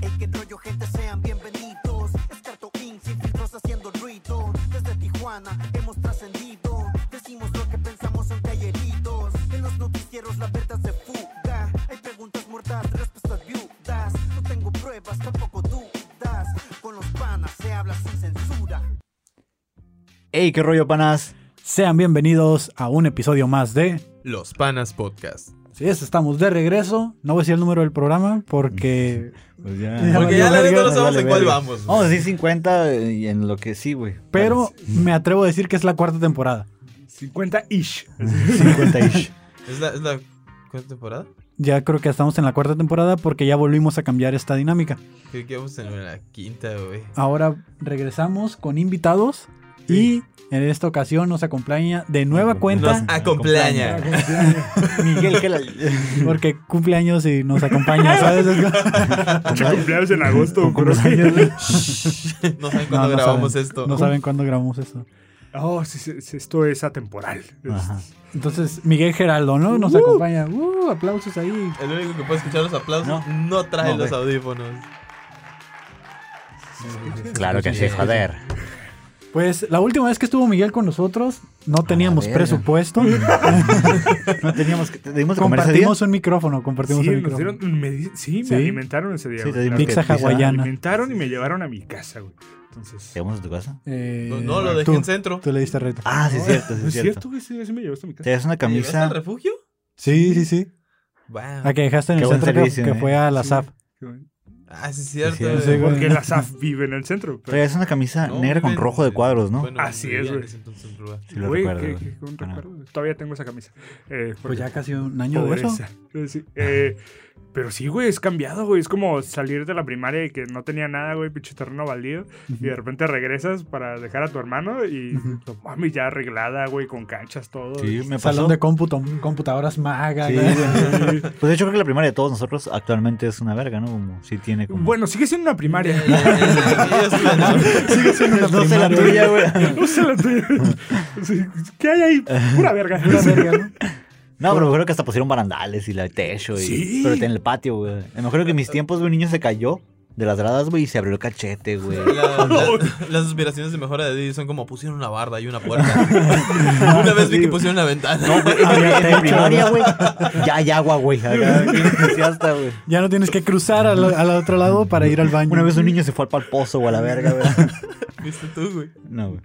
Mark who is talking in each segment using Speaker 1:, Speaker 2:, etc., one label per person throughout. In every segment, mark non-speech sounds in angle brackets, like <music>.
Speaker 1: de que rollo gente sean bienvenidos. Escarto Inc. sin filtros haciendo ruido. Desde Tijuana hemos trascendido. Decimos lo que pensamos en talleritos. En los noticieros la verdad se fuga. Hay preguntas muertas, respuestas viudas. No tengo pruebas, tampoco dudas. Con los panas se habla sin censura.
Speaker 2: ¡Ey, qué rollo, panas!
Speaker 3: Sean bienvenidos a un episodio más de...
Speaker 4: Los Panas Podcast.
Speaker 3: Si es, estamos de regreso. No voy a decir el número del programa
Speaker 4: <laughs>
Speaker 3: porque...
Speaker 2: Pues
Speaker 3: Ya
Speaker 2: ya.
Speaker 4: Porque
Speaker 3: valió
Speaker 4: ya la
Speaker 3: verga,
Speaker 4: neta no
Speaker 3: ya
Speaker 4: sabemos
Speaker 2: vale
Speaker 4: en cuál
Speaker 2: verga.
Speaker 4: vamos.
Speaker 2: Vamos a decir 50 y en lo que sí, güey.
Speaker 3: Pero me atrevo a decir que es la cuarta temporada.
Speaker 5: 50-ish.
Speaker 2: 50-ish.
Speaker 4: ¿Es la, es la cuarta temporada?
Speaker 3: Ya creo que estamos en la cuarta temporada porque ya volvimos a cambiar esta dinámica.
Speaker 4: Creo que vamos en la quinta,
Speaker 2: <laughs>
Speaker 4: güey.
Speaker 3: Ahora regresamos con invitados y en esta ocasión nos acompaña de nueva cuenta
Speaker 4: Nos acompaña.
Speaker 5: <laughs>
Speaker 4: <laughs>
Speaker 2: Miguel, que la.
Speaker 3: porque cumple años y nos acompaña,
Speaker 4: <laughs>
Speaker 3: ¿sabes?
Speaker 5: Cumpleaños en agosto,
Speaker 3: Con
Speaker 5: creo que-
Speaker 3: cumpleaños.
Speaker 4: No
Speaker 3: No,
Speaker 4: saben cuándo
Speaker 3: no
Speaker 4: grabamos
Speaker 3: saben.
Speaker 4: esto.
Speaker 3: No saben cuándo grabamos esto.
Speaker 5: Oh, sí, sí, sí, esto es atemporal. Es-
Speaker 2: Ajá.
Speaker 3: Entonces, Miguel Geraldo, ¿no? Nos acompaña. Uh, aplausos ahí.
Speaker 4: <laughs> El único que puede escuchar los aplausos no, trae
Speaker 2: No,
Speaker 4: los
Speaker 2: güey.
Speaker 4: audífonos.
Speaker 6: Claro que sí, joder.
Speaker 3: Pues la última vez que estuvo Miguel con nosotros, no teníamos
Speaker 2: verga.
Speaker 3: presupuesto.
Speaker 2: No teníamos que. Te dimos de comer ese día.
Speaker 3: compartimos un micrófono, compartimos
Speaker 5: Sí,
Speaker 3: un
Speaker 5: nos
Speaker 3: micrófono.
Speaker 5: dieron- me di- sí, me
Speaker 3: Sí.
Speaker 5: alimentaron ese día.
Speaker 2: Sí, te
Speaker 5: güey,
Speaker 2: dimos
Speaker 5: claro.
Speaker 3: Pizza
Speaker 2: que- pizza.
Speaker 5: Me
Speaker 3: hawaiana.
Speaker 5: alimentaron y me llevaron a mi casa, güey. Entonces.
Speaker 2: ¿Llegamos a tu casa?
Speaker 3: Eh,
Speaker 4: No, no, lo dejé
Speaker 3: tú,
Speaker 4: en centro.
Speaker 3: Tú le diste reto.
Speaker 2: Ah, sí, es cierto, sí,
Speaker 5: Oh, No
Speaker 2: es cierto.
Speaker 5: güey. Sí, sí me llevaste a mi
Speaker 2: Te
Speaker 5: casa.
Speaker 2: das una
Speaker 4: ¿Te llevaste al
Speaker 2: camisa.
Speaker 4: refugio?
Speaker 3: Sí, sí, sí.
Speaker 4: Wow.
Speaker 3: La que dejaste en
Speaker 2: Qué
Speaker 3: el
Speaker 2: buen
Speaker 3: centro que-
Speaker 2: servicio,
Speaker 3: que,
Speaker 2: ¿eh?
Speaker 3: fue a la
Speaker 5: Sí,
Speaker 3: SAP.
Speaker 5: Qué bueno.
Speaker 4: Ah, sí, es cierto.
Speaker 2: Sí,
Speaker 4: güey.
Speaker 3: sí, güey.
Speaker 5: Porque la SAF vive en el centro.
Speaker 2: Te
Speaker 5: pero-
Speaker 2: das una camisa
Speaker 4: No,
Speaker 2: negra con
Speaker 4: viven-
Speaker 2: rojo de cuadros, ¿no?
Speaker 4: Bueno,
Speaker 5: Así
Speaker 4: vivían
Speaker 5: es, güey.
Speaker 4: en ese entonces Eh, en Rúa.
Speaker 2: Sí, lo
Speaker 5: Güey,
Speaker 2: recuerdo.
Speaker 5: qué-
Speaker 2: güey.
Speaker 5: qué- qué buen
Speaker 2: Ajá.
Speaker 5: recuerdo. Todavía tengo esa camisa. Eh,
Speaker 3: Pues ya
Speaker 5: porque-
Speaker 3: casi un año de eso.
Speaker 5: Pobreza. Pero sí, eh, pero sí, güey, es cambiado, güey. Es como salir de la primaria y que no tenía nada, güey, pinche terreno baldío. Y de repente regresas para dejar a tu hermano y tu mami ya arreglada, güey, con canchas, todo.
Speaker 2: Sí, me pasó.
Speaker 3: Salón de cómputo, computadoras magas.
Speaker 2: Sí,
Speaker 3: ¿no? <laughs>
Speaker 2: güey. Pues de hecho creo que la primaria de todos nosotros actualmente es una verga, ¿no? Como sí tiene como...
Speaker 5: Bueno, <laughs> sigue siendo una primaria.
Speaker 2: <laughs>
Speaker 4: Ya, ya, ya, ya, ya estuve, ¿no?
Speaker 2: sigue siendo una <laughs> no sé la tuya, güey.
Speaker 5: <laughs> No sé la tuya. Sí, ¿Qué hay ahí? Pura verga.
Speaker 3: Pura verga, ¿no?
Speaker 2: No, pero me acuerdo que hasta pusieron barandales y la techo. Y,
Speaker 5: Sí.
Speaker 2: Pero en el patio, güey. Me acuerdo que en mis tiempos, güey, un niño se cayó de las gradas, güey, y se abrió el cachete, güey.
Speaker 4: La- la- las aspiraciones de mejora de Didi son como pusieron una barda y
Speaker 2: <laughs>
Speaker 4: una puerta. una vez vi que pusieron una ventana. <laughs>
Speaker 2: En mi primaria, güey. Ya hay agua, güey. Acá, qué entusiasta, güey.
Speaker 3: Ya no tienes que cruzar al, al otro lado para ir al baño.
Speaker 2: Una vez un niño se fue al pal pozo, güey, a la verga, güey.
Speaker 4: ¿Viste tú, güey?
Speaker 2: No, güey.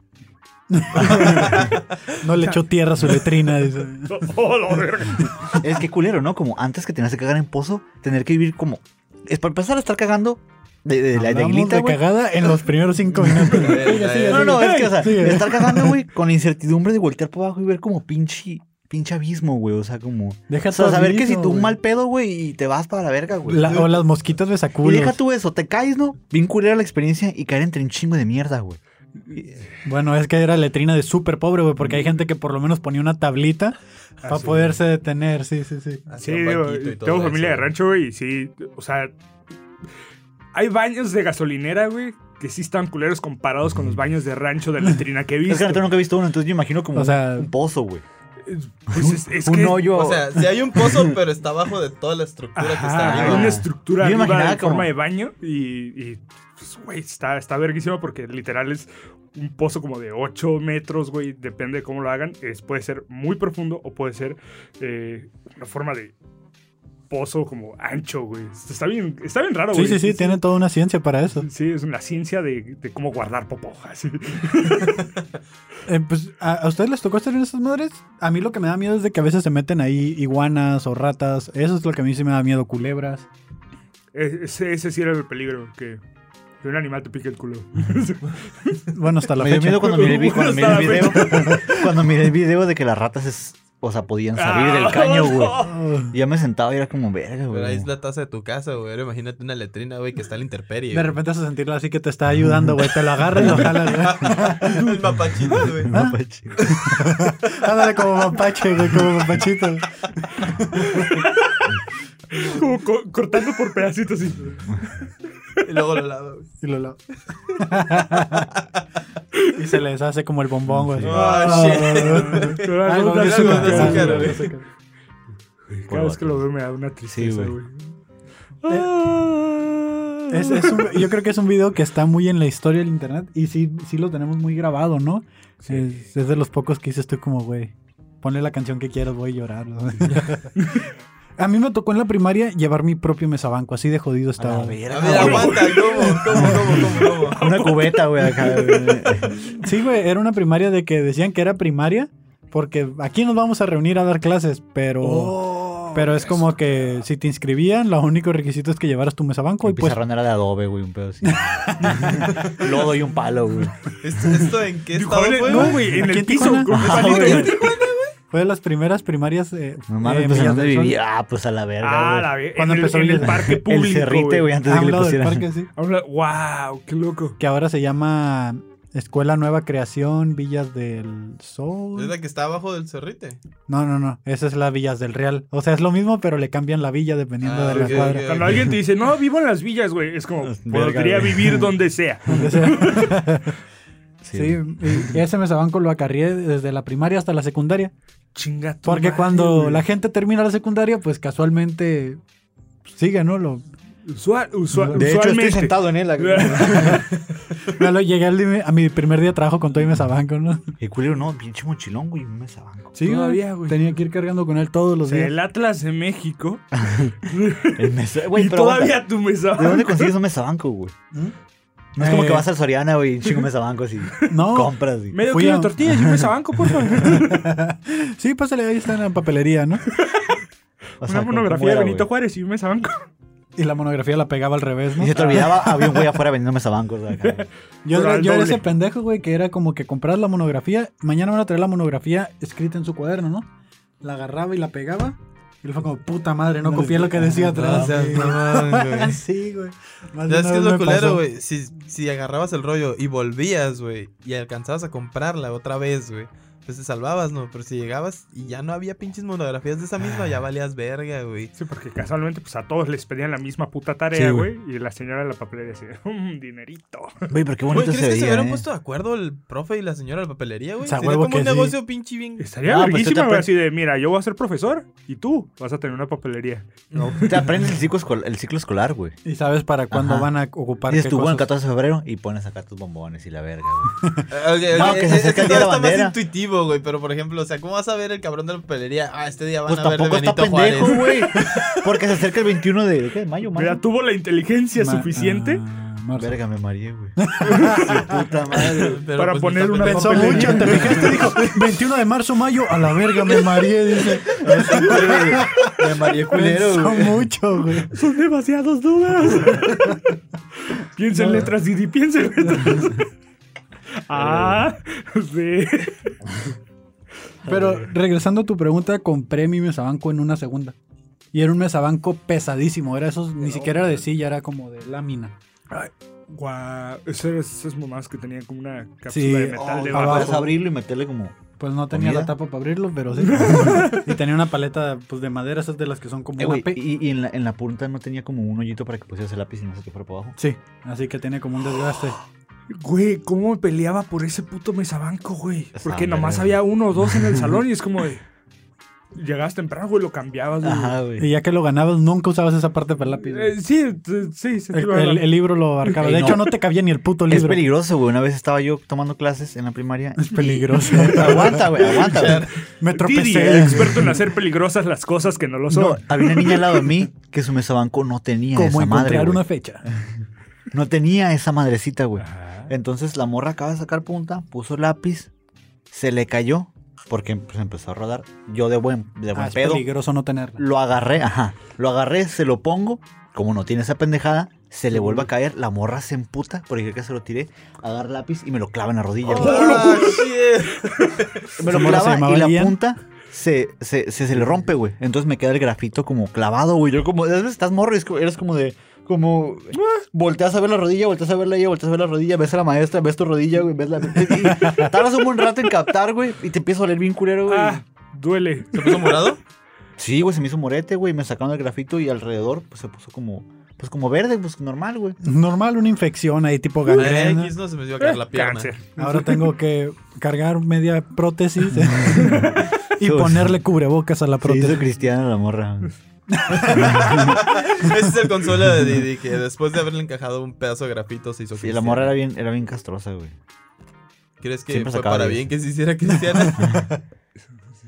Speaker 3: No le echó tierra a su letrina. dice.
Speaker 5: Oh, la verga.
Speaker 2: Es que culero, ¿no? Como antes que tenías que cagar en pozo, tener que vivir como. Es para empezar a estar cagando de, de la
Speaker 3: Hablamos
Speaker 2: iglita,
Speaker 3: de
Speaker 2: güey.
Speaker 3: cagada en los primeros cinco minutos.
Speaker 2: No, no, es que, o sea,
Speaker 3: Sigue.
Speaker 2: estar cagando, güey, con la incertidumbre de voltear para abajo y ver como pinche, pinche abismo, güey. O sea, como.
Speaker 3: Deja
Speaker 2: o sea,
Speaker 3: tu
Speaker 2: saber que
Speaker 3: abismo,
Speaker 2: si tú un
Speaker 3: güey.
Speaker 2: mal pedo, güey, y te vas para la verga, güey.
Speaker 3: La- o las mosquitas de
Speaker 2: y
Speaker 3: sacudos.
Speaker 2: deja tú eso, te caes, ¿no? Bien culera la experiencia y caer entre un chingo de mierda, güey.
Speaker 3: Bueno, es que era letrina de súper pobre, güey, porque hay gente que por lo menos ponía una tablita para
Speaker 5: sí.
Speaker 3: poderse detener. Sí, sí, sí.
Speaker 4: Hacía
Speaker 5: Sí,
Speaker 4: un
Speaker 5: digo,
Speaker 4: banquito y todo
Speaker 5: tengo familia de
Speaker 4: eso, güey.
Speaker 5: rancho, güey, y sí, o sea, hay baños de gasolinera, güey, que sí están culeros comparados con los baños de rancho de latrina que he
Speaker 2: Es que
Speaker 5: visto.
Speaker 2: la neta nunca he visto uno, entonces yo imagino como
Speaker 3: O sea,
Speaker 2: un pozo, güey.
Speaker 5: Pues es, es
Speaker 2: un
Speaker 5: que-
Speaker 2: hoyo.
Speaker 4: O sea, si hay un pozo, pero está abajo de toda la estructura que
Speaker 5: Ajá,
Speaker 4: está
Speaker 5: hay
Speaker 4: arriba.
Speaker 5: una estructura
Speaker 2: Yo
Speaker 5: arriba
Speaker 2: imaginaba
Speaker 5: en
Speaker 2: como-
Speaker 5: forma de baño y, y, pues, güey, está, está verguísima porque literal es un pozo como de 8 metros, güey, depende de cómo lo hagan. Es, puede ser muy profundo o puede ser eh, una forma de pozo como ancho, güey. Está bien, está bien raro,
Speaker 3: Sí,
Speaker 5: güey.
Speaker 3: sí, sí, tiene toda una ciencia para eso.
Speaker 5: Sí, es una ciencia de, de cómo guardar popojas.
Speaker 3: Eh, pues, ¿a, a ustedes les tocó estar en esas madres? A mí lo que me da miedo es de que a veces se meten ahí iguanas o ratas. Eso es lo que a mí sí me da miedo, culebras.
Speaker 5: Ese, ese sí era el peligro, que, que un animal te pique
Speaker 3: <laughs>
Speaker 5: el culo. <laughs>
Speaker 3: Bueno, hasta la
Speaker 2: me dio
Speaker 3: fecha.
Speaker 2: miedo cuando
Speaker 3: <laughs>
Speaker 2: miré, el vi-
Speaker 5: Bueno,
Speaker 2: cuando miré
Speaker 4: <laughs>
Speaker 2: el video.
Speaker 5: estaba
Speaker 2: <laughs> cuando miré el video de que las ratas, es- o sea, podían salir del caño, güey.
Speaker 3: <laughs>
Speaker 2: Y ya me sentaba y era como verga,
Speaker 4: Ah. Pero ahí
Speaker 2: güey.
Speaker 4: es la taza de tu casa, güey. Ahora imagínate una letrina, güey, que está al interperio.
Speaker 3: De repente vas a sentirlo así que te está ayudando, güey. Te lo agarras
Speaker 2: <laughs>
Speaker 3: y lo jalas, güey.
Speaker 4: El mapachito, güey.
Speaker 3: Ah.
Speaker 2: No, pues, chido.
Speaker 3: Ándale como mapache, güey, como mapachito.
Speaker 5: Como co- cortando por pedacitos y...
Speaker 4: Y luego lo lava, güey.
Speaker 3: Y lo lavo. <laughs> y se les hace como el bombón, güey.
Speaker 4: Ah, shit.
Speaker 3: Algo
Speaker 5: Algo
Speaker 3: de
Speaker 5: de
Speaker 3: azúcar,
Speaker 5: azúcar,
Speaker 4: algo de
Speaker 5: algo de
Speaker 4: azúcar.
Speaker 5: azúcar. Cada vez que lo veo me da una tristeza,
Speaker 2: Sí,
Speaker 5: güey.
Speaker 2: güey.
Speaker 5: Ah.
Speaker 3: Es- es un- yo creo que es un video que está muy en la historia del internet y sí, sí lo tenemos muy grabado, ¿no? Es, es de los pocos que dices tú como, güey, ponle la canción que quieras, voy a llorar.
Speaker 4: <laughs>
Speaker 3: ¿no? a mí me tocó en la primaria llevar mi propio mesabanco, así de jodido <laughs> estaba.
Speaker 4: A ver, aguanta, ¿cómo? ¿Cómo, cómo, cómo, cómo?
Speaker 2: Una cubeta, güey, acá.
Speaker 3: <laughs>
Speaker 2: güey.
Speaker 3: Sí, güey, era una primaria de que decían que era primaria porque aquí nos vamos a reunir a dar clases, pero...
Speaker 4: Oh,
Speaker 3: Pero es como que si te inscribían, los únicos requisitos es que llevaras tu mesabanco
Speaker 2: Mi
Speaker 3: y pues
Speaker 2: pizarrón era de adobe, güey, un pedo
Speaker 3: <laughs>
Speaker 2: así. Lodo y un palo, güey.
Speaker 4: ¿Esto, esto en qué estado
Speaker 5: Híjole,
Speaker 4: fue?
Speaker 5: no,
Speaker 4: güey?
Speaker 5: güey, en
Speaker 3: Aquí
Speaker 5: el
Speaker 3: en
Speaker 5: piso.
Speaker 3: Tijuana.
Speaker 5: con una
Speaker 2: Ah,
Speaker 5: palita.
Speaker 2: güey.
Speaker 3: Fue de las primeras primarias. Eh,
Speaker 2: No mames,
Speaker 3: eh,
Speaker 2: pues ¿en
Speaker 3: Bellas
Speaker 2: dónde
Speaker 3: del Sol.
Speaker 2: vivía? Ah, pues a la verga.
Speaker 5: Ah,
Speaker 2: güey.
Speaker 5: la ve-
Speaker 3: Cuando
Speaker 5: en el,
Speaker 3: empezó
Speaker 5: en el
Speaker 3: el-
Speaker 5: parque
Speaker 2: El
Speaker 5: público. Ah,
Speaker 2: cerrite, güey, antes
Speaker 3: A
Speaker 2: de que le
Speaker 3: un lado del
Speaker 2: pusieran.
Speaker 3: Ah, parque, sí.
Speaker 5: Habla- wow, qué loco.
Speaker 3: Que ahora se llama Escuela Nueva Creación, Villas del
Speaker 4: Es la
Speaker 3: Sol.
Speaker 4: que está abajo del cerrite.
Speaker 3: No, no, no. Esa es la Villas del Real. O sea, es lo mismo, pero le cambian la villa dependiendo
Speaker 4: Ah,
Speaker 3: de la
Speaker 4: ok,
Speaker 3: cuadra.
Speaker 4: ok.
Speaker 5: Cuando alguien te dice, no, vivo en las villas, güey, es como,
Speaker 2: Eh, Verga,
Speaker 5: podría
Speaker 2: güey. <laughs>
Speaker 5: vivir donde sea.
Speaker 3: donde <laughs> sea.
Speaker 2: Sí.
Speaker 3: Sí, y ese mesabanco lo acarrié desde la primaria hasta la secundaria.
Speaker 5: Chinga tu
Speaker 3: Porque
Speaker 5: madre,
Speaker 3: cuando
Speaker 5: güey.
Speaker 3: la gente termina la secundaria, pues casualmente sigue, ¿no? Lo,
Speaker 5: Usual, usual,
Speaker 2: De hecho, estoy
Speaker 5: usualmente. <laughs>
Speaker 2: sentado ¿eh? en él. <laughs>
Speaker 3: me lo llegué al de- a mi primer día de trabajo con todo y mesabanco, ¿no?
Speaker 2: El culero, no, pinche mochilón, güey, un mesabanco.
Speaker 3: Sí, güey.
Speaker 5: Todavía, güey.
Speaker 3: Tenía que ir cargando con él todos
Speaker 5: O
Speaker 3: los
Speaker 5: sea,
Speaker 3: días.
Speaker 5: el Atlas de México.
Speaker 2: El mesa- güey,
Speaker 5: y
Speaker 2: pero aguanta,
Speaker 5: todavía tu mesa.
Speaker 2: ¿De dónde consigues un mesabanco, güey? No es como
Speaker 3: Eh.
Speaker 2: que vas al Soriana, güey, y chingo mesabancos
Speaker 5: <laughs>
Speaker 2: y
Speaker 3: No.
Speaker 2: compras. güey.
Speaker 5: Medio
Speaker 3: Fui
Speaker 5: kilo
Speaker 3: a-
Speaker 5: de tortillas y un mesabanco, por <laughs> favor.
Speaker 3: <laughs> Sí, pásale, ahí está en la papelería, ¿no?
Speaker 2: O sea,
Speaker 5: Una
Speaker 2: ¿cómo-
Speaker 5: monografía
Speaker 2: cómo era,
Speaker 5: de Benito
Speaker 2: güey?
Speaker 5: Juárez y un mesabanco.
Speaker 3: Y la monografía la pegaba al revés, ¿no?
Speaker 2: Y se te olvidaba, había un güey afuera vendiendo mesabancos. güey, acá,
Speaker 5: <laughs>
Speaker 2: güey.
Speaker 3: Yo,
Speaker 5: Pero
Speaker 3: era,
Speaker 5: al
Speaker 3: yo era
Speaker 5: doble.
Speaker 3: ese pendejo, güey, que era como que comprar la monografía. Mañana van a traer la monografía escrita en su cuaderno, ¿no? La agarraba y la pegaba. Y le fue como, puta madre, no copié lo que decía atrás.
Speaker 4: seas
Speaker 3: güey.
Speaker 4: mamón, güey.
Speaker 3: sí, güey. Más de
Speaker 4: ¿Sabes
Speaker 3: una
Speaker 4: qué es
Speaker 3: vez
Speaker 4: lo
Speaker 3: me pasó.
Speaker 4: culero, güey? Si, si agarrabas el rollo y volvías, güey, y alcanzabas a comprarla otra vez, güey, pues te salvabas, ¿no? Pero si llegabas y ya no había pinches monografías de esa misma,
Speaker 2: Ah.
Speaker 4: ya valías verga, güey.
Speaker 5: Sí, porque casualmente pues a todos les pedían la misma puta
Speaker 3: Sí,
Speaker 5: tarea,
Speaker 3: güey.
Speaker 5: güey. y la señora de la papelería decía, <laughs> un dinerito.
Speaker 2: Güey, pero qué
Speaker 4: Güey,
Speaker 2: bonito
Speaker 4: ¿crees
Speaker 2: se
Speaker 4: que se
Speaker 2: veía.
Speaker 4: hubieran
Speaker 2: eh.
Speaker 4: puesto de acuerdo el profe y la señora de la papelería, güey?
Speaker 3: O sea,
Speaker 4: Sería
Speaker 3: huevo
Speaker 4: como un
Speaker 3: que sí.
Speaker 4: negocio pinche bien... <laughs>
Speaker 5: Estaría
Speaker 2: Ah, pues, tú te
Speaker 5: verguísima, güey,
Speaker 2: apre-
Speaker 5: así de, mira, yo voy a ser profesor y tú vas a tener una papelería.
Speaker 2: Te aprendes el ciclo, escolar, el ciclo escolar, güey.
Speaker 3: Y sabes para cuándo
Speaker 2: Ajá.
Speaker 3: van a ocupar
Speaker 2: Dices
Speaker 3: qué
Speaker 2: tú, bueno, el
Speaker 3: cosas.
Speaker 2: 14 de febrero y pones acá tus bombones y la verga, güey.
Speaker 4: no, que se
Speaker 2: acerca el día de la
Speaker 4: está
Speaker 2: bandera.
Speaker 4: más intuitivo, güey, pero por ejemplo, o sea, ¿cómo vas a ver el cabrón de la papelería? Ah, este día van
Speaker 2: Pues
Speaker 4: a ver de
Speaker 2: tampoco
Speaker 4: Benito
Speaker 2: está pendejo,
Speaker 4: Juárez.
Speaker 2: güey. <laughs> Porque se acerca el 21 de, ¿de qué? ¿De mayo,
Speaker 5: Mira,
Speaker 2: mayo.
Speaker 5: tuvo la inteligencia
Speaker 3: Ma-
Speaker 5: suficiente
Speaker 3: ah, marzo.
Speaker 2: Verga, me mareé, <laughs> güey. Su puta madre. <laughs>
Speaker 4: Pero,
Speaker 5: para
Speaker 4: pues, no
Speaker 5: poner
Speaker 4: está pendejo.
Speaker 5: una
Speaker 3: Pensó
Speaker 5: papelería.
Speaker 3: mucho, te fijaste, dijo 21 de marzo, mayo, a la verga, me mareé, dice.
Speaker 2: Me mareé culero,
Speaker 3: Pensó
Speaker 2: güey.
Speaker 3: mucho, güey.
Speaker 5: Son demasiadas dudas. <laughs> piensa en letras, Didi, piensa en <laughs> letras. ah, sí.
Speaker 3: Pero regresando a tu pregunta, compré mi mesabanco en una segunda. Y era un mesabanco pesadísimo, era esos, ni siquiera era de silla, era como de lámina.
Speaker 5: Guau, esas esas mamadas que tenían como una cápsula
Speaker 3: Sí,
Speaker 5: de metal
Speaker 3: oh,
Speaker 5: debajo.
Speaker 2: Para
Speaker 3: abajo.
Speaker 2: Puedes abrirlo y meterle como.
Speaker 3: Pues no tenía
Speaker 2: ¿Comida?
Speaker 3: la tapa para abrirlo,
Speaker 2: <laughs>
Speaker 3: pero sí. y tenía una paleta pues, de madera, esas de las que son como
Speaker 2: Eh,
Speaker 3: una
Speaker 2: güey,
Speaker 3: P.
Speaker 2: y, y en, la, en la punta no tenía como un hoyito para que pusieras el lápiz y no se te fuera para abajo.
Speaker 3: Sí, así que tiene como un desgaste.
Speaker 5: Güey, ¿cómo me peleaba por ese puto mesabanco, güey?
Speaker 2: Está
Speaker 5: Porque nomás
Speaker 2: verga.
Speaker 5: había uno o dos en
Speaker 2: <laughs>
Speaker 5: el salón y es como de. Llegabas temprano, güey, lo cambiabas, güey.
Speaker 2: Ajá, güey.
Speaker 3: Y ya que lo ganabas, nunca usabas esa parte para el lápiz. güey.
Speaker 5: Eh, sí, t- sí, se te
Speaker 3: El,
Speaker 5: iba
Speaker 3: el-
Speaker 5: la-
Speaker 3: el libro lo abarcaba.
Speaker 2: Ey,
Speaker 3: De
Speaker 2: Eh, no.
Speaker 3: hecho, no te cabía ni el puto
Speaker 2: Es
Speaker 3: libro.
Speaker 2: peligroso, güey. Una vez estaba yo tomando clases en la primaria.
Speaker 3: Es peligroso.
Speaker 2: <laughs> aguanta, güey, aguanta. <laughs> güey.
Speaker 3: Me
Speaker 5: Didi,
Speaker 3: tropecé.
Speaker 5: el experto en hacer peligrosas las cosas que no lo son.
Speaker 2: No, había una niña al lado de mí que su mesabanco no tenía
Speaker 3: Como
Speaker 2: esa
Speaker 3: encontrar
Speaker 2: madre. güey.
Speaker 3: una fecha.
Speaker 2: No tenía esa madrecita, güey. Entonces la morra acaba de sacar punta, puso lápiz, se le cayó porque pues, empezó a rodar. Yo de buen, de
Speaker 3: Ah,
Speaker 2: buen
Speaker 3: es
Speaker 2: pedo.
Speaker 3: peligroso no tenerla.
Speaker 2: Lo agarré, ajá. Lo agarré, se lo pongo. Como no tiene esa pendejada, se le vuelve a caer. La morra se emputa porque creo que se lo tiré. Agarra lápiz y me lo clava en la rodilla. güey.
Speaker 3: Oh,
Speaker 4: <laughs> Ah,
Speaker 2: <laughs>
Speaker 4: shit.
Speaker 2: me lo
Speaker 3: Esa morra se
Speaker 2: clava
Speaker 3: llamaba
Speaker 2: y la
Speaker 3: Ian.
Speaker 2: punta se, se, se, se le rompe, güey. Entonces me queda el grafito como clavado, güey. Yo como, "Es- estás morro, y es como- eres como de, como, volteas a ver la rodilla, volteas a ver la ella, volteas a ver la rodilla, ves a la maestra, ves tu rodilla, güey, ves la... y tardas un buen rato en captar, güey, y te empieza a oler bien culero, güey.
Speaker 5: Ah, duele.
Speaker 4: ¿Se puso morado?
Speaker 2: Sí, güey, se me hizo morete, güey, me sacaron el grafito y alrededor, pues, se puso como, pues, como verde, pues, normal, güey.
Speaker 3: Normal, una infección ahí tipo
Speaker 4: Ay,
Speaker 3: gangrena.
Speaker 4: Ah, X no se me dio a caer la pierna.
Speaker 5: Eh, Cáncer.
Speaker 3: Ahora tengo que cargar media
Speaker 2: <laughs>
Speaker 3: prótesis <laughs> y
Speaker 2: Sí,
Speaker 3: ponerle cubrebocas a la
Speaker 2: Se hizo
Speaker 3: prótesis.
Speaker 2: cristiana la morra.
Speaker 4: Ese es el consuelo de Didi, que después de haberle encajado un pedazo de grafito se hizo
Speaker 2: Sí, la
Speaker 4: cristiana.
Speaker 2: morra era bien, era bien castrosa, güey.
Speaker 4: ¿Crees que
Speaker 2: siempre
Speaker 4: fue
Speaker 2: sacaba
Speaker 4: para
Speaker 2: diez.
Speaker 4: bien que se
Speaker 2: <laughs>
Speaker 4: hiciera cristiana?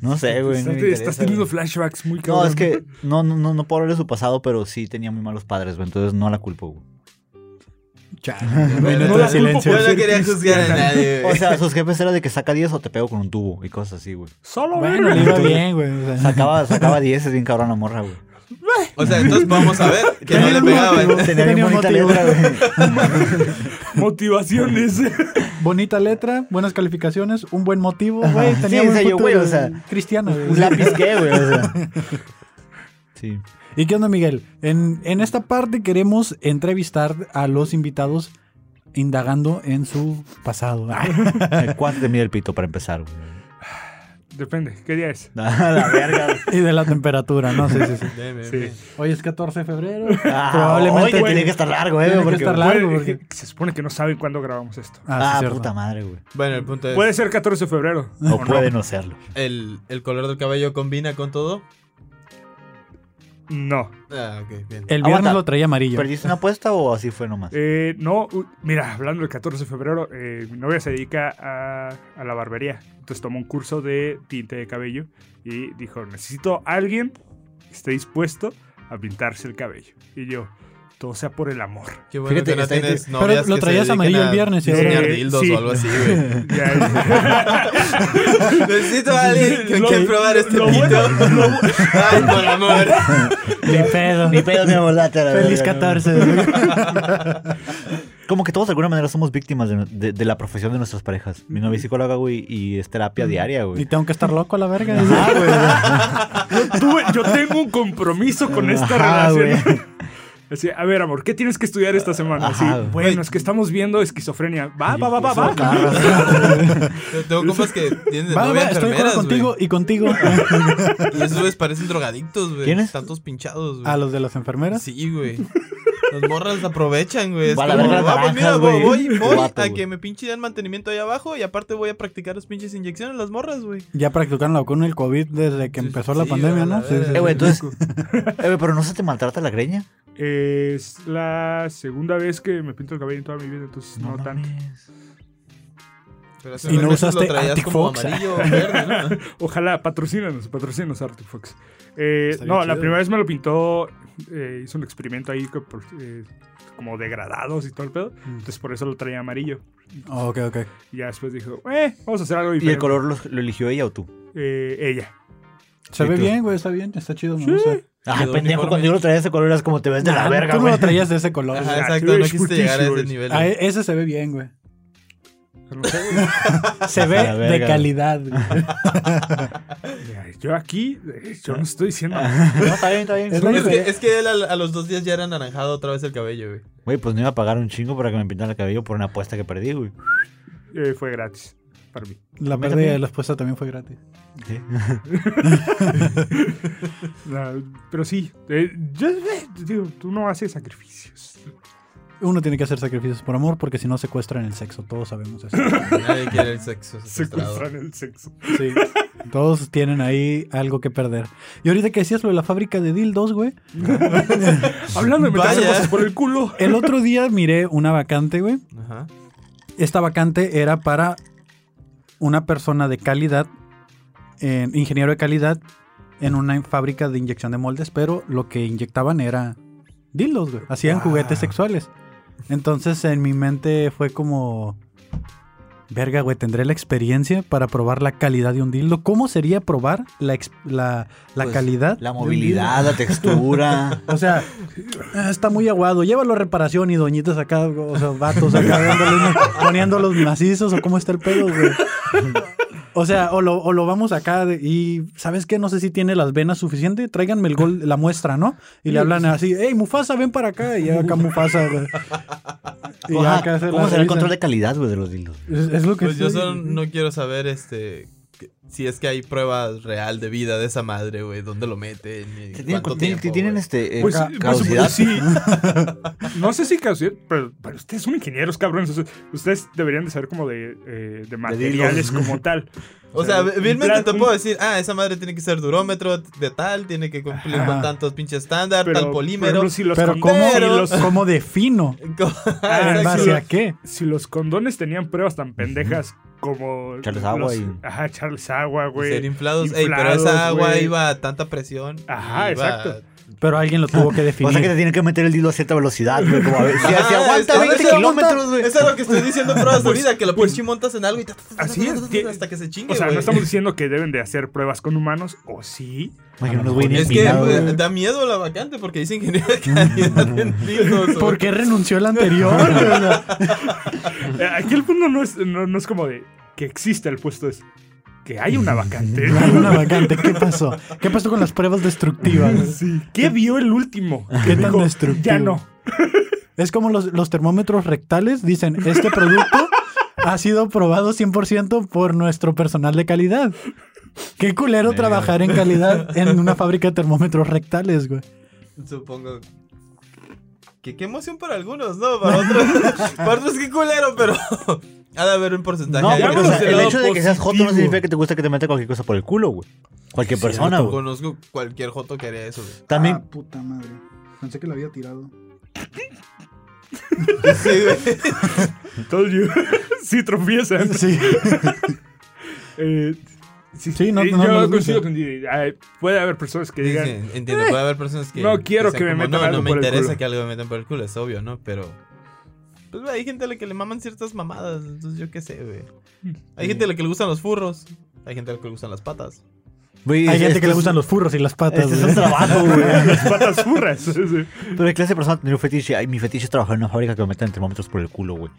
Speaker 2: No sé, güey. no
Speaker 5: estás,
Speaker 2: me
Speaker 5: estás
Speaker 2: interesa,
Speaker 5: teniendo
Speaker 2: güey.
Speaker 5: flashbacks muy cabrón.
Speaker 2: No, es que no, no, no, no puedo hablar de su pasado, pero sí tenía muy malos padres, güey. Entonces no la culpo, güey.
Speaker 3: Chale,
Speaker 4: Bueno,
Speaker 3: minuto
Speaker 4: no la
Speaker 3: de
Speaker 4: culpo
Speaker 3: silencio.
Speaker 5: por
Speaker 4: Yo no
Speaker 5: ser
Speaker 4: quería juzgar a
Speaker 5: cristiana.
Speaker 4: nadie, güey.
Speaker 2: O sea, sus jefes era de que saca 10 o te pego con un tubo y cosas así, güey.
Speaker 5: Solo
Speaker 3: Bueno, le iba
Speaker 5: verga.
Speaker 3: bien, güey. o sea. <laughs>
Speaker 2: Sacaba, sacaba 10, es bien cabrón la morra, güey.
Speaker 4: O
Speaker 2: <laughs>
Speaker 4: sea, entonces vamos a ver que no le pegaban.
Speaker 2: Tenía
Speaker 3: Tenía
Speaker 2: bien
Speaker 3: un
Speaker 2: bonita
Speaker 3: motivo.
Speaker 2: letra, güey.
Speaker 5: <laughs> Motivaciones. <laughs>
Speaker 3: Bonita letra, buenas calificaciones, un buen motivo, güey.
Speaker 2: Ajá.
Speaker 3: Tenía
Speaker 2: Sí,
Speaker 3: un
Speaker 2: o sea, yo, güey, o sea,
Speaker 3: cristiano, güey.
Speaker 2: Un lápiz qué, güey. O
Speaker 3: <laughs>
Speaker 2: sea. Sí.
Speaker 3: ¿Y qué onda, Miguel? En, en esta parte queremos entrevistar a los invitados indagando en su pasado.
Speaker 2: Eh, ¿Cuánto te mide el pito para empezar, güey? <laughs>
Speaker 5: Depende, ¿qué día es?
Speaker 2: A la verga. güey.
Speaker 3: y de la temperatura, ¿no? Sí, sí, sí.
Speaker 4: Bien, bien,
Speaker 5: Sí.
Speaker 4: bien.
Speaker 3: Hoy es 14 de febrero.
Speaker 2: Ah,
Speaker 3: Probablemente,
Speaker 2: Oye,
Speaker 3: güey.
Speaker 2: tiene que estar largo, eh,
Speaker 3: Tiene que
Speaker 2: porque-
Speaker 3: estar largo. Claro,
Speaker 5: Puede-
Speaker 3: porque-
Speaker 5: que- <laughs> Se supone que no saben cuándo grabamos esto.
Speaker 2: Ah,
Speaker 3: sí, cierto.
Speaker 2: puta madre, güey.
Speaker 4: Bueno, el punto es,
Speaker 2: Pues-
Speaker 5: Puede ser 14 de febrero.
Speaker 2: O puede no serlo.
Speaker 4: ¿el, el color del cabello combina con todo?
Speaker 5: No.
Speaker 4: Ah, ok, bien.
Speaker 3: El viernes
Speaker 2: Aguanta.
Speaker 3: lo traía amarillo.
Speaker 2: ¿Perdiste una apuesta o así fue nomás?
Speaker 5: Eh, no, u- mira, hablando del 14 de febrero, eh, mi novia se dedica a, a la barbería. Entonces tomó un curso de tinte de cabello y dijo, necesito a alguien que esté dispuesto a pintarse el cabello. Y yo, todo sea por el amor.
Speaker 4: Qué bueno
Speaker 2: Fíjate,
Speaker 4: que no
Speaker 2: está-
Speaker 4: tienes
Speaker 3: pero
Speaker 4: novias
Speaker 3: lo
Speaker 4: que se
Speaker 3: traías
Speaker 4: dediquen
Speaker 3: amarillo el
Speaker 4: a
Speaker 3: viernes, ¿eh?
Speaker 4: Diseñar
Speaker 5: Eh,
Speaker 4: dildos
Speaker 5: sí.
Speaker 4: o algo así,
Speaker 3: <laughs>
Speaker 4: güey.
Speaker 5: Ya,
Speaker 4: Necesito a alguien con
Speaker 5: Lo-
Speaker 4: quien probar este
Speaker 5: lo
Speaker 4: pito.
Speaker 3: <laughs>
Speaker 5: bueno-
Speaker 4: Ay, por amor.
Speaker 3: Ni pedo.
Speaker 2: Ni pedo, mi amor, date a la
Speaker 3: Feliz
Speaker 2: verga, no.
Speaker 3: 14.
Speaker 2: <laughs> Como que todos de alguna manera somos víctimas de, de- de la profesión de nuestras parejas. Mi novia es psicóloga, güey, y es terapia
Speaker 3: Mm.
Speaker 2: diaria,
Speaker 3: y
Speaker 2: güey.
Speaker 3: tengo que estar loco a la verga.
Speaker 5: <laughs> yo, tuve- yo tengo un compromiso con esta
Speaker 2: Ajá,
Speaker 5: relación. Así, a ver, amor, ¿qué tienes que estudiar esta semana? Así,
Speaker 2: Ajá, güey. pues,
Speaker 5: bueno, es que estamos viendo esquizofrenia. Va, va, va, va, va.
Speaker 4: Yo Tengo compas que tienen de
Speaker 3: Va,
Speaker 4: novia
Speaker 3: va, estoy de acuerdo
Speaker 4: enfermeras,
Speaker 3: contigo
Speaker 4: güey.
Speaker 3: y contigo.
Speaker 4: Y <laughs> esos güeyes parecen drogadictos, güey.
Speaker 2: ¿Quiénes?
Speaker 4: Tantos pinchados, güey.
Speaker 3: a los de las enfermeras.
Speaker 4: Sí, güey. Las morras aprovechan, güey. Es
Speaker 2: Va a la
Speaker 4: como,
Speaker 2: verga las
Speaker 4: "Ah, pues mira,
Speaker 2: naranjas, güey".
Speaker 4: voy, voy
Speaker 2: Guato,
Speaker 4: a
Speaker 2: güey.
Speaker 4: que me pinche den mantenimiento ahí abajo y aparte voy a practicar las pinches inyecciones las morras, güey.
Speaker 3: Ya practicaron la vacuna del COVID desde que
Speaker 4: Sí,
Speaker 3: empezó
Speaker 4: sí,
Speaker 3: la
Speaker 4: sí,
Speaker 3: pandemia,
Speaker 4: a la
Speaker 3: ¿no? Sí, sí,
Speaker 4: verga.
Speaker 3: sí.
Speaker 2: Eh, güey, entonces. Eh, güey, pero no se te maltrata la greña.
Speaker 5: Es la segunda vez que me pinto el cabello en toda mi vida, entonces no, tanto.
Speaker 2: mames.
Speaker 4: Pero hace
Speaker 3: Y no
Speaker 4: unos meses
Speaker 3: usaste
Speaker 4: lo traías
Speaker 3: Arctic
Speaker 4: como
Speaker 3: Fox.
Speaker 4: amarillo o verde, ¿no?
Speaker 5: Ojalá, patrocínanos, patrocínanos Arctic Fox. Eh,
Speaker 3: Está bien
Speaker 5: no, la
Speaker 3: chido.
Speaker 5: primera vez me lo pintó, eh, hizo un experimento ahí que por- eh, como degradados y todo el pedo, entonces por eso lo traía amarillo.
Speaker 3: Oh, ok, ok.
Speaker 5: Y ya después dijo, eh, vamos a hacer algo
Speaker 2: ¿Y
Speaker 5: diferente.
Speaker 2: el color lo, lo eligió ella o tú?
Speaker 5: Eh, ella.
Speaker 3: Se
Speaker 2: ¿Y
Speaker 3: ve
Speaker 2: tú?
Speaker 3: bien, güey, está bien, está chido. me gusta.
Speaker 2: Ay,
Speaker 4: Quedó
Speaker 2: pendejo,
Speaker 4: uniforme.
Speaker 2: cuando yo lo traía ese color eras como te ves de
Speaker 3: Nah,
Speaker 2: la verga,
Speaker 3: Ah, Tú no
Speaker 2: güey. <laughs>
Speaker 3: lo traías de ese color.
Speaker 4: Ajá,
Speaker 3: güey.
Speaker 4: exacto. No
Speaker 5: es
Speaker 4: quisiste llegar a ese
Speaker 5: putísimo,
Speaker 4: nivel.
Speaker 3: Ah,
Speaker 4: güey.
Speaker 3: e- ese se ve bien, güey.
Speaker 5: No sé, güey.
Speaker 3: Se ve
Speaker 2: la verga,
Speaker 3: de
Speaker 2: <laughs>
Speaker 3: calidad. güey.
Speaker 5: Mira, Yo aquí, eh, yo no estoy diciendo.
Speaker 2: No, está bien, está bien. pues,
Speaker 3: Es la-
Speaker 4: Es que, es que él a, a los dos días ya era anaranjado otra vez el cabello, güey.
Speaker 2: Güey, pues no iba a pagar un chingo para que me pintara el cabello por una apuesta que perdí, güey.
Speaker 5: Eh, fue gratis para mí.
Speaker 3: La pérdida de la esposa también fue gratis. <laughs>
Speaker 2: Sí.
Speaker 5: La- pero sí, eh, yo eh, digo, tú no haces sacrificios.
Speaker 3: Uno tiene que hacer sacrificios por amor porque si no secuestran el sexo. Todos
Speaker 2: <laughs>
Speaker 3: sabemos eso.
Speaker 4: Nadie quiere el sexo secuestrado.
Speaker 5: Secuestran el sexo.
Speaker 3: Sí. Todos tienen ahí algo que perder. Y ahorita que decías lo de la fábrica de dildos, güey.
Speaker 5: Hablando de meterse
Speaker 4: Vaya.
Speaker 5: cosas por el culo.
Speaker 3: El otro día miré una vacante, güey.
Speaker 4: Ajá.
Speaker 3: Esta vacante era para una persona de calidad, eh, ingeniero de calidad, en una fábrica de inyección de moldes, pero lo que inyectaban era dildos, güey. Hacían
Speaker 2: Ah.
Speaker 3: juguetes sexuales. Entonces en mi mente fue como... Verga, güey, tendré la experiencia para probar la calidad de un dildo. ¿Cómo sería probar la, ex- la, la
Speaker 2: Pues,
Speaker 3: calidad?
Speaker 2: La
Speaker 3: de un
Speaker 2: movilidad, la
Speaker 3: <laughs>
Speaker 2: textura.
Speaker 3: dildo? O sea, "Ah, está muy aguado. Llévalo a reparación y doñitas acá, o sea, vatos acá dándole una- poniéndolos macizos o cómo está el pedo, güey. O sea, o lo, o lo vamos acá de- y, ¿sabes qué? No sé si tiene las venas suficiente. Tráiganme el gol, la muestra, ¿no? Y le hablan así, hey, Mufasa, ven para acá. Y ya acá Mufasa, güey. Y ya
Speaker 2: Ajá,
Speaker 3: acá se la
Speaker 2: ¿Cómo será el
Speaker 3: revisan.
Speaker 2: control de calidad, güey, de los dildos?
Speaker 3: Es, es lo que
Speaker 4: Pues yo
Speaker 3: estoy-
Speaker 4: solo no quiero saber, este. que- si es que hay prueba real de vida de esa madre, güey, dónde lo meten y
Speaker 2: Te tienen,
Speaker 4: cuánto
Speaker 2: te- te
Speaker 4: tiempo,
Speaker 2: tienen
Speaker 4: güey.
Speaker 2: este eh,
Speaker 5: Pues,
Speaker 2: ca-
Speaker 5: pues,
Speaker 2: caducidad.
Speaker 5: pues, sí. <laughs> No sé si causidad, pero, pero ustedes son ingenieros, cabrones. o sea, ustedes deberían de saber como de, eh, de materiales como tal.
Speaker 4: <laughs> O sea,
Speaker 5: un
Speaker 4: vilmente
Speaker 5: plan-
Speaker 4: te
Speaker 5: un-
Speaker 4: puedo decir, ah, esa madre tiene que ser durómetro de tal, tiene que cumplir
Speaker 3: Ajá.
Speaker 4: con tantos pinches estándar,
Speaker 5: Pero,
Speaker 4: tal polímero.
Speaker 5: pero si los
Speaker 3: Pero ¿cómo,
Speaker 5: condones-
Speaker 4: Pero-
Speaker 5: si los-
Speaker 3: ¿cómo defino?
Speaker 4: <laughs>
Speaker 5: <laughs>
Speaker 4: Co-
Speaker 5: Ah,
Speaker 3: ¿En
Speaker 5: exacto.
Speaker 3: base a qué?
Speaker 5: si los condones tenían pruebas tan pendejas como.
Speaker 2: Charles
Speaker 5: los-
Speaker 2: Agua y-
Speaker 5: Ajá, Charles Agua,
Speaker 4: ser
Speaker 5: güey.
Speaker 4: inflados, ey, pero
Speaker 5: inflados,
Speaker 4: esa agua
Speaker 5: güey.
Speaker 4: iba a tanta presión.
Speaker 5: Ajá,
Speaker 4: iba a-
Speaker 5: exacto.
Speaker 3: Pero alguien lo tuvo que
Speaker 2: O
Speaker 3: definir.
Speaker 2: sea que te tienen que meter el dildo a cierta velocidad, güey. Como a ver, si,
Speaker 4: Ajá,
Speaker 2: si aguanta
Speaker 4: este,
Speaker 2: 20
Speaker 4: eso aguanta-
Speaker 2: kilómetros, güey.
Speaker 4: Eso es lo que
Speaker 2: <laughs>
Speaker 4: estoy diciendo en pruebas de vida, que lo
Speaker 5: pues-
Speaker 4: pinche montas en algo y ta, ta, ta, ta,
Speaker 5: Así
Speaker 4: ta,
Speaker 5: es,
Speaker 4: ta, ta,
Speaker 5: que-
Speaker 4: hasta que se chingue,
Speaker 5: O sea, no
Speaker 4: güey.
Speaker 5: estamos diciendo que deben de hacer pruebas con humanos, o sí.
Speaker 2: Imagino unos
Speaker 3: Es pues,
Speaker 2: güeyes
Speaker 4: Es que
Speaker 2: empinados,
Speaker 4: eh,
Speaker 2: güey.
Speaker 4: da miedo la vacante porque dice
Speaker 5: <laughs>
Speaker 4: ingeniero de calidad en dildos, güey.
Speaker 3: ¿Por qué renunció el anterior?
Speaker 2: <laughs>
Speaker 3: O sea,
Speaker 5: Eh, Aquí el punto no es, no, no es como de que exista el puesto, es que hay
Speaker 3: <laughs>
Speaker 5: una vacante.
Speaker 3: hay una vacante. ¿Qué pasó? ¿Qué pasó con las pruebas destructivas?
Speaker 5: Sí. ¿Qué vio el último?
Speaker 3: Ah, ¿Qué tan
Speaker 5: Dijo,
Speaker 3: destructivo?
Speaker 5: Ya no.
Speaker 3: Es como los, los termómetros rectales dicen, este producto ha sido probado 100% por nuestro personal de calidad. Qué culero trabajar en calidad en una fábrica de termómetros rectales, güey.
Speaker 4: Supongo. Que qué emoción para algunos, ¿no? Para otros,
Speaker 5: <laughs>
Speaker 4: para otros qué culero, pero ha de haber un porcentaje.
Speaker 2: No,
Speaker 4: ahí
Speaker 2: porque,
Speaker 5: vámonos
Speaker 2: o sea,
Speaker 4: que
Speaker 5: del
Speaker 2: el
Speaker 5: lado
Speaker 2: hecho de que seas joto no
Speaker 5: positivo.
Speaker 2: significa que te gusta que te meta cualquier cosa por el culo, güey. Cualquier persona, güey.
Speaker 4: Conozco cualquier joto que haría eso, güey.
Speaker 2: También,
Speaker 3: Ah, puta madre. Pensé que lo había tirado.
Speaker 4: Sí, güey.
Speaker 5: Told you. <laughs> sí, tropiezan.
Speaker 3: Ah, Sí.
Speaker 5: Eh, sí,
Speaker 3: Sí, no-
Speaker 5: eh,
Speaker 3: no-
Speaker 5: yo
Speaker 3: no los
Speaker 5: coincido
Speaker 3: dice.
Speaker 5: con Didi. Ay, puede haber personas que digan.
Speaker 4: Sí, Entiendo, puede haber personas que.
Speaker 5: No quiero que me
Speaker 4: como,
Speaker 5: metan
Speaker 4: No,
Speaker 5: algo
Speaker 4: no me
Speaker 5: por el
Speaker 4: interesa
Speaker 5: culo".
Speaker 4: que algo me metan por el culo, es obvio, ¿no? Pero. Pues güey, hay gente a la que le maman ciertas mamadas, entonces yo qué sé, güey. Hay gente a la que le gustan los furros, hay gente a la que le gustan las patas.
Speaker 2: güey,
Speaker 3: Hay
Speaker 2: este es-
Speaker 3: gente que le
Speaker 2: estos-
Speaker 3: gustan los furros y las patas.
Speaker 2: Este es
Speaker 3: güey.
Speaker 2: un
Speaker 3: <laughs>
Speaker 5: "Ah,
Speaker 2: trabajo, güey.
Speaker 5: Las patas furras. <laughs> Sí.
Speaker 2: Pero hay clase de persona tener un fetiche. Ay, mi fetiche es trabajar en una fábrica que me metan termómetros por el culo, güey.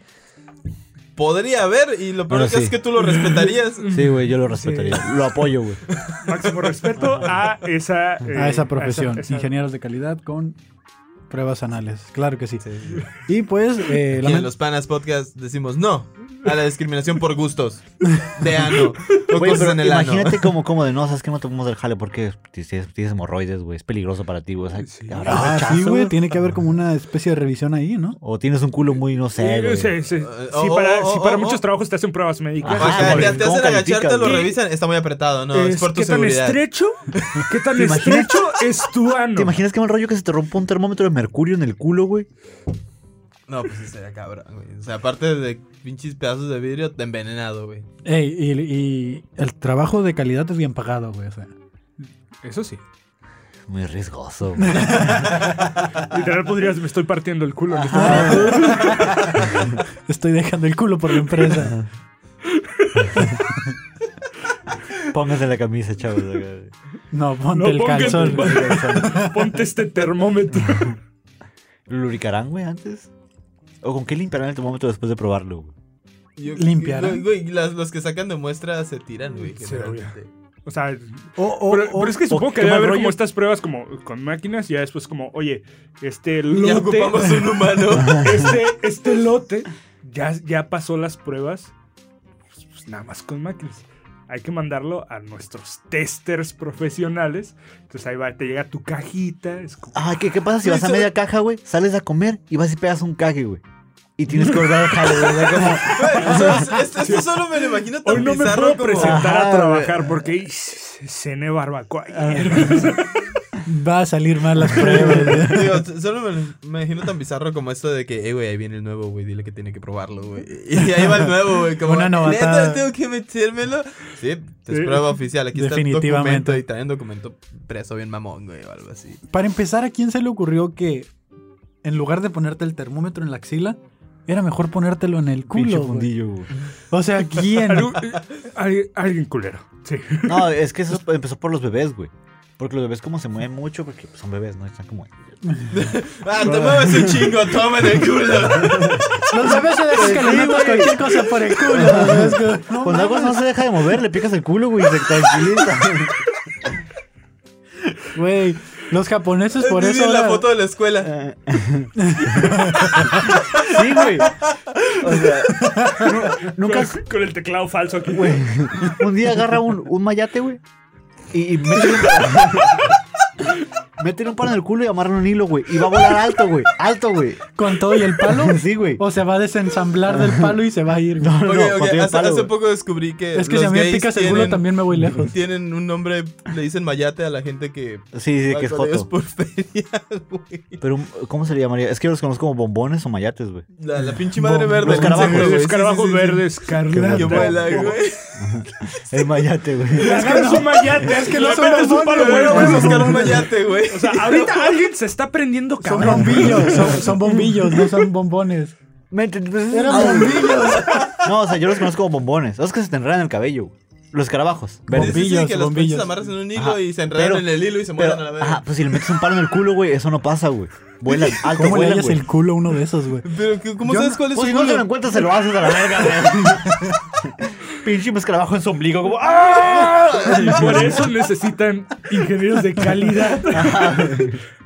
Speaker 4: Podría haber, y lo peor
Speaker 2: Bueno,
Speaker 4: que es
Speaker 2: sí.
Speaker 4: que tú lo respetarías.
Speaker 2: Sí, güey, yo lo respetaría. Lo apoyo, güey.
Speaker 5: Máximo respeto a esa. eh,
Speaker 3: a esa profesión.
Speaker 5: esa- esa-
Speaker 3: Ingenieros de calidad con pruebas anales. Claro que sí.
Speaker 4: Sí, sí.
Speaker 3: Y pues, eh,
Speaker 4: Aquí
Speaker 3: lament-
Speaker 4: en los Panas Podcast decimos no a la discriminación por gustos de
Speaker 2: Güey,
Speaker 4: ano o cosas
Speaker 2: pero
Speaker 4: Pues, en el ano.
Speaker 2: imagínate como, como de no, sabes que no te podemos dar jale porque tienes, tienes hemorroides, güey. Es peligroso para ti, güey. O sea,
Speaker 5: Sí.
Speaker 2: habrá
Speaker 3: Ah,
Speaker 2: rechazo,
Speaker 3: sí, güey.
Speaker 2: güey.
Speaker 3: Tiene que haber como una especie de revisión ahí, ¿no?
Speaker 2: O tienes un culo muy, no sé, güey.
Speaker 5: Sí, sí, sí.
Speaker 4: Oh,
Speaker 5: Si
Speaker 4: oh,
Speaker 5: para,
Speaker 4: oh,
Speaker 5: si para
Speaker 4: oh,
Speaker 5: muchos
Speaker 4: oh.
Speaker 5: trabajos te hacen pruebas médicas.
Speaker 4: O
Speaker 2: Ajá,
Speaker 5: es
Speaker 4: sea,
Speaker 5: como
Speaker 4: te,
Speaker 5: de,
Speaker 2: bien.
Speaker 4: te
Speaker 2: ¿Cómo
Speaker 4: hacen agacharte,
Speaker 2: calificas?
Speaker 4: lo
Speaker 5: ¿Qué?
Speaker 4: revisan, está muy apretado, no, es,
Speaker 5: "Es-
Speaker 4: por tu
Speaker 5: ¿Qué tan
Speaker 4: seguridad.
Speaker 5: estrecho? ¿Qué tan estrecho es tu ano?
Speaker 2: ¿Te imaginas qué mal rollo que se te rompa un termómetro de mercurio en el culo, güey?
Speaker 4: No, pues sí sería cabrón, güey. O sea, aparte de pinches pedazos de vidrio, te envenenado, güey.
Speaker 3: Ey, y, y el trabajo de calidad es bien pagado, güey. O sea,
Speaker 5: Eso sí.
Speaker 2: Muy riesgoso, güey.
Speaker 3: <laughs>
Speaker 5: Literal podrías, me estoy partiendo el culo. en este
Speaker 3: estoy dejando el culo por la empresa.
Speaker 2: Póngase la camisa, chavos. güey.
Speaker 3: No, ponte
Speaker 5: No,
Speaker 3: el
Speaker 5: ponga-
Speaker 3: calzón. güey.
Speaker 5: ponte- Ponte este termómetro.
Speaker 2: ¿Lubricarán, güey, antes? ¿O con qué limpiarán el termómetro después de probarlo, güey?
Speaker 4: Yo-
Speaker 3: Limpiar,
Speaker 4: Güey,
Speaker 3: ¿eh?
Speaker 4: güey, las- los que sacan de muestra se tiran, güey.
Speaker 5: Sí,
Speaker 4: generalmente.
Speaker 5: O sea,
Speaker 3: O- o-
Speaker 5: pero,
Speaker 3: o-
Speaker 5: pero es que supongo que
Speaker 2: qué
Speaker 5: debe
Speaker 2: mal
Speaker 5: haber
Speaker 2: rollo.
Speaker 5: como estas pruebas como con máquinas y ya después como, oye, este
Speaker 4: Ya
Speaker 5: lote,
Speaker 4: ocupamos un humano.
Speaker 5: <laughs> este, este lote ya, ya pasó las pruebas, pues, pues, nada más con máquinas. Hay que mandarlo a nuestros testers profesionales. Entonces ahí va, te llega tu cajita. Es como,
Speaker 2: Ah, ¿qué, qué pasa si
Speaker 4: Güey,
Speaker 2: vas a
Speaker 4: ¿sabe-
Speaker 2: media caja, güey? Sales a comer y vas y pegas un cague, güey. Y tienes que volver a dejarlo, güey. ¿verdad? Como...
Speaker 4: Güey, o sea, es- esto, esto solo me lo imagino tan
Speaker 5: Hoy no me
Speaker 4: bizarro
Speaker 5: puedo
Speaker 4: como...
Speaker 5: presentar
Speaker 2: Ajá,
Speaker 5: a
Speaker 2: güey.
Speaker 5: trabajar porque y- cené barbacoa.
Speaker 3: va a salir mal las <laughs> pruebas. güey.
Speaker 4: Digo, s- solo me lo imagino tan bizarro como esto de que, eh, güey, ahí viene el nuevo, güey, dile que tiene que probarlo, güey. Y ahí va el nuevo, güey, como,
Speaker 3: Una novatada.
Speaker 4: ¿neta tengo que metérmelo? Sí, te es
Speaker 5: Sí.
Speaker 4: prueba oficial, aquí está el
Speaker 3: Definitivamente.
Speaker 4: documento y traen documento preso bien mamón, güey, o algo así.
Speaker 3: Para empezar, ¿a quién se le ocurrió que en lugar de ponerte el termómetro en la axila, era mejor ponértelo en el
Speaker 2: Pinche
Speaker 3: <laughs> culo? güey?
Speaker 2: fundillo, güey.
Speaker 3: O sea,
Speaker 5: <laughs>
Speaker 3: ¿quién?
Speaker 5: Algu- eh, alguien- alguien culero. <laughs> Sí.
Speaker 2: No, es que eso empezó por los bebés, güey. Porque los bebés como se mueven mucho, porque pues, son bebés, ¿no? Están como...
Speaker 4: Ah, te mueves un chingo, tomen el culo.
Speaker 3: <laughs> Los bebés se dejan que le metas cualquier cosa por el culo. güey. Es que, no
Speaker 5: <laughs> Pues,
Speaker 2: Cuando algo
Speaker 3: mames.
Speaker 2: no se deja de mover, le picas el culo, güey, y se tranquiliza.
Speaker 3: Güey, Los japoneses Pues por
Speaker 4: Didi,
Speaker 3: eso ahora- Eh,
Speaker 4: la foto de la escuela.
Speaker 2: Sí, güey. O sea, nu- nunca,
Speaker 5: Con, con el teclado falso aquí.
Speaker 2: güey. Un día agarra un, un mayate, güey. Y, y métele un. métele un palo en el culo y amarra un hilo, güey. Y va a volar alto, güey. Alto, güey.
Speaker 3: con todo y el palo.
Speaker 2: Sí, güey.
Speaker 3: O se va a desensamblar del palo y se va a ir. güey.
Speaker 2: No,
Speaker 4: Ok, ok,
Speaker 2: contigo el
Speaker 4: Hace,
Speaker 2: palo,
Speaker 4: hace
Speaker 2: güey.
Speaker 4: poco descubrí que.
Speaker 3: Es que
Speaker 4: los
Speaker 3: si a mí me
Speaker 4: gays
Speaker 3: picas el culo
Speaker 4: tienen-
Speaker 3: también me voy lejos.
Speaker 4: Tienen un nombre, le dicen mayate a la gente que.
Speaker 2: Sí, sí,
Speaker 4: va
Speaker 2: que es
Speaker 4: con ellos
Speaker 2: joto.
Speaker 4: por <laughs> feria, güey.
Speaker 2: Pero, ¿cómo se le llamaría? Es que yo los conozco como bombones o mayates, güey.
Speaker 4: La, la pinche madre verde.
Speaker 2: los
Speaker 4: el
Speaker 2: carabajos.
Speaker 4: insecto, güey.
Speaker 5: Los
Speaker 4: Sí,
Speaker 5: escarabajos
Speaker 4: sí, sí, sí.
Speaker 5: verdes, <laughs> Carla.
Speaker 4: Que vuela, güey. <laughs>
Speaker 2: El mayate, güey.
Speaker 5: Es que no es un mayate, <laughs> es que
Speaker 3: no
Speaker 5: no
Speaker 3: son
Speaker 5: es un
Speaker 3: hormonas,
Speaker 5: palo,
Speaker 4: Pero
Speaker 5: güey.
Speaker 4: vamos a
Speaker 5: <laughs>
Speaker 4: buscar un mayate, güey.
Speaker 5: O sea,
Speaker 4: <laughs>
Speaker 5: ahorita alguien se está prendiendo
Speaker 3: Son
Speaker 5: cabrón. <laughs>
Speaker 3: bombillos, son, son bombillos, no son bombones.
Speaker 2: Mente, pues,
Speaker 3: Eran
Speaker 2: ah,
Speaker 3: bombillos. <laughs>
Speaker 2: No, o sea, yo los conozco como bombones. Los que se te enredan en el cabello. güey. Los escarabajos.
Speaker 4: Sí,
Speaker 2: verdes.
Speaker 4: sí, sí,
Speaker 3: bombillos,
Speaker 4: que los pinches
Speaker 3: bombillos.
Speaker 4: amarras en un hilo
Speaker 2: Ajá,
Speaker 4: y se enredan
Speaker 2: pero-
Speaker 4: en el hilo y se
Speaker 2: Pero,
Speaker 4: mueran a la verga.
Speaker 2: ajá, pues si le metes un palo en el culo, güey, eso no pasa, güey. Vuelan, alto,
Speaker 3: ¿Cómo le
Speaker 2: vuelan,
Speaker 3: hallas
Speaker 2: güey.
Speaker 3: el culo a uno de esos, güey?
Speaker 4: Pero, ¿qué- ¿cómo
Speaker 3: Yo
Speaker 4: sabes
Speaker 3: no-
Speaker 4: cuál es
Speaker 2: Pues si
Speaker 4: su
Speaker 2: no te
Speaker 4: culo?
Speaker 2: lo encuentras, se lo haces a la verga, güey.
Speaker 3: <laughs>
Speaker 2: Pinche escarabajo en su ombligo, como... ¡Ah!
Speaker 5: Por eso necesitan ingenieros de <laughs> calidad.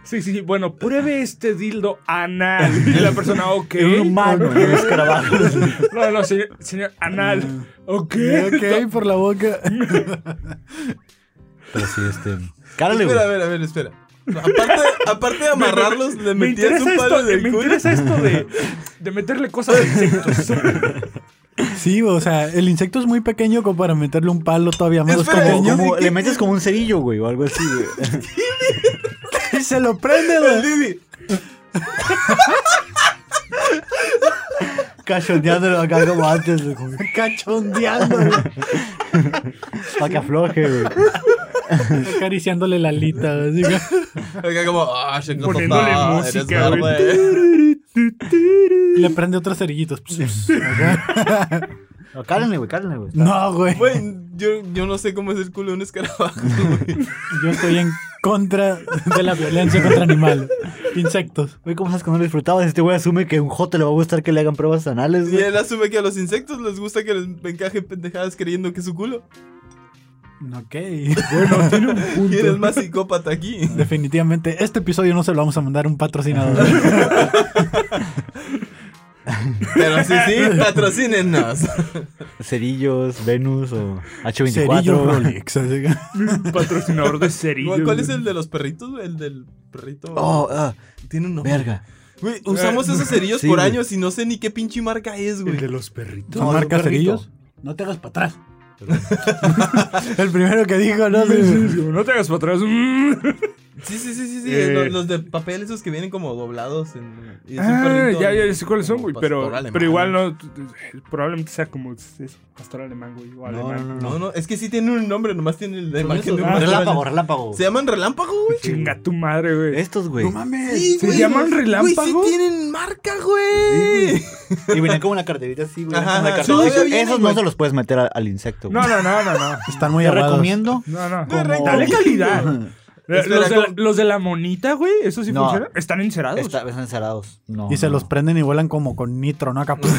Speaker 5: Sí, sí, sí, bueno, pruebe este dildo anal. <laughs> Y la persona, ok.
Speaker 2: Un humano, güey, un escarabajo.
Speaker 5: <laughs> No, no, señor, señor anal. Ah. Ok.
Speaker 3: Ok, por la boca.
Speaker 2: Pero sí, este... Cárale,
Speaker 4: Espera, a
Speaker 2: güey.
Speaker 4: ver, a ver, espera. Aparte, aparte de amarrarlos, le
Speaker 5: Me
Speaker 4: metías
Speaker 5: interesa
Speaker 4: un palo
Speaker 5: esto,
Speaker 4: en
Speaker 5: me
Speaker 4: el culo. <laughs>
Speaker 5: interesa esto de, de meterle cosas a insectos.
Speaker 3: Sí, o sea, el insecto es muy pequeño como para meterle un palo todavía más
Speaker 4: Espera,
Speaker 2: Como,
Speaker 3: pequeño.
Speaker 2: como- le metes como un cerillo, güey, o algo así, güey.
Speaker 4: <laughs>
Speaker 3: Y se lo prende,
Speaker 4: El
Speaker 3: güey.
Speaker 4: Didi.
Speaker 2: Cachondeándolo acá como antes, güey. como
Speaker 3: Cachondeando, güey.
Speaker 2: Para que afloje, güey.
Speaker 3: Acariciándole la alita, güey. así que-
Speaker 4: Acá como, ah, shit, no,
Speaker 5: Poniéndole
Speaker 4: no, eres eh.
Speaker 5: música, güey.
Speaker 4: verde.
Speaker 3: y Le prende otros cerillitos. Acá.
Speaker 2: No, cálenle, güey, cálenle, güey.
Speaker 3: No, güey.
Speaker 4: <laughs> Güey, yo, yo no sé cómo es el culo de un escarabajo, <laughs> güey.
Speaker 3: Yo estoy en contra de la violencia contra animales. Insectos.
Speaker 2: Güey, ¿cómo sabes que no lo disfrutabas? Este güey asume que un jote le va a gustar que le hagan pruebas anales,
Speaker 4: Y
Speaker 2: güey.
Speaker 4: él asume que a los insectos les gusta que les encaje pendejadas creyendo que es su culo.
Speaker 3: Ok. Bueno, tiene un
Speaker 4: Y eres más
Speaker 3: punto.
Speaker 4: psicópata aquí.
Speaker 3: Definitivamente, este episodio no se lo vamos a mandar a un patrocinador.
Speaker 4: <laughs> Pero sí, sí, patrocínenos.
Speaker 2: Cerillos, Venus o H24.
Speaker 3: Cerillo Rolex. así que-
Speaker 5: Patrocinador de cerillos.
Speaker 4: ¿Cuál es el de los perritos, güey? El del perrito.
Speaker 2: Oh, ah,
Speaker 4: tiene un nombre.
Speaker 2: verga.
Speaker 4: Güey, usamos esos cerillos
Speaker 2: Sí,
Speaker 4: por
Speaker 2: güey.
Speaker 4: años y no sé ni qué pinche marca es,
Speaker 5: Eh, El de
Speaker 4: güey.
Speaker 5: los perritos.
Speaker 3: ¿Son
Speaker 4: No,
Speaker 3: marcas
Speaker 4: perrito.
Speaker 3: cerillos? No te hagas para atrás. <laughs> El primero que dijo, no sé.
Speaker 5: No te hagas para atrás.
Speaker 4: Sí, sí, sí, sí, sí.
Speaker 5: Eh.
Speaker 4: Los, los de papel esos que vienen como doblados en. y es un
Speaker 5: Ah,
Speaker 4: perrito
Speaker 5: ya, ya, ya sé cuáles son,
Speaker 4: como
Speaker 5: güey. Pero,
Speaker 4: pastor alemán.
Speaker 5: pero igual no. Probablemente sea como es pastor alemán, güey. O
Speaker 2: No,
Speaker 5: alemán.
Speaker 2: no, no.
Speaker 4: No, no, es que sí tiene un nombre, nomás tiene el de
Speaker 2: Son
Speaker 4: marca
Speaker 2: esos,
Speaker 4: de
Speaker 2: ¿no?
Speaker 4: marca.
Speaker 2: relámpago, relámpago.
Speaker 4: ¿Se llaman relámpago, güey?
Speaker 5: Chinga tu madre, güey.
Speaker 2: Estos, güey.
Speaker 3: mames.
Speaker 5: ¿Se llaman
Speaker 4: Güey,
Speaker 5: relámpago?
Speaker 4: sí tienen marca, güey.
Speaker 2: Y venían como una carterita así, güey.
Speaker 4: Ajá,
Speaker 2: como una
Speaker 4: ajá.
Speaker 2: carterita.
Speaker 4: Sí, todavía
Speaker 2: Esos
Speaker 4: vienen,
Speaker 2: no
Speaker 4: güey.
Speaker 2: se los puedes meter a- al insecto,
Speaker 5: No,
Speaker 2: güey.
Speaker 5: no, no, no, no.
Speaker 3: Están muy
Speaker 2: Te
Speaker 3: aguados.
Speaker 2: recomiendo.
Speaker 5: No, no.
Speaker 4: Como-
Speaker 5: Dale calidad. Los
Speaker 4: <laughs>
Speaker 5: de,
Speaker 4: Espera,
Speaker 5: la,
Speaker 4: ¿cómo?
Speaker 5: los de la monita, güey, eso sí
Speaker 2: No.
Speaker 5: funciona. Están encerados.
Speaker 2: Esta- Están encerados. No,
Speaker 3: Y se
Speaker 2: no,
Speaker 3: los
Speaker 2: no.
Speaker 3: prenden y vuelan como con nitro, ¿no? Acá. pues.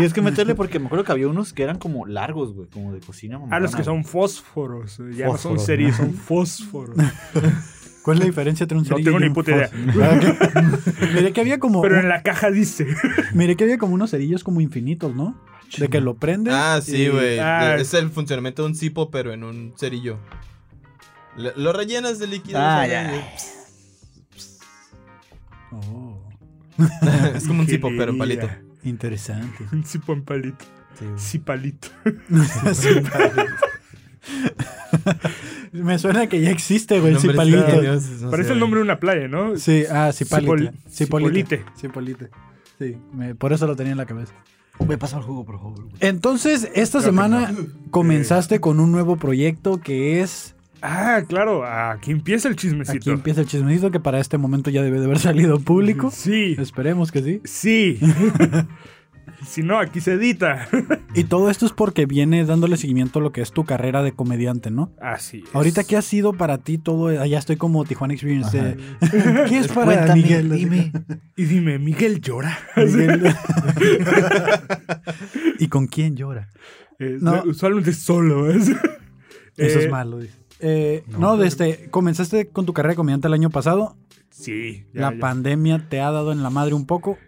Speaker 2: Y es que meterle porque me acuerdo que había unos que eran como largos, güey. Como de cocina.
Speaker 5: Ah, los
Speaker 2: mamona,
Speaker 5: que
Speaker 2: güey.
Speaker 5: son fósforos. eh, Ya no son
Speaker 2: Fósforos,
Speaker 5: series, son fósforos.
Speaker 3: ¿Cuál es la diferencia entre un
Speaker 5: No
Speaker 3: cerillo
Speaker 5: tengo
Speaker 3: y
Speaker 5: ni
Speaker 3: un
Speaker 5: puta
Speaker 3: fos-
Speaker 5: idea.
Speaker 3: Ah, ok. <laughs> Miré que había como.
Speaker 5: Pero en la caja dice.
Speaker 3: Miré que había como unos cerillos como infinitos, ¿no? De que lo prendes.
Speaker 4: Ah, sí,
Speaker 3: y-
Speaker 4: güey.
Speaker 5: ah.
Speaker 4: Es el funcionamiento de un cipo, pero en un cerillo. Le- Lo rellenas de líquido.
Speaker 2: Ah,
Speaker 4: o sea,
Speaker 2: ya.
Speaker 3: Oh,
Speaker 4: <laughs> Es como un cipo, pero en palito.
Speaker 5: Ingeniería.
Speaker 3: interesante.
Speaker 5: Un cipo en palito. Sí, palito.
Speaker 3: Sí, padre. Me suena que ya existe, güey, el
Speaker 4: Nombres
Speaker 3: cipalito.
Speaker 4: ingeniosos, no
Speaker 5: Parece
Speaker 4: sé,
Speaker 5: el
Speaker 4: güey.
Speaker 5: nombre de una playa, ¿no?
Speaker 3: Sí, ah, cipalita.
Speaker 5: Cipol-
Speaker 3: Cipolite. Cipolite. Sí, me- por eso lo tenía en la cabeza.
Speaker 2: Me pasa el jugo, por favor. güey.
Speaker 3: Entonces, esta semana
Speaker 5: Eh.
Speaker 3: comenzaste con un nuevo proyecto que es.
Speaker 5: Ah, claro. Aquí empieza el chismecito.
Speaker 3: Aquí empieza el chismecito que para este momento ya debe de haber <laughs> salido público.
Speaker 5: Sí.
Speaker 3: Esperemos que sí. <laughs>
Speaker 5: Sí. <laughs> si no, aquí se edita.
Speaker 3: Y todo esto es porque viene dándole seguimiento a lo que es tu carrera de comediante, ¿no?
Speaker 5: Así es.
Speaker 3: Ahorita, ¿qué ha sido para ti todo? Allá estoy como Tijuana Experience. eh, ¿Qué es para
Speaker 2: Cuéntame,
Speaker 3: Miguel?
Speaker 2: dime.
Speaker 5: Y dime, ¿Miguel llora?
Speaker 3: <laughs> Miguel. ¿Y con quién llora?
Speaker 5: Eh,
Speaker 3: No.
Speaker 5: <laughs> Usualmente solo. ¿ves?
Speaker 3: Eso
Speaker 5: Eh,
Speaker 3: es malo. dice. Eh,
Speaker 5: No.
Speaker 3: no, desde, comenzaste con tu carrera de comediante el año pasado.
Speaker 5: Sí, ya,
Speaker 3: la
Speaker 5: ya.
Speaker 3: pandemia te ha dado en la madre un poco.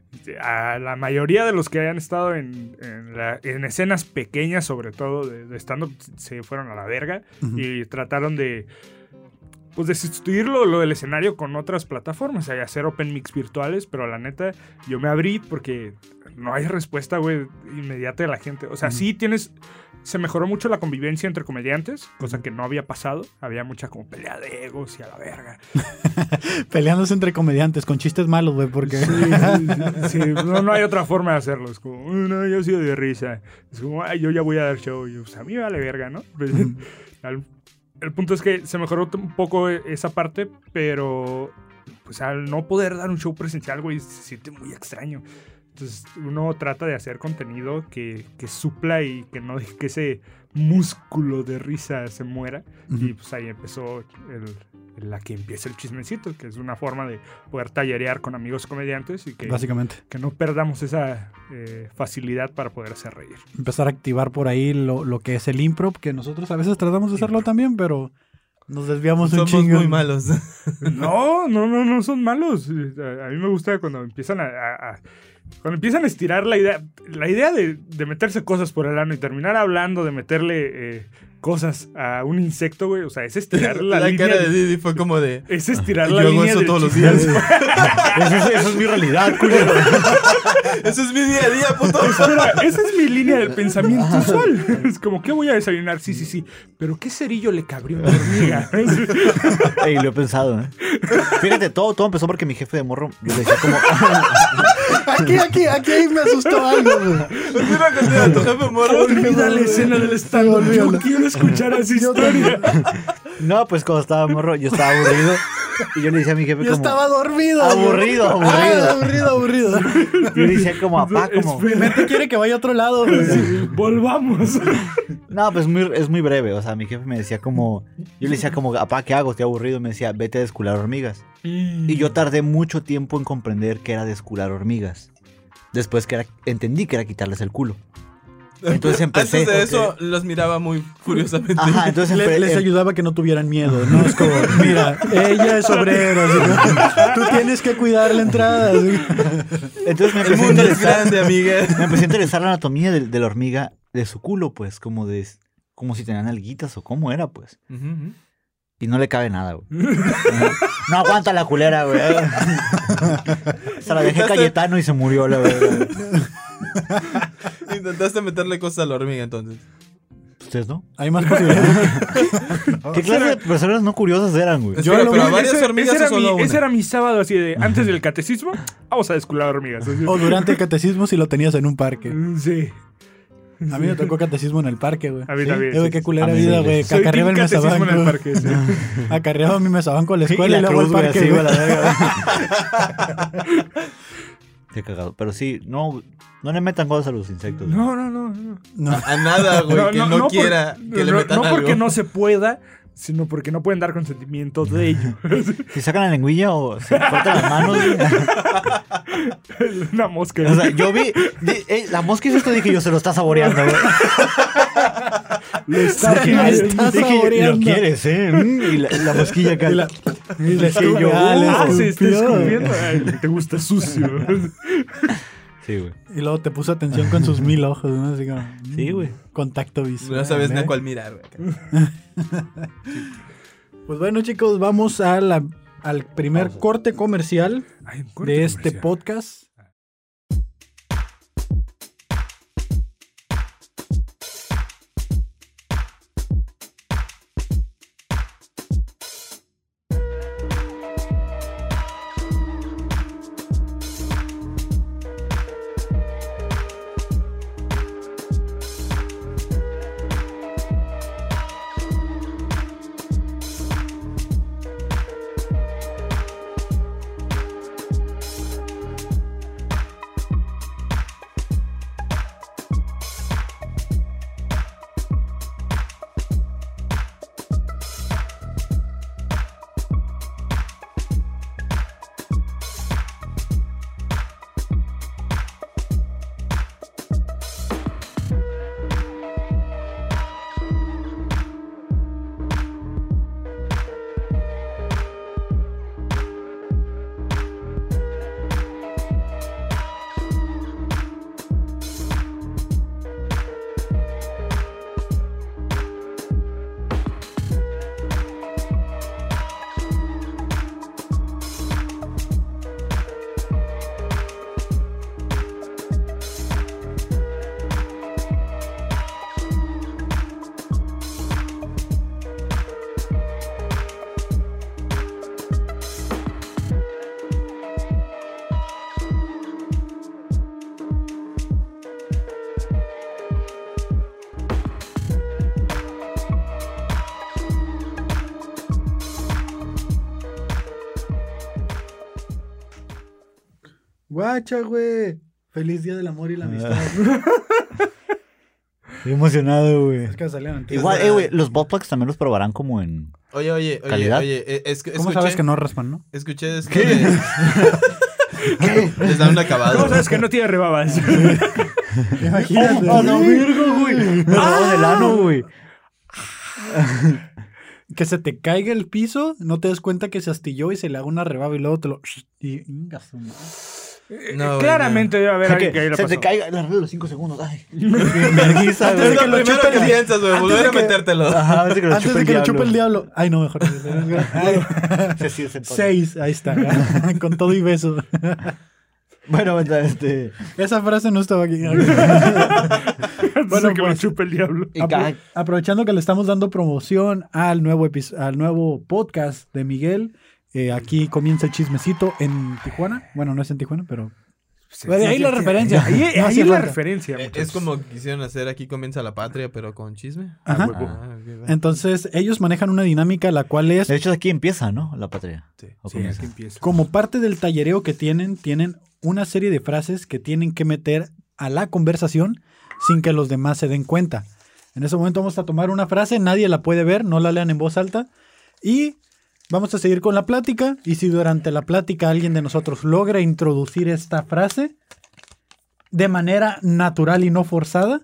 Speaker 5: a la mayoría de los que hayan estado en, en la- en escenas pequeñas, sobre todo de, de stand-up, se fueron a la verga
Speaker 3: Ujú.
Speaker 5: y trataron de pues de sustituirlo lo del escenario con otras plataformas, o sea, y hacer open mix virtuales, pero la neta yo me abrí porque no hay respuesta, güey, inmediata de la gente. O sea,
Speaker 3: Ujú.
Speaker 5: sí tienes se mejoró mucho la convivencia entre comediantes, cosa que no había pasado, había mucha como pelea de egos y a la verga.
Speaker 3: <laughs> Peleándose entre comediantes con chistes malos, güey, porque... <laughs>
Speaker 5: Sí, no, no hay otra forma de hacerlo. Es como, "Uy, no, yo sigo de risa. Es como, "Ay, yo ya voy a dar show. Y yo, pues, a mí me vale verga, ¿no? Pues, al- el punto es que se mejoró un poco e, esa parte, pero pues al no poder dar un show presencial, güey, se siente muy extraño. Entonces uno trata de hacer contenido que, que supla y que no deje que ese músculo de risa se muera. Y
Speaker 3: Ujú.
Speaker 5: pues ahí empezó el- la que empieza el chismecito, que es una forma de poder tallerear con amigos comediantes y que,
Speaker 3: Básicamente.
Speaker 5: que no perdamos esa eh, facilidad para poder hacer reír.
Speaker 3: empezar a activar por ahí lo, lo que es el improv, que nosotros a veces tratamos de hacerlo también, pero nos desviamos un
Speaker 4: Somos
Speaker 3: chingo.
Speaker 4: muy malos.
Speaker 5: No, no, no, no son malos. A, a mí me gusta cuando empiezan a, a- a- cuando empiezan a estirar la idea, la idea de, de meterse cosas por el ano y terminar hablando de meterle eh, cosas a un insecto, güey. O sea,
Speaker 4: <laughs>
Speaker 5: es estirar
Speaker 4: <laughs>
Speaker 5: la,
Speaker 4: La,
Speaker 5: línea.
Speaker 4: cara de
Speaker 5: de-
Speaker 4: Didi fue como de.
Speaker 5: es estirar
Speaker 4: Yo
Speaker 5: la
Speaker 4: hago
Speaker 5: línea
Speaker 4: eso
Speaker 5: del
Speaker 4: todos los
Speaker 5: chiste.
Speaker 4: días. <laughs>
Speaker 2: Esa es, esa es mi <laughs> realidad, culero.
Speaker 4: Eso es mi día a día,
Speaker 5: <laughs>
Speaker 4: puto.
Speaker 5: Espera, esa es mi línea del pensamiento usual. <laughs> Es como, ¿qué voy a desayunar? Sí, sí, sí. Pero ¿qué cerillo le cabría a
Speaker 4: <laughs>
Speaker 5: una hormiga?
Speaker 2: Ey, lo he pensado, ¿eh? Fíjate, todo, todo empezó porque mi jefe de morro le decía como... <laughs>
Speaker 3: Aquí, aquí, aquí me asustó algo. güey.
Speaker 4: Mira que te da tu jefe morro.
Speaker 5: Ah, Olvida la escena del estado. Yo quiero escuchar esa historia.
Speaker 2: No, pues cuando estaba morro, yo estaba aburrido. Y yo le decía a mi jefe
Speaker 3: Yo
Speaker 2: como...
Speaker 3: estaba dormido.
Speaker 2: Aburrido,
Speaker 3: güey.
Speaker 2: aburrido.
Speaker 3: Ah, aburrido, aburrido.
Speaker 2: Yo le decía como a papá, como...
Speaker 5: Espera,
Speaker 3: Mi mente quiere que vaya a otro lado. güey.
Speaker 5: Volvamos.
Speaker 2: No, pues muy, es muy breve. O sea, mi jefe me decía como... Yo le decía como, papá, ¿qué hago? Estoy aburrido. Me decía, vete a descular hormigas. Y yo tardé mucho tiempo en comprender que era descular hormigas. Después que era- entendí que era quitarles el culo. Entonces empecé...
Speaker 4: Antes de eso, los miraba muy
Speaker 5: <laughs>
Speaker 4: curiosamente.
Speaker 2: Ajá, entonces
Speaker 3: Le-
Speaker 2: empe-
Speaker 3: les
Speaker 2: em-
Speaker 3: ayudaba que no tuvieran miedo, ¿no? Es como, mira, ella es obrera, así que tú tienes que cuidar la entrada. así que-
Speaker 2: entonces me
Speaker 4: El
Speaker 2: empecé a
Speaker 4: mundo es
Speaker 2: interesar...
Speaker 4: grande, amiga.
Speaker 5: <laughs>
Speaker 4: <laughs>
Speaker 2: Me empecé a interesar la anatomía del- de, la hormiga, de su culo, pues, como de como si tenían alguitas o cómo era, pues.
Speaker 4: Ujú, ujú.
Speaker 2: Y no le cabe nada, güey. <laughs> Ajá. No aguanta la culera,
Speaker 3: <laughs>
Speaker 2: güey. Se la dejé a Cayetano y se murió, la verdad.
Speaker 3: <laughs>
Speaker 4: Intentaste meterle cosas a la hormiga entonces.
Speaker 2: ¿Ustedes no?
Speaker 3: Hay más posibilidades. Ah,
Speaker 2: ¿Qué clase de personas no curiosas eran, güey?
Speaker 4: Espera,
Speaker 3: lo
Speaker 4: pero
Speaker 3: vi-
Speaker 4: a varias
Speaker 5: Ese-
Speaker 4: hormigas
Speaker 5: ese,
Speaker 4: o
Speaker 5: era
Speaker 4: solo a
Speaker 5: mi,
Speaker 4: una.
Speaker 5: ese era mi sábado así de antes del catecismo. Vamos a descular hormigas. Así.
Speaker 3: O durante el catecismo si lo tenías en un parque.
Speaker 5: Sí.
Speaker 3: A mí me tocó catecismo en el parque, güey.
Speaker 5: A mí
Speaker 3: Sí,
Speaker 5: también,
Speaker 3: eh, güey,
Speaker 5: sí.
Speaker 3: qué
Speaker 2: A
Speaker 3: culera
Speaker 2: mí
Speaker 3: vida,
Speaker 2: sí,
Speaker 3: güey.
Speaker 2: sí.
Speaker 3: Que acarreaba el
Speaker 5: catecismo
Speaker 3: mesabanco.
Speaker 5: en el parque. sí.
Speaker 3: Acarreaba mi mesabanco a la escuela y, luego al
Speaker 2: güey,
Speaker 3: parque.
Speaker 2: así,
Speaker 3: güey.
Speaker 2: güey, la verga, güey.
Speaker 3: <laughs>
Speaker 2: Qué cagado. Pero sí, no, no le metan cosas a los insectos. güey.
Speaker 5: No, no, no. no.
Speaker 3: No,
Speaker 4: A nada, güey, que no,
Speaker 5: por-
Speaker 4: quiera que le
Speaker 5: no-
Speaker 4: metan
Speaker 5: no
Speaker 4: algo.
Speaker 5: porque no se pueda, sino porque no pueden dar consentimiento de <laughs> ello.
Speaker 2: Si sacan la lengüilla o se cortan las manos, güey.
Speaker 5: Una mosca.
Speaker 2: O sea, yo vi. di- eh, la mosca hizo esto dije yo se lo está saboreando,
Speaker 3: <laughs>
Speaker 2: güey.
Speaker 5: Lo está
Speaker 3: Se lo
Speaker 5: haciendo.
Speaker 3: está
Speaker 2: Dije,
Speaker 3: saboreando.
Speaker 2: Lo quieres, eh. Mm, Y la, la mosquilla acá.
Speaker 3: Y la- uh, y le
Speaker 5: Dije yo,
Speaker 3: escupía, le
Speaker 5: "Ah, se está
Speaker 3: escupía.
Speaker 5: escupiendo. Ay, Te
Speaker 4: <laughs>
Speaker 5: gusta sucio.
Speaker 2: Sí, güey.
Speaker 3: Y luego te puso atención con sus mil ojos, ¿no? Así como, mm,
Speaker 2: Sí, güey.
Speaker 3: Contacto visual.
Speaker 4: No sabes ni
Speaker 3: ¿eh?
Speaker 4: a cuál mirar, güey.
Speaker 3: Pues bueno, chicos, vamos a la- al primer corte comercial
Speaker 5: Ay, un corte
Speaker 3: de este
Speaker 5: comercial.
Speaker 3: podcast. Guacha, güey. Feliz día del amor y la amistad.
Speaker 2: Ah. Estoy emocionado, güey.
Speaker 3: Es que salieron. tío.
Speaker 2: Igual, eh, güey, los botpacks también los probarán como en.
Speaker 4: Oye, oye, oye,
Speaker 2: ¿Calidad?
Speaker 4: oye, eh, es,
Speaker 3: ¿Cómo
Speaker 4: escuché,
Speaker 3: sabes que no
Speaker 2: <laughs>
Speaker 3: raspan, no?
Speaker 4: escuché esto de- Les dan un acabado.
Speaker 5: ¿Cómo sabes que no tiene rebabas?
Speaker 2: ¡Oh,
Speaker 3: Imagínate.
Speaker 2: virgo, güey! Me robó del ano, güey.
Speaker 3: Que se te caiga el piso, no te des cuenta que se astilló y se le haga una rebaba y luego te lo. <laughs> Y. Inga su madre.
Speaker 4: No, güey,
Speaker 5: Eh, Claramente debe haber alguien que ahí la
Speaker 2: se
Speaker 5: pasó.
Speaker 2: te caiga la red de los 5 segundos. Ay, vergüenza,
Speaker 4: Es
Speaker 2: güey.
Speaker 4: lo primero que piensas, güey,
Speaker 3: antes de
Speaker 4: volver a
Speaker 3: que- Ah,
Speaker 4: metértelo.
Speaker 2: Ajá, antes de que lo
Speaker 3: Antes
Speaker 2: chupe
Speaker 3: de
Speaker 2: el
Speaker 3: que lo
Speaker 2: diablo.
Speaker 3: chupe el diablo. Ay,
Speaker 2: <laughs>
Speaker 3: no, mejor. Ay,
Speaker 2: Sí, sí, es entonces.
Speaker 3: Seis,
Speaker 2: <laughs>
Speaker 3: ahí está. ya. Con todo y beso.
Speaker 2: Bueno, entonces, este.
Speaker 3: Esa frase no estaba aquí.
Speaker 5: <laughs> bueno,
Speaker 3: Bueno,
Speaker 5: que me
Speaker 3: pues.
Speaker 5: chupe el diablo.
Speaker 2: y ca-
Speaker 3: Apro- aprovechando que le estamos dando promoción al nuevo, epi- al nuevo podcast de Miguel, eh, aquí comienza el chismecito en Tijuana. Bueno, no es en Tijuana, pero... de ahí la referencia.
Speaker 5: pues, Ahí, ahí
Speaker 3: No hacía
Speaker 5: la
Speaker 3: falta.
Speaker 5: referencia.
Speaker 4: Eh,
Speaker 3: pues.
Speaker 5: muchachos.
Speaker 4: Es como quisieron hacer aquí comienza la patria, pero con chisme.
Speaker 3: Ajá.
Speaker 5: huevo.
Speaker 4: Ah, ok, va.
Speaker 3: Entonces, ellos manejan una dinámica la cual es,
Speaker 2: De hecho, aquí empieza, ¿no? La patria.
Speaker 4: Sí.
Speaker 2: ¿O
Speaker 5: Sí,
Speaker 2: comienza?
Speaker 5: aquí empieza.
Speaker 3: como parte del tallereo que tienen, tienen una serie de frases que tienen que meter a la conversación sin que los demás se den cuenta. En ese momento vamos a tomar una frase, nadie la puede ver, no la lean en voz alta y vamos a seguir con la plática y si durante la plática alguien de nosotros logra introducir esta frase de manera natural y no forzada,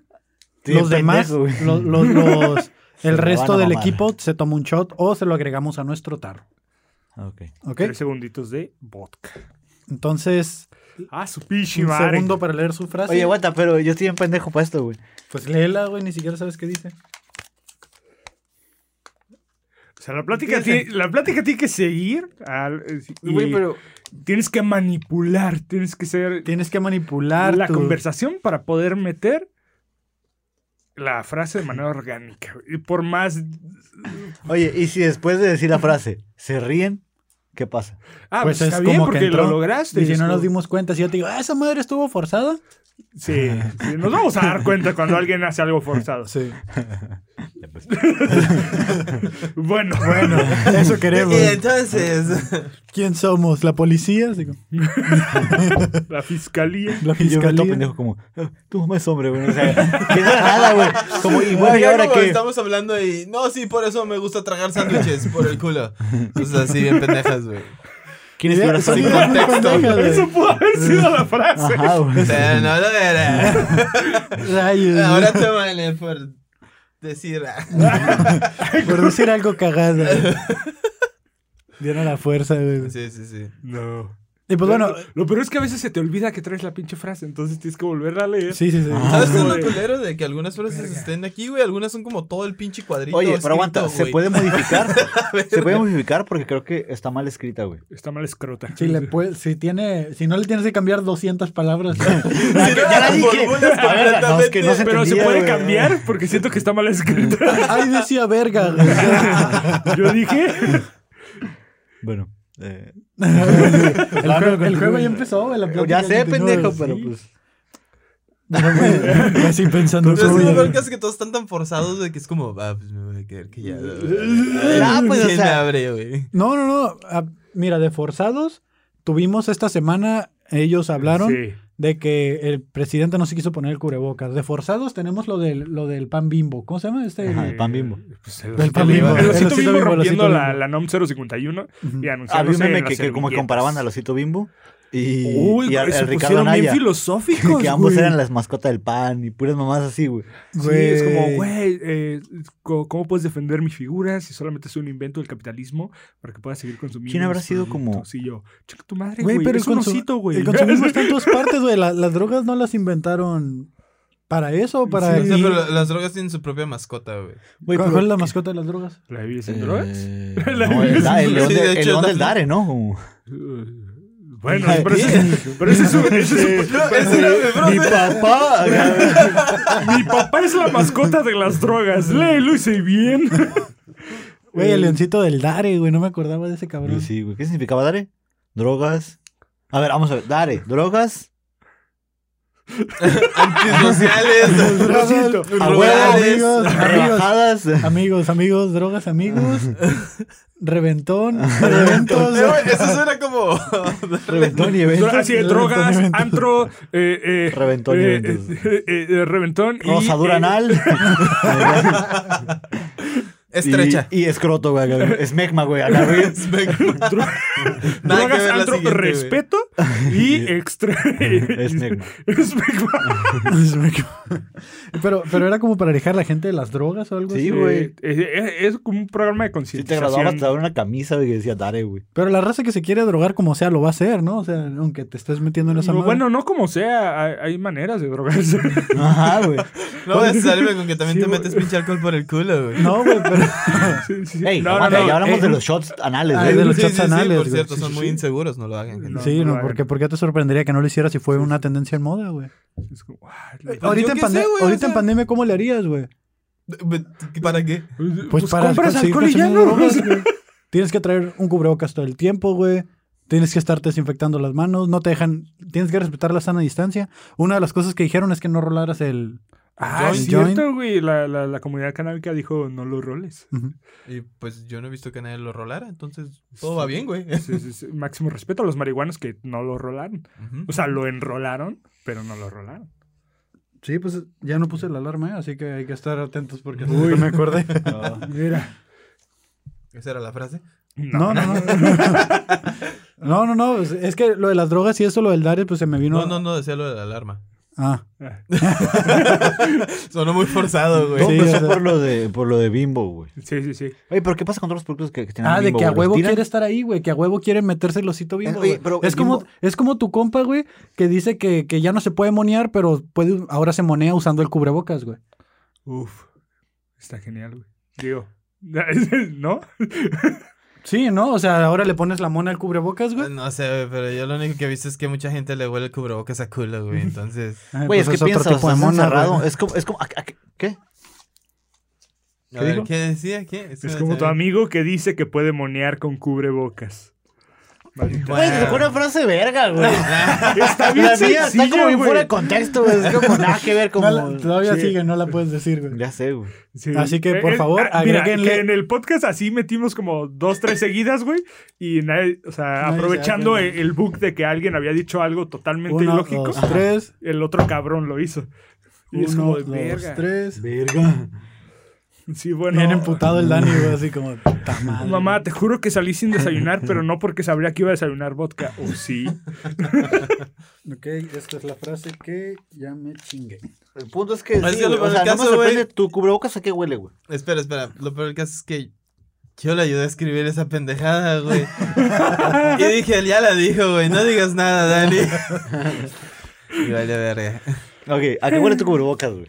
Speaker 2: Sí,
Speaker 3: los demás,
Speaker 2: pendejo, güey. <laughs>
Speaker 3: los, los- los-
Speaker 2: Se
Speaker 3: el
Speaker 2: lo
Speaker 3: resto
Speaker 2: van a
Speaker 3: del
Speaker 2: mamar.
Speaker 3: equipo se toma un shot o se lo agregamos a nuestro tarro.
Speaker 2: Ok.
Speaker 3: ¿ok?
Speaker 5: Tres segunditos de vodka.
Speaker 3: Entonces,
Speaker 5: Ah, su pichi,
Speaker 3: un
Speaker 5: madre.
Speaker 3: segundo para leer su frase.
Speaker 2: Oye, aguanta, pero yo estoy en pendejo para esto, güey.
Speaker 3: Pues léela, güey, ni siquiera sabes qué dice.
Speaker 5: O sea, la plática, tiene, la plática tiene que seguir. al- eh, sí, y
Speaker 2: Güey, pero.
Speaker 5: Tienes que manipular, tienes que ser
Speaker 3: Tienes que manipular
Speaker 5: la
Speaker 3: tu-
Speaker 5: conversación para poder meter la frase de manera orgánica. Y por más...
Speaker 2: Oye, y si después de decir la frase se ríen, ¿qué pasa?
Speaker 5: Ah,
Speaker 3: Pues
Speaker 5: pues está
Speaker 3: es
Speaker 5: bien
Speaker 3: como que
Speaker 5: porque
Speaker 3: entró,
Speaker 5: lo lograste.
Speaker 3: Y si
Speaker 5: es
Speaker 3: no nos
Speaker 5: como-
Speaker 3: dimos cuenta, si yo te digo, ah, esa madre estuvo forzada.
Speaker 5: Sí, sí, nos vamos a dar cuenta cuando alguien hace algo forzado.
Speaker 3: Sí.
Speaker 5: Bueno,
Speaker 3: Bueno, eso queremos.
Speaker 4: Y entonces,
Speaker 3: <laughs> ¿Quién somos? ¿La policía? Así como,
Speaker 5: <laughs> la fiscalía.
Speaker 3: ¿La
Speaker 2: Y <laughs> yo me
Speaker 3: fiscalía?
Speaker 2: toco pendejo como, "Ah, tu mamá es hombre, güey. O <laughs> sea, que no era nada, güey. Como, <laughs> y bueno, ¿y
Speaker 4: ya
Speaker 2: ahora
Speaker 4: como
Speaker 2: qué?
Speaker 4: estamos hablando y no, sí, por eso me gusta tragar sándwiches por el culo. Entonces así bien pendejas, güey.
Speaker 2: ¿Quién escribió la frase?
Speaker 3: Sí, sí,
Speaker 4: contexto.
Speaker 3: pendeja, güey.
Speaker 5: Eso pudo haber sido la frase.
Speaker 2: Ajá, <laughs> güey.
Speaker 4: Pero no lo era.
Speaker 3: Rayos.
Speaker 4: Ahora te vale por decir. ah.
Speaker 3: <laughs> Por decir algo cagada. Dieron la fuerza, güey.
Speaker 4: Sí, sí, sí.
Speaker 5: No.
Speaker 3: Y pues bueno,
Speaker 5: Bueno, lo peor es que a veces se te olvida que traes la pinche frase, entonces tienes que volverla a leer.
Speaker 3: sí, sí, sí.
Speaker 2: Ah.
Speaker 4: ¿Sabes qué es lo
Speaker 5: güey.
Speaker 4: culero de que algunas frases estén aquí, güey? Algunas son como todo el pinche cuadrito.
Speaker 2: Oye,
Speaker 4: escrito,
Speaker 2: pero aguanta, ¿se
Speaker 4: güey. <laughs>
Speaker 2: puede modificar? Se puede modificar porque creo que está mal escrita, güey.
Speaker 5: Está mal escrota.
Speaker 3: Si, le puede- si, tiene, si no le tienes que cambiar 200 palabras. <laughs>
Speaker 4: Si no,
Speaker 2: Ah, Ya la
Speaker 4: las
Speaker 2: dije.
Speaker 4: burbujas
Speaker 2: A ver, no, es que no se
Speaker 4: completamente.
Speaker 5: Pero se
Speaker 2: entendía,
Speaker 5: puede
Speaker 2: güey.
Speaker 5: cambiar porque siento que está mal escrita.
Speaker 2: <laughs>
Speaker 3: Ay, decía verga. güey.
Speaker 5: Yo dije.
Speaker 2: Bueno. eh,
Speaker 3: El, juego, el juego ya empezó, güey, la plática
Speaker 2: ya sé,
Speaker 3: continúa,
Speaker 2: pendejo,
Speaker 3: güey.
Speaker 2: pero pues.
Speaker 3: Yo <laughs> Así pensando.
Speaker 4: Pero es
Speaker 3: güey.
Speaker 4: que lo peor que hace que todos están tan forzados de que es como, ah, pues me voy a quedar que ya.
Speaker 2: Ah, pues, o
Speaker 4: ¿Quién
Speaker 2: sea-
Speaker 4: abre, güey?
Speaker 3: No, no, no. Ah, mira, de forzados, tuvimos esta semana, ellos hablaron
Speaker 5: Sí.
Speaker 3: de que el presidente no se quiso poner el cubrebocas. De forzados tenemos lo del, lo del pan bimbo. ¿Cómo se llama este?
Speaker 2: Ajá, el pan bimbo.
Speaker 5: Pues el,
Speaker 3: Del pan
Speaker 5: el-
Speaker 3: bimbo.
Speaker 5: el
Speaker 3: El
Speaker 5: osito
Speaker 3: osito
Speaker 5: bimbo
Speaker 3: bimbo, el
Speaker 5: rompiendo
Speaker 3: osito
Speaker 5: la,
Speaker 3: bimbo.
Speaker 5: la NOM 051 y
Speaker 2: Había un
Speaker 5: anunciándose
Speaker 2: meme
Speaker 5: en
Speaker 2: que,
Speaker 5: las
Speaker 2: que como
Speaker 5: servilletas.
Speaker 2: comparaban al osito bimbo y,
Speaker 5: Uy,
Speaker 2: y al,
Speaker 5: se
Speaker 2: al Ricardo
Speaker 5: pusieron bien
Speaker 2: Anaya.
Speaker 5: filosóficos,
Speaker 2: Que ambos
Speaker 5: güey.
Speaker 2: eran las mascotas del pan y puras mamás así, <laughs> güey.
Speaker 5: Sí, es como,
Speaker 3: Güey.
Speaker 5: güey, eh, co- ¿cómo puedes defender mi figura si solamente es un invento del capitalismo para que puedas seguir consumiendo?
Speaker 2: ¿Quién habrá
Speaker 5: mis
Speaker 2: sido
Speaker 5: productos?
Speaker 2: como-
Speaker 5: Y yo, checa tu madre,
Speaker 3: Güey,
Speaker 5: güey,
Speaker 3: pero
Speaker 5: es un
Speaker 3: consu-
Speaker 5: osito, güey.
Speaker 3: El consumismo está en todas partes, güey. La- las drogas no las inventaron para eso, para...
Speaker 4: O sea,
Speaker 3: y-
Speaker 4: pero la- las drogas tienen su propia mascota, güey.
Speaker 2: Güey,
Speaker 3: ¿Cuál
Speaker 2: pero-
Speaker 3: es la mascota de las drogas?
Speaker 5: <laughs> ¿La vida sin drogas?
Speaker 2: Eh,
Speaker 5: La
Speaker 2: no, el,
Speaker 5: vida
Speaker 2: el
Speaker 4: sin
Speaker 2: león,
Speaker 4: drogas.
Speaker 2: de-
Speaker 4: Sí, de
Speaker 2: el
Speaker 4: hecho,
Speaker 2: león del
Speaker 4: no.
Speaker 2: Dare, ¿no? Como-
Speaker 5: Uh, Bueno, pero ese, pero ese es
Speaker 2: <laughs>
Speaker 5: un... <laughs> ese es un-
Speaker 4: No, ese era mi
Speaker 2: Mi
Speaker 4: brother.
Speaker 3: <laughs>
Speaker 2: papá.
Speaker 5: <laughs> Mi papá es la mascota de las drogas. Léelo y sé bien.
Speaker 3: Güey,
Speaker 5: Eh.
Speaker 3: el leoncito del Dare, güey. No me acordaba de ese cabrón.
Speaker 2: sí, güey. ¿Qué significaba Dare? Drogas. A ver, vamos a ver. Dare, drogas.
Speaker 4: Antisociales.
Speaker 5: Lo siento.
Speaker 4: Rurales.
Speaker 3: <laughs> amigos, amigos,
Speaker 2: Rebajadas.
Speaker 3: amigos, amigos, drogas, <laughs> amigos. Reventón, <laughs> eventos.
Speaker 4: Eh, güey, Eso suena como. <laughs>
Speaker 3: Reventón y
Speaker 5: Dro-
Speaker 3: eventos.
Speaker 5: Así de
Speaker 3: reventón y
Speaker 5: drogas,
Speaker 3: eventos. <laughs>
Speaker 5: antro, eh, eh,
Speaker 2: Reventón y
Speaker 5: eh,
Speaker 2: eventos.
Speaker 5: eh, eh, eh, reventón y,
Speaker 2: Rosadura
Speaker 5: eh,
Speaker 2: anal.
Speaker 4: Estrecha.
Speaker 2: Y, y escroto, güey. acá, güey. Esmegma, güey. acá, güey.
Speaker 4: <laughs>
Speaker 5: eh, dro-
Speaker 4: Nada que ver
Speaker 5: drogas,
Speaker 4: la
Speaker 5: antro,
Speaker 4: siguiente, güey.
Speaker 5: respeto y extra. <laughs>
Speaker 2: Es negma.
Speaker 5: Es negma.
Speaker 3: pero, pero era como para alejar a la gente de las drogas o algo así.
Speaker 2: Sí, güey.
Speaker 5: Eh, eh, es, como un programa de
Speaker 2: Si te
Speaker 5: concienciación.
Speaker 2: graduabas, te daban una camisa, güey, que decía Dare, güey.
Speaker 3: Pero la raza que se quiere drogar como sea lo va a hacer, ¿no? O sea, aunque te estés metiendo en esa madre.
Speaker 5: Bueno, no como sea, hay, hay maneras de drogarse.
Speaker 2: Ajá, güey.
Speaker 4: No voy a salirme con que también
Speaker 5: Sí,
Speaker 4: te
Speaker 5: güey.
Speaker 4: metes pinche alcohol por el culo, güey.
Speaker 3: No, güey, pero...
Speaker 5: Sí, sí, sí.
Speaker 2: Ey,
Speaker 5: No, no,
Speaker 2: aguanta,
Speaker 5: no,
Speaker 2: ya hablamos
Speaker 5: eh,
Speaker 2: de los shots anales,
Speaker 3: Ah,
Speaker 2: güey.
Speaker 3: de los
Speaker 4: sí,
Speaker 3: chats
Speaker 4: sí, sí,
Speaker 3: anales,
Speaker 4: por
Speaker 3: güey.
Speaker 4: cierto,
Speaker 3: Sí,
Speaker 4: son
Speaker 3: sí,
Speaker 4: muy
Speaker 3: sí.
Speaker 4: inseguros, no lo hagan. gente.
Speaker 5: <laughs> No,
Speaker 3: sí,
Speaker 5: no lo
Speaker 3: no,
Speaker 5: hagan.
Speaker 3: porque, porque te sorprendería que no lo hicieras si fue una tendencia en moda, güey.
Speaker 5: es como, ah,
Speaker 4: Pues yo
Speaker 3: Ahorita, en,
Speaker 4: qué
Speaker 3: pande-
Speaker 4: sé, güey, o
Speaker 3: ahorita
Speaker 4: sea,
Speaker 3: en pandemia, ¿cómo le harías, güey?
Speaker 4: ¿Para qué?
Speaker 5: Pues,
Speaker 3: Pues, para
Speaker 5: compras
Speaker 3: conseguir
Speaker 5: alcohol y ya
Speaker 3: consumo
Speaker 5: no.
Speaker 3: de drogas, güey. Tienes que traer un cubrebocas todo el tiempo, güey. Tienes que estarte desinfectando las manos, no te dejan, tienes que respetar la sana distancia. Una de las cosas que dijeron es que no rolaras el...
Speaker 5: Ah, es
Speaker 3: Join, join.
Speaker 5: cierto, güey. La, la, la comunidad canábica dijo no lo roles.
Speaker 3: Ujú.
Speaker 4: Y pues yo no he visto que nadie lo rolara, entonces todo va bien, güey.
Speaker 5: Sí, sí, sí. Máximo respeto a los marihuanos que no lo rolaron.
Speaker 4: Ujú.
Speaker 5: O sea, lo enrolaron, pero no lo rolaron.
Speaker 3: Sí, pues ya no puse la alarma, ¿eh? así que hay que estar atentos porque hasta ahorita me <laughs> acordé.
Speaker 5: Mira.
Speaker 4: <laughs> Esa era la frase.
Speaker 3: No, no, <laughs> no. No, no, no. pues, Es que lo de las drogas y eso, lo del Darius, pues se me vino.
Speaker 4: No, no, no, decía lo de la alarma.
Speaker 3: Ah.
Speaker 4: <laughs> Sonó muy forzado, güey.
Speaker 2: Todo
Speaker 3: Sí, o
Speaker 2: empezó
Speaker 3: sea.
Speaker 2: por lo de, por lo de Bimbo, güey.
Speaker 5: Sí, sí, sí.
Speaker 2: Oye, pero ¿qué pasa con todos los productos que, que tienen
Speaker 3: Ah, de
Speaker 2: Bimbo?
Speaker 3: que a
Speaker 2: güey? ¿Los
Speaker 3: huevo
Speaker 2: tiran?
Speaker 3: quiere estar ahí, güey. Que a huevo quiere meterse el osito
Speaker 2: Eh,
Speaker 3: bimbo,
Speaker 2: oye,
Speaker 3: güey.
Speaker 2: pero
Speaker 3: Es
Speaker 2: el
Speaker 3: como,
Speaker 2: Bimbo-
Speaker 3: es como tu compa, güey, que dice que, que ya no se puede monear, pero puede, ahora se monea usando el cubrebocas, güey.
Speaker 5: Uf. Está genial, güey. Digo. <laughs> ¿No?
Speaker 3: Sí, ¿no? O sea, ahora le pones la mona al cubrebocas, güey.
Speaker 4: <laughs> No sé, güey, pero yo lo único que he visto es que mucha gente le huele el cubrebocas a culo, güey. Entonces,
Speaker 3: Ah,
Speaker 2: Güey, es
Speaker 3: pues
Speaker 2: que
Speaker 3: otro
Speaker 2: piensas,
Speaker 3: tipo de
Speaker 2: estás
Speaker 3: mona,
Speaker 2: encerrado.
Speaker 3: güey.
Speaker 2: Es como, es como, ¿a- a- ¿qué? ¿Qué
Speaker 4: a ver,
Speaker 2: dijo?
Speaker 4: ¿qué decía? ¿Qué?
Speaker 5: Es como tu amigo que dice que puede monear con cubrebocas. Maldita.
Speaker 2: Güey, te
Speaker 4: Bueno.
Speaker 2: tocó una frase verga, güey.
Speaker 3: <laughs>
Speaker 5: Está bien
Speaker 2: La mía
Speaker 5: sencilla,
Speaker 2: está como bien
Speaker 5: güey.
Speaker 2: fuera de contexto, güey. Es como nada que ver,
Speaker 3: No la-
Speaker 2: como...
Speaker 3: todavía
Speaker 5: Sí.
Speaker 3: sigue, no la puedes decir, güey.
Speaker 2: Ya sé, güey.
Speaker 5: Sí.
Speaker 3: Así que, por
Speaker 5: Eh,
Speaker 3: favor,
Speaker 5: ah, mira, que
Speaker 3: agréguenle-
Speaker 5: en el podcast así metimos como dos, tres seguidas, güey. Y nadie, o sea,
Speaker 3: Nadie
Speaker 5: aprovechando
Speaker 3: sabe,
Speaker 5: el, el bug de que alguien había dicho algo totalmente
Speaker 3: Uno,
Speaker 5: ilógico,
Speaker 3: dos, tres.
Speaker 5: el otro cabrón lo hizo. <laughs> Y es
Speaker 3: Uno,
Speaker 5: como de
Speaker 3: dos,
Speaker 5: verga.
Speaker 3: tres.
Speaker 2: Verga.
Speaker 5: Sí, bueno.
Speaker 3: Bien emputado el Dani, güey, así como, "Ta madre".
Speaker 5: Mamá, te juro que salí
Speaker 3: <laughs>
Speaker 5: sin desayunar, pero no porque sabría que iba a desayunar vodka. O sí.
Speaker 3: Ok, esta es la frase que ya me chingué.
Speaker 2: El punto es que
Speaker 4: Pues
Speaker 2: sí,
Speaker 4: que lo
Speaker 2: güey,
Speaker 4: peor
Speaker 2: o sea,
Speaker 4: del
Speaker 2: no me
Speaker 4: caso, güey-
Speaker 2: sorprende tu cubrebocas a qué huele, güey.
Speaker 4: Espera, espera. Lo peor del caso es que yo le ayudé a escribir esa pendejada, güey. y dije, ya la dijo, güey. No digas nada, Dani. y vale, verga.
Speaker 2: Ok, ¿a qué huele tu cubrebocas, güey?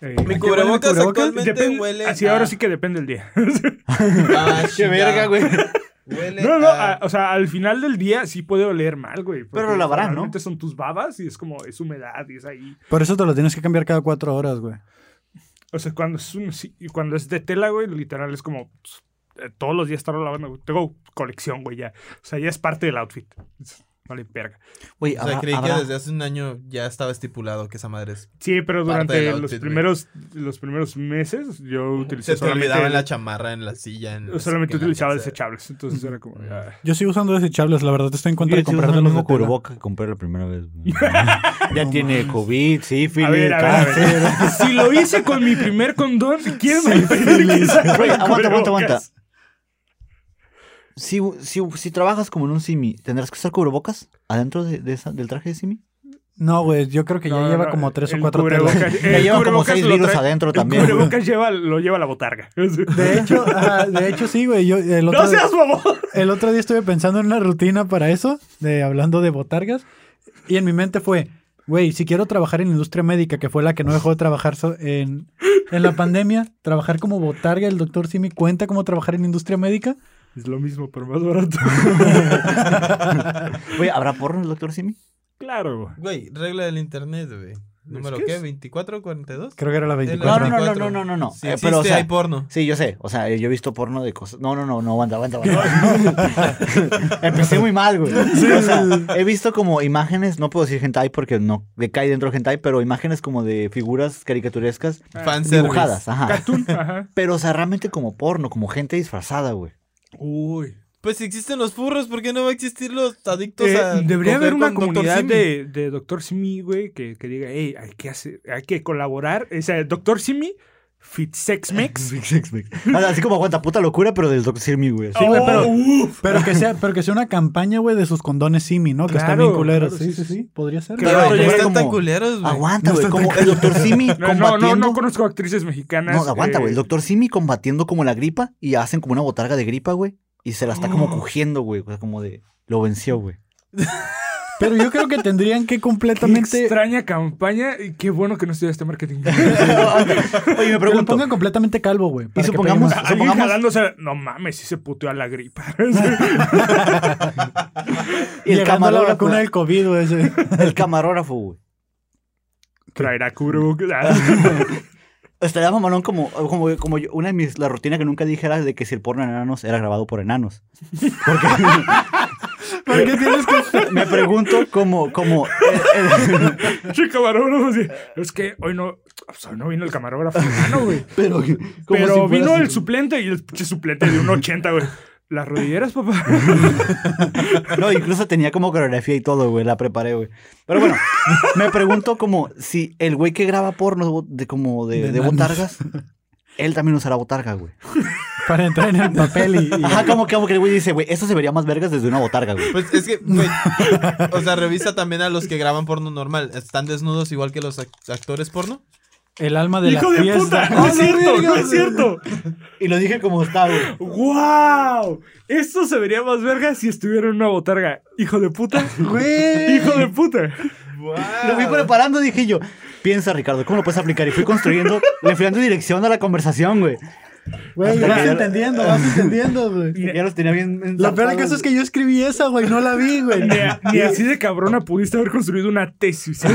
Speaker 5: Eh,
Speaker 4: Mi cubrebocas,
Speaker 3: cubrebocas?
Speaker 4: actualmente
Speaker 5: depende-
Speaker 4: huele.
Speaker 5: así
Speaker 4: a-
Speaker 5: ahora sí que depende el día.
Speaker 2: <laughs>
Speaker 4: Ah,
Speaker 2: Qué
Speaker 4: chingado.
Speaker 2: verga, güey.
Speaker 4: Huele
Speaker 5: No, ah, no,
Speaker 4: a-
Speaker 5: a- o sea, al final del día sí puede oler mal, güey. porque
Speaker 2: Pero lo lavarán, ¿no?
Speaker 5: realmente son tus babas y es como, es humedad y es ahí.
Speaker 3: Por eso te lo tienes que cambiar cada cuatro horas, güey.
Speaker 5: O sea, cuando es, un- sí, y cuando es de tela, güey, literal es como pues, eh, todos los días estarlo lavando. güey. Tengo colección, güey, ya. O sea, ya es parte del outfit. Es- Vale, verga.
Speaker 2: Güey,
Speaker 4: O sea,
Speaker 2: habrá-
Speaker 4: creí
Speaker 2: habrá-
Speaker 4: que desde hace un año ya estaba estipulado que esa madre es.
Speaker 5: Sí, pero
Speaker 4: Parte
Speaker 5: durante
Speaker 4: del
Speaker 5: los
Speaker 4: outfit, güey.
Speaker 5: primeros los primeros meses yo utilicé
Speaker 4: Se te olvidaba en la
Speaker 5: solamente,
Speaker 4: chamarra, en la silla. En
Speaker 5: yo solamente
Speaker 4: en la
Speaker 5: utilizaba
Speaker 4: mesa.
Speaker 5: desechables, entonces era como ah.
Speaker 3: Yo sigo usando desechables, la verdad estoy en contra
Speaker 2: Yo
Speaker 3: de
Speaker 2: estoy usando
Speaker 3: comprar
Speaker 2: el
Speaker 3: los
Speaker 2: mismo
Speaker 3: de tela.
Speaker 2: cubreboca que compré la primera vez. güey. ya tiene COVID, sífilis,
Speaker 5: A ver, a ver, a
Speaker 2: cáncer.
Speaker 5: ver. <laughs> Si lo hice con mi primer condón, ¿quién me va a pedir que saque
Speaker 2: Güey, <laughs> aguanta, aguanta, aguanta.
Speaker 5: cubrebocas?
Speaker 2: Si, si, si trabajas como en un simi, ¿tendrás que usar cubrebocas adentro de, de esa- del traje de simi?
Speaker 3: No, güey, yo creo que ya
Speaker 5: No,
Speaker 3: lleva
Speaker 5: no,
Speaker 3: como tres o
Speaker 5: el
Speaker 3: cuatro telas.
Speaker 5: cubrebocas-
Speaker 2: Ya
Speaker 5: el
Speaker 2: lleva como
Speaker 5: cubrebocas
Speaker 2: seis
Speaker 5: lo
Speaker 2: virus
Speaker 5: trae-
Speaker 2: adentro
Speaker 5: el
Speaker 2: también, güey.
Speaker 5: cubrebocas lleva, lo lleva la botarga.
Speaker 3: <laughs>
Speaker 5: <laughs>
Speaker 3: De hecho, ajá, de hecho sí, güey. Yo, el, otro,
Speaker 5: ¡No seas bobo!
Speaker 3: el otro día estuve pensando en una rutina para eso, de hablando de botargas, y en mi mente fue, güey, si quiero trabajar en la industria médica, que fue la que no dejó de trabajar so- en, en la pandemia, trabajar como botarga, el doctor Simi cuenta como trabajar en la industria médica.
Speaker 5: Es lo mismo, pero más barato.
Speaker 2: Güey, ¿habrá porno en el doctor simi?
Speaker 5: <laughs> claro, güey.
Speaker 4: Güey, regla del internet, güey. ¿Número
Speaker 5: que
Speaker 4: qué?
Speaker 5: es-
Speaker 4: ¿24 42?
Speaker 3: Creo que era la
Speaker 2: No,
Speaker 3: 24.
Speaker 2: no, no, no, no,
Speaker 4: 24.
Speaker 2: no, no, no.
Speaker 4: Si
Speaker 2: Eh, pero, o
Speaker 4: existe,
Speaker 2: sea,
Speaker 4: hay porno.
Speaker 2: Sí, yo sé. O sea, yo he visto porno de cosas. No, no, no, no, aguanta, aguanta, aguanta. <laughs> Empecé muy mal, güey. O sea, he visto como imágenes, no puedo decir hentai porque no le cae dentro del hentai, pero imágenes como de figuras caricaturescas
Speaker 5: eh,
Speaker 4: Fanservice.
Speaker 2: dibujadas, ajá.
Speaker 5: Cartoon, ajá.
Speaker 2: Pero, o sea, realmente como porno, como gente disfrazada, güey.
Speaker 5: Uy.
Speaker 4: Pues si existen los furros, ¿por qué no va a existir los adictos
Speaker 5: Eh,
Speaker 4: a
Speaker 5: debería
Speaker 4: coger
Speaker 5: haber una
Speaker 4: con Dr.
Speaker 5: comunidad
Speaker 4: Simi?
Speaker 5: de, de Doctor Simi, güey, que, que diga, hey, hay que, hacer, hay que colaborar. O sea, Doctor Simi,
Speaker 2: <laughs>
Speaker 5: Fitsexmex.
Speaker 2: Mix, mix, mix. Nada, Así como aguanta puta locura, pero del Dr. Simi, güey. así.
Speaker 3: Sí, güey, pero-
Speaker 5: uf.
Speaker 3: Pero que sea, pero que sea una campaña, güey, de sus condones Simi, ¿no? Que están
Speaker 5: Claro,
Speaker 3: bien culeros.
Speaker 5: claro,
Speaker 3: sí,
Speaker 5: sí,
Speaker 3: sí, sí. Podría ser.
Speaker 5: Claro,
Speaker 4: Pero no
Speaker 5: pero era
Speaker 4: están tan
Speaker 2: como-
Speaker 4: culeros, güey.
Speaker 2: Aguanta,
Speaker 3: No
Speaker 2: güey.
Speaker 3: está
Speaker 2: como el Dr. Simi
Speaker 5: No, no, no,
Speaker 2: combatiendo.
Speaker 5: no conozco actrices mexicanas.
Speaker 2: No, aguanta,
Speaker 5: eh,
Speaker 2: güey. El doctor Simi combatiendo como la gripa y hacen como una botarga de gripa, güey. Y se la está como cogiendo, güey. O sea, como de. Lo venció, güey.
Speaker 3: Pero yo creo que tendrían que
Speaker 5: Qué
Speaker 3: completamente.
Speaker 5: extraña campaña y qué bueno que no
Speaker 2: <laughs>
Speaker 5: estudiaste marketing.
Speaker 2: Oye, me
Speaker 3: Que lo
Speaker 2: pregunto.
Speaker 3: pongan completamente calvo, güey. para que
Speaker 2: supongamos-
Speaker 3: pegue más.
Speaker 5: <laughs> Alguien
Speaker 2: Supongamos-
Speaker 5: jalándose, no mames, si se puteó a la gripa. <laughs>
Speaker 2: Y el
Speaker 3: Llegando a la
Speaker 2: camarógrafo.
Speaker 3: vacuna del COVID, güey. ese.
Speaker 2: <laughs> El camarógrafo, güey.
Speaker 5: Traerá <laughs> Kuru. ah,
Speaker 2: <laughs> Estaría mamalón como, como, como yo- una de mis. La rutina que nunca dije era de que si el porno de enanos era grabado por enanos. Porque.
Speaker 3: ¿Por qué tienes que.?
Speaker 2: me pregunto como. como eh,
Speaker 5: Che, camarógrafo. así, Es que hoy no, o sea, no vino
Speaker 2: <laughs>
Speaker 5: el camarógrafo. hermano, güey.
Speaker 2: pero. como
Speaker 5: Pero
Speaker 2: si fuera
Speaker 5: vino
Speaker 2: así.
Speaker 5: el suplente y el pinche suplente de un 80, güey. Las rodilleras,
Speaker 2: <laughs>
Speaker 5: papá.
Speaker 2: No, incluso tenía como coreografía y todo, güey. La preparé, güey. Pero bueno, me pregunto como si el güey que graba porno de como de,
Speaker 3: De
Speaker 2: de
Speaker 3: nanos.
Speaker 2: botargas, él también usará botarga, güey.
Speaker 3: Para
Speaker 2: <laughs>
Speaker 3: entrar en el papel y. y-
Speaker 2: Ajá, como que, como que el güey dice, güey, eso se vería más vergas desde una botarga, güey.
Speaker 4: Pues es que,
Speaker 5: <laughs>
Speaker 4: güey, o sea, revisa también a los que graban porno normal. ¿Están desnudos igual que los act- actores porno?
Speaker 3: El alma de
Speaker 5: Hijo
Speaker 3: la
Speaker 5: de
Speaker 3: fiesta.
Speaker 5: puta. No es
Speaker 3: ¡Ah, la
Speaker 5: cierto,
Speaker 3: verga!
Speaker 5: no es cierto.
Speaker 2: Y lo dije como está, güey.
Speaker 5: ¡Wow! Esto se vería más verga si estuviera en una botarga. Hijo de puta.
Speaker 3: Güey.
Speaker 5: Hijo de puta.
Speaker 2: Lo fui preparando, dije yo. Piensa, Ricardo, ¿cómo lo puedes aplicar? Y fui construyendo, le fui dando dirección a la conversación, güey.
Speaker 3: Güey,
Speaker 2: Hasta
Speaker 3: vas
Speaker 2: que ya-
Speaker 3: entendiendo, vas entendiendo, güey.
Speaker 2: Ya los tenía bien.
Speaker 3: La peor
Speaker 2: ensartados,
Speaker 3: caso es que yo escribí esa, güey. No la vi, güey.
Speaker 5: Ni, a- ni así de cabrona pudiste haber construido una tesis. Eh,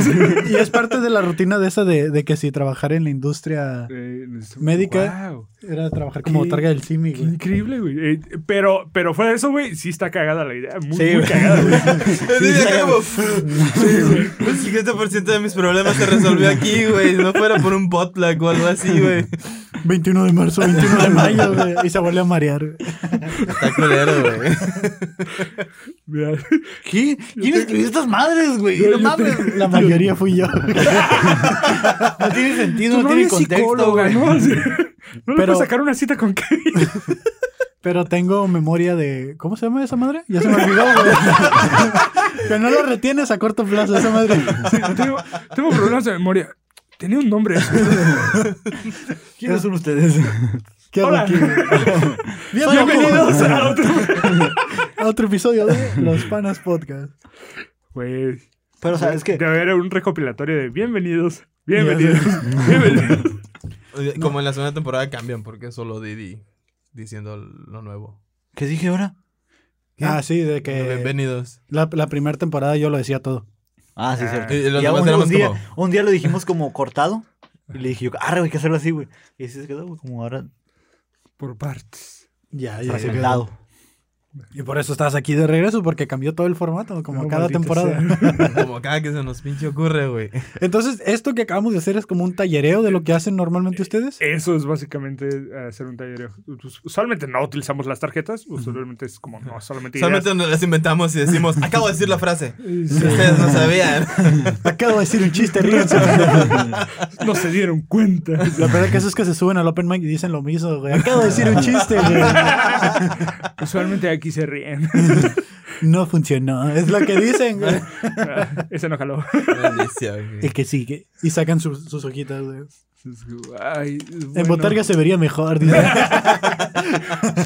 Speaker 3: Y es parte de la rutina de esa de, de que si trabajar en la industria Médica.
Speaker 5: Wow.
Speaker 3: era trabajar como
Speaker 5: Qué-
Speaker 3: botarga del simi,
Speaker 5: Qué
Speaker 3: güey.
Speaker 5: increíble, güey. Eh, pero, pero fuera de eso, güey, sí está cagada la idea. Muy,
Speaker 2: Sí,
Speaker 5: muy
Speaker 2: güey. <laughs>
Speaker 5: cagada, güey.
Speaker 4: Diría como, pues, El 50% de mis problemas se resolvió aquí, güey. No fuera por un botlag o algo así, güey.
Speaker 3: 21 de marzo, 21 de mayo, güey. Y se vuelve a marear, güey.
Speaker 4: Está culero, güey.
Speaker 5: Mira,
Speaker 2: ¿Qué? ¿Quién escribió estas madres, güey?
Speaker 3: Yo
Speaker 2: No mames.
Speaker 3: te- <laughs> La mayoría fui
Speaker 5: <laughs>
Speaker 3: yo.
Speaker 2: No tiene sentido,
Speaker 5: tu
Speaker 2: no
Speaker 5: novia
Speaker 2: tiene
Speaker 5: es
Speaker 2: contexto,
Speaker 5: Pues psicóloga,
Speaker 2: güey.
Speaker 5: ¿no? O sea, no le
Speaker 3: Pero-
Speaker 5: puedes sacar una cita con Kevin. <laughs>
Speaker 3: Pero tengo memoria de. ¿Cómo se llama esa madre? Ya se me olvidó, <laughs> güey. Que no lo retienes a corto plazo, esa madre.
Speaker 5: Sí, tengo, tengo problemas de memoria. Tenía un nombre.
Speaker 2: ¿Quiénes son ustedes? <laughs>
Speaker 3: ¿Qué hago
Speaker 5: Hola.
Speaker 3: aquí?
Speaker 5: Bienvenidos a otro.
Speaker 3: a <laughs> otro episodio de Los Panas Podcast.
Speaker 5: Güey.
Speaker 2: Pero, o sea, es que.
Speaker 5: Debe haber un recopilatorio de bienvenidos. Bienvenidos. <laughs> Bienvenidos.
Speaker 4: Como en la segunda temporada cambian porque es solo Didi diciendo lo nuevo.
Speaker 2: ¿Qué dije ahora?
Speaker 3: Ah, sí, de que
Speaker 4: Bienvenidos.
Speaker 3: la, la primera temporada yo lo decía todo.
Speaker 2: Ah, sí,
Speaker 5: Ah.
Speaker 2: cierto.
Speaker 4: Y los
Speaker 2: Ya
Speaker 4: demás
Speaker 2: un,
Speaker 4: éramos
Speaker 2: un día,
Speaker 4: como-
Speaker 2: un día lo dijimos como cortado. Y le dije yo, ah, güey, hay que hacerlo así, güey. Y así se quedó, güey, como ahora
Speaker 5: Por partes.
Speaker 3: Ya, ya. ya.
Speaker 2: fragmentado.
Speaker 3: Y por eso estás aquí de regreso, porque cambió todo el formato, como
Speaker 5: No,
Speaker 3: cada
Speaker 5: maldita
Speaker 3: temporada. <laughs>
Speaker 4: Como cada que se nos pinche ocurre, güey.
Speaker 3: Entonces, esto que acabamos de hacer es como un tallereo de lo que hacen normalmente ustedes.
Speaker 5: Eso es básicamente eh, hacer un taller. pues, Usualmente no utilizamos las tarjetas. Usualmente es como, no, solamente ideas.
Speaker 4: Solamente nos las inventamos y decimos, acabo de decir la frase. Ustedes no sabían.
Speaker 3: Acabo de decir un chiste, <laughs> ríense.
Speaker 5: No se dieron cuenta.
Speaker 3: La verdad que eso es que se suben al open mic y dicen lo mismo, güey. Acabo de decir un chiste, güey.
Speaker 5: Usualmente aquí
Speaker 3: <laughs>
Speaker 5: se ríen.
Speaker 3: No funcionó. Es lo
Speaker 5: <laughs>
Speaker 3: que dicen, güey.
Speaker 5: Ah, Ese no jaló.
Speaker 4: Delicia, güey.
Speaker 3: El que sigue. Y sacan sus, sus hojitas, güey.
Speaker 5: Ay,
Speaker 3: En
Speaker 5: bueno, Ah,
Speaker 3: botarga se vería mejor,
Speaker 5: <laughs>
Speaker 3: dice.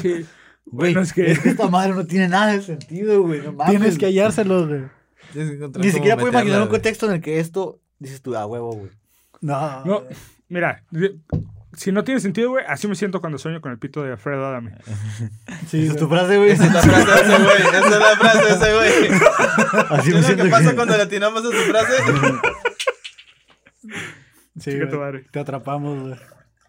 Speaker 5: sí.
Speaker 2: Güey,
Speaker 5: Bueno, es que-
Speaker 2: esta madre no tiene nada de sentido, güey. No mames.
Speaker 5: pues.
Speaker 3: Tienes que hallárselo, güey.
Speaker 4: Tienes que encontrar
Speaker 2: Ni
Speaker 4: cómo
Speaker 2: siquiera puedo
Speaker 4: meterla,
Speaker 2: imaginar un
Speaker 4: güey.
Speaker 2: contexto en el que esto dices tú, ah, huevo, güey.
Speaker 3: No.
Speaker 5: No, mira, si no tiene sentido, güey, así me siento cuando sueño con el pito de Alfredo Adame.
Speaker 3: Sí,
Speaker 2: Esa es tu
Speaker 3: güey.
Speaker 2: frase, güey.
Speaker 4: Esa es la frase de ese güey. Esa es la frase de ese
Speaker 2: Así
Speaker 4: güey. ¿Qué
Speaker 2: me
Speaker 4: es lo
Speaker 2: siento. <laughs>
Speaker 4: que pasa cuando le atinamos a su frase?
Speaker 3: Sí,
Speaker 5: Chica tu
Speaker 3: güey.
Speaker 5: madre.
Speaker 3: Te atrapamos, güey.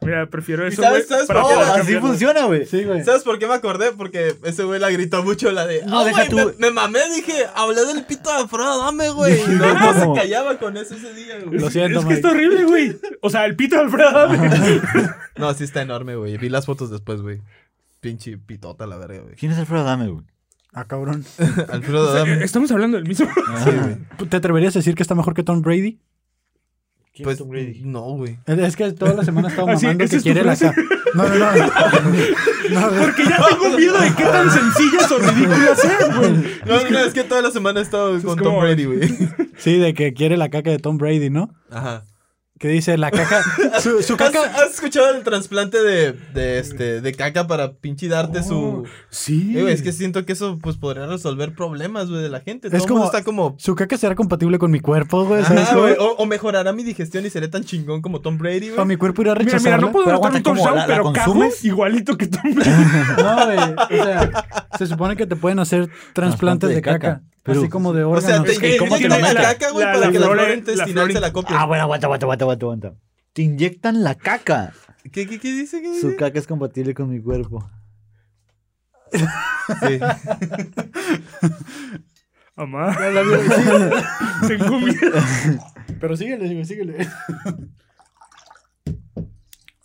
Speaker 5: Mira, prefiero
Speaker 4: ¿Y
Speaker 5: eso.
Speaker 4: sabes-
Speaker 5: güey,
Speaker 4: sabes
Speaker 5: para
Speaker 4: por-
Speaker 5: poder
Speaker 4: Oh,
Speaker 2: así
Speaker 5: cambiarlo.
Speaker 2: funciona, güey.
Speaker 3: Sí, güey.
Speaker 4: ¿Sabes por qué me acordé? Porque ese güey la gritó mucho la de.
Speaker 2: No,
Speaker 4: "Ah,
Speaker 2: deja
Speaker 4: güey,
Speaker 2: tú".
Speaker 4: Me, me mamé, dije, hablé del pito de Alfredo, <laughs> dame, güey. Y No, no
Speaker 3: No.
Speaker 4: se callaba con eso ese día, güey.
Speaker 3: Lo siento,
Speaker 5: Es que
Speaker 3: Mike.
Speaker 5: está horrible, güey. O sea, el pito de Alfredo
Speaker 2: Ah.
Speaker 5: Adame.
Speaker 4: No, sí está enorme, güey. Vi las fotos después, güey. Pinche pitota, la verga, <laughs> güey.
Speaker 2: ¿Quién es Alfredo Adame, güey?
Speaker 3: Ah,
Speaker 5: <laughs>
Speaker 3: cabrón.
Speaker 4: Alfredo Adame.
Speaker 5: <laughs> Estamos hablando del mismo.
Speaker 2: Ah.
Speaker 3: ¿Te atreverías a decir que está mejor que Tom Brady?
Speaker 4: Pues, no, güey.
Speaker 3: Es que toda la semana
Speaker 5: <laughs>
Speaker 3: estaba
Speaker 5: Así,
Speaker 3: mamando
Speaker 5: Ah, ¿esa
Speaker 3: que
Speaker 5: es tu
Speaker 3: quiere la
Speaker 5: frase?
Speaker 3: ca- No, no, no. No, <laughs> güey.
Speaker 5: <laughs> Porque ya tengo miedo de qué tan sencillas
Speaker 2: <laughs>
Speaker 5: o ridículas sean, güey.
Speaker 4: No, no, es que toda la semana he estado con
Speaker 5: como-
Speaker 4: Tom Brady, güey.
Speaker 3: Sí, de que quiere la caca de Tom Brady, ¿no?
Speaker 4: <laughs> Ajá.
Speaker 3: Que dice la caca. Su, su
Speaker 4: ¿Has,
Speaker 3: caca.
Speaker 4: has escuchado el trasplante de, de, este, de caca para pinche darte su.
Speaker 5: Sí.
Speaker 4: Eh, güey, es que siento que eso pues podría resolver problemas, güey, de la gente.
Speaker 3: Es
Speaker 4: Todo el mundo
Speaker 3: como-
Speaker 4: está como.
Speaker 3: Su caca será compatible con mi cuerpo, güey. ¿sabes,
Speaker 4: Ajá,
Speaker 3: güey?
Speaker 4: güey. O, o mejorará mi digestión y seré tan chingón como Tom Brady,
Speaker 3: O
Speaker 4: güey.
Speaker 3: mi cuerpo irá a
Speaker 5: Mira,
Speaker 3: rechazarla.
Speaker 5: mira, no puedo
Speaker 2: Pero
Speaker 5: notar un
Speaker 2: aguanta, ¿cómo?
Speaker 5: touchdown,
Speaker 2: ¿La- la
Speaker 5: pero cago
Speaker 2: consumes? <laughs>
Speaker 5: igualito que tú.
Speaker 3: No, güey. O sea, se supone que te pueden hacer trasplantes de,
Speaker 2: de
Speaker 3: caca.
Speaker 2: caca. Pero-
Speaker 3: así como de
Speaker 4: O
Speaker 3: órganos.
Speaker 4: sea, te
Speaker 5: Es que-
Speaker 4: inyectan
Speaker 5: ¿cómo te lo
Speaker 4: la
Speaker 5: meten?
Speaker 4: caca, güey,
Speaker 5: La-
Speaker 4: para
Speaker 5: la
Speaker 4: que la
Speaker 5: flora-
Speaker 4: flora
Speaker 5: la
Speaker 4: intestinal se
Speaker 5: flora-
Speaker 4: la copie.
Speaker 2: Ah, bueno, aguanta, aguanta, aguanta, aguanta, aguanta. Te inyectan la caca.
Speaker 4: ¿Qué, qué, qué dice? ¿Qué
Speaker 2: Su
Speaker 4: dice?
Speaker 2: caca es compatible con mi cuerpo.
Speaker 4: Sí.
Speaker 5: Amá. <laughs> Se encomienda.
Speaker 3: Pero síguele, síguele, síguele.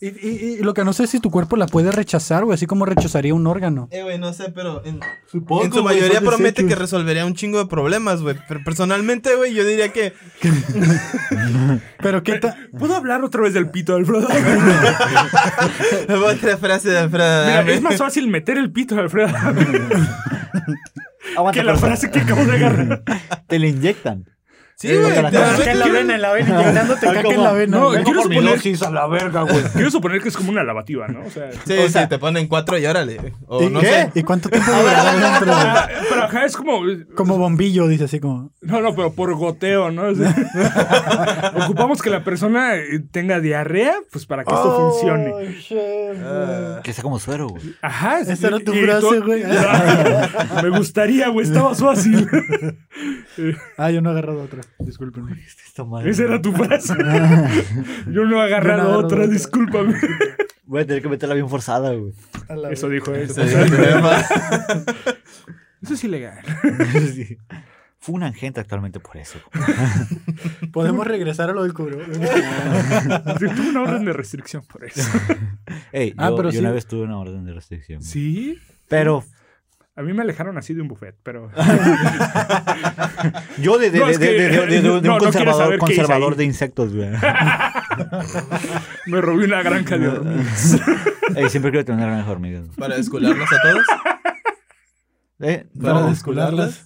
Speaker 3: Y, y- y lo que no sé es si tu cuerpo la puede rechazar, güey, así como rechazaría un órgano.
Speaker 4: Eh, güey, no sé, pero en,
Speaker 2: Supongo.
Speaker 4: en su mayoría promete que resolvería un chingo de problemas, güey. Pero personalmente, güey, yo diría que <laughs>
Speaker 3: Pero qué tal.
Speaker 5: ¿Puedo hablar otra vez del pito
Speaker 2: <laughs>
Speaker 5: de Alfredo? Adame?
Speaker 4: otra frase de Alfredo
Speaker 5: Mira,
Speaker 4: Adame.
Speaker 5: es más fácil meter el pito de Alfredo <laughs> Adame
Speaker 2: Aguanta,
Speaker 5: que la
Speaker 2: pero
Speaker 5: frase que acabo de agarrar.
Speaker 2: Te le inyectan.
Speaker 5: eh,
Speaker 4: Sí, güey.
Speaker 2: Caca en la
Speaker 4: te
Speaker 2: caca.
Speaker 4: inyectan-
Speaker 3: en la vena, inyectándote
Speaker 2: Ah,
Speaker 3: caca en
Speaker 2: ¿cómo?
Speaker 3: la vena.
Speaker 5: No,
Speaker 3: güey.
Speaker 5: quiero suponer-
Speaker 2: a la verga, güey.
Speaker 5: Pues, Quiero suponer que es como una lavativa, ¿no? O sea.
Speaker 4: Sí,
Speaker 2: O
Speaker 4: sí,
Speaker 2: sea-
Speaker 4: te ponen cuatro y órale. O
Speaker 3: ¿Y,
Speaker 4: no
Speaker 3: qué?
Speaker 4: sé.
Speaker 3: ¿Y cuánto tiempo durará dentro? güey?
Speaker 5: ah, Pero ajá, es como.
Speaker 3: Como bombillo, dice así como.
Speaker 5: No, no, pero por goteo, ¿no? O sea,
Speaker 3: <laughs>
Speaker 5: ocupamos que la persona eh, tenga diarrea, pues para que esto funcione.
Speaker 4: Ah.
Speaker 2: <laughs> Que sea como suero, güey.
Speaker 5: Ajá.
Speaker 3: Esa era tu
Speaker 5: y- y
Speaker 3: frase,
Speaker 5: to-
Speaker 3: güey.
Speaker 5: Me gustaría, güey. Estaba
Speaker 3: <laughs>
Speaker 5: fácil.
Speaker 3: Ah, yo no he agarrado otra. Discúlpenme.
Speaker 2: Esta madre.
Speaker 5: Esa era
Speaker 3: <laughs>
Speaker 5: tu frase. Yo no he agarrado
Speaker 3: agarro
Speaker 5: otra,
Speaker 3: otra. <laughs>
Speaker 5: discúlpame.
Speaker 2: Voy a tener que meterla bien forzada, güey.
Speaker 5: Eso dijo él.
Speaker 4: Sí, <laughs> el problema.
Speaker 5: Eso es ilegal.
Speaker 2: Sí. Fue una gente actualmente por eso.
Speaker 3: Podemos regresar a lo del
Speaker 4: <laughs>
Speaker 3: cubro.
Speaker 5: Sí, Tuve una orden de restricción por eso.
Speaker 3: <laughs>
Speaker 2: Ey,
Speaker 3: Ah,
Speaker 2: yo,
Speaker 3: pero
Speaker 2: yo
Speaker 3: sí.
Speaker 2: una vez tuve una orden de restricción. güey.
Speaker 5: Sí.
Speaker 2: Pero
Speaker 5: A mí me alejaron así de un buffet, pero.
Speaker 2: yo de, de-
Speaker 5: No, es
Speaker 2: de-
Speaker 5: que-
Speaker 2: de- de- de- de- de un
Speaker 5: no, no quieres
Speaker 2: conservador,
Speaker 5: saber qué hice
Speaker 2: conservador
Speaker 5: ahí.
Speaker 2: de insectos, güey.
Speaker 5: Me robé una granja de
Speaker 3: <laughs>
Speaker 5: hormigas.
Speaker 2: <laughs> Ey, siempre quiero tener unas hormigas. güey.
Speaker 4: Para descularnos a todos.
Speaker 2: Eh,
Speaker 4: Para
Speaker 2: no,
Speaker 4: descularlas.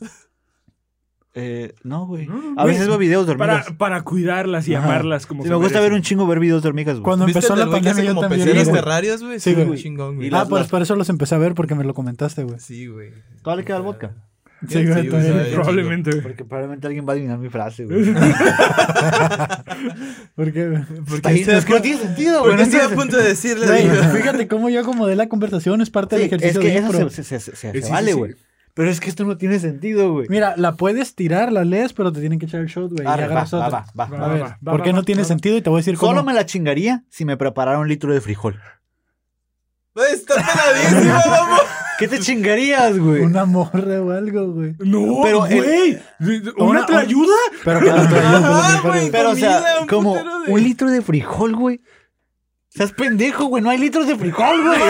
Speaker 2: eh, no, güey.
Speaker 5: No, no,
Speaker 2: A veces
Speaker 5: güey.
Speaker 2: veo videos de
Speaker 5: Para,
Speaker 2: hormigas.
Speaker 5: para cuidarlas y amarlas como
Speaker 2: Sí,
Speaker 5: se
Speaker 2: me gusta ver
Speaker 5: merecen.
Speaker 2: un chingo ver videos de hormigas, güey.
Speaker 3: Cuando
Speaker 4: ¿Viste
Speaker 3: empezó
Speaker 4: el
Speaker 3: la
Speaker 4: del güey que hace
Speaker 3: pandemia, yo
Speaker 4: como
Speaker 3: también.
Speaker 4: peceras
Speaker 3: güey.
Speaker 4: terrarios, güey?
Speaker 3: Sí,
Speaker 4: Sí,
Speaker 3: güey.
Speaker 4: güey. Chingón, güey.
Speaker 2: Y
Speaker 3: Ah,
Speaker 2: las-
Speaker 3: pues
Speaker 2: las-
Speaker 3: por eso los empecé a ver, porque me lo comentaste, güey.
Speaker 4: Sí, güey.
Speaker 2: Todavía le queda el vodka.
Speaker 3: Sí, güey,
Speaker 4: Sí,
Speaker 3: todavía.
Speaker 4: güey.
Speaker 5: Probablemente, güey.
Speaker 2: Porque probablemente alguien va a adivinar mi frase,
Speaker 5: <laughs>
Speaker 2: güey.
Speaker 3: ¿Por qué, güey?
Speaker 2: Está ahí, es que no tiene sentido, güey.
Speaker 4: Porque
Speaker 2: no
Speaker 4: estoy a
Speaker 2: tiene
Speaker 4: punto de decirle,
Speaker 3: Güey,
Speaker 4: digo.
Speaker 3: Fíjate cómo yo acomodé la conversación, es parte del
Speaker 2: sentido. Sí, es
Speaker 3: ejercicio
Speaker 2: que
Speaker 3: de
Speaker 2: eso
Speaker 3: impro.
Speaker 2: se, se- se- se-
Speaker 5: Sí,
Speaker 2: se
Speaker 5: sí,
Speaker 2: vale,
Speaker 5: sí.
Speaker 2: güey. Pero es que esto no tiene sentido, güey.
Speaker 3: Mira, la puedes tirar, la lees, pero te tienen que echar el shot, güey. y
Speaker 2: Arre, va,
Speaker 3: agarras
Speaker 2: va,
Speaker 3: otra.
Speaker 2: va, va,
Speaker 5: Va,
Speaker 3: A ver,
Speaker 5: va, va,
Speaker 3: ¿por qué
Speaker 5: va,
Speaker 3: no
Speaker 5: va,
Speaker 3: tiene
Speaker 5: va.
Speaker 3: sentido? Y te voy a decir
Speaker 2: Solo
Speaker 3: cómo.
Speaker 2: me la chingaría si me preparara un litro de frijol.
Speaker 4: Güey, Está peladísimo, vamos.
Speaker 2: ¿Qué
Speaker 5: <laughs>
Speaker 2: te chingarías, güey? <laughs>
Speaker 3: <laughs> Una morra o algo, güey.
Speaker 5: No,
Speaker 2: Pero
Speaker 5: pero güey. ¿Una,
Speaker 3: Una-
Speaker 5: te ayuda?
Speaker 3: Pero <laughs> que la traigo,
Speaker 4: Ajá,
Speaker 3: pues,
Speaker 4: güey.
Speaker 2: Pero, o
Speaker 4: comida,
Speaker 2: sea,
Speaker 4: un
Speaker 2: como
Speaker 4: putero de-
Speaker 2: un litro de frijol, güey. Seas pendejo, güey. No hay litros de frijol, <laughs> güey.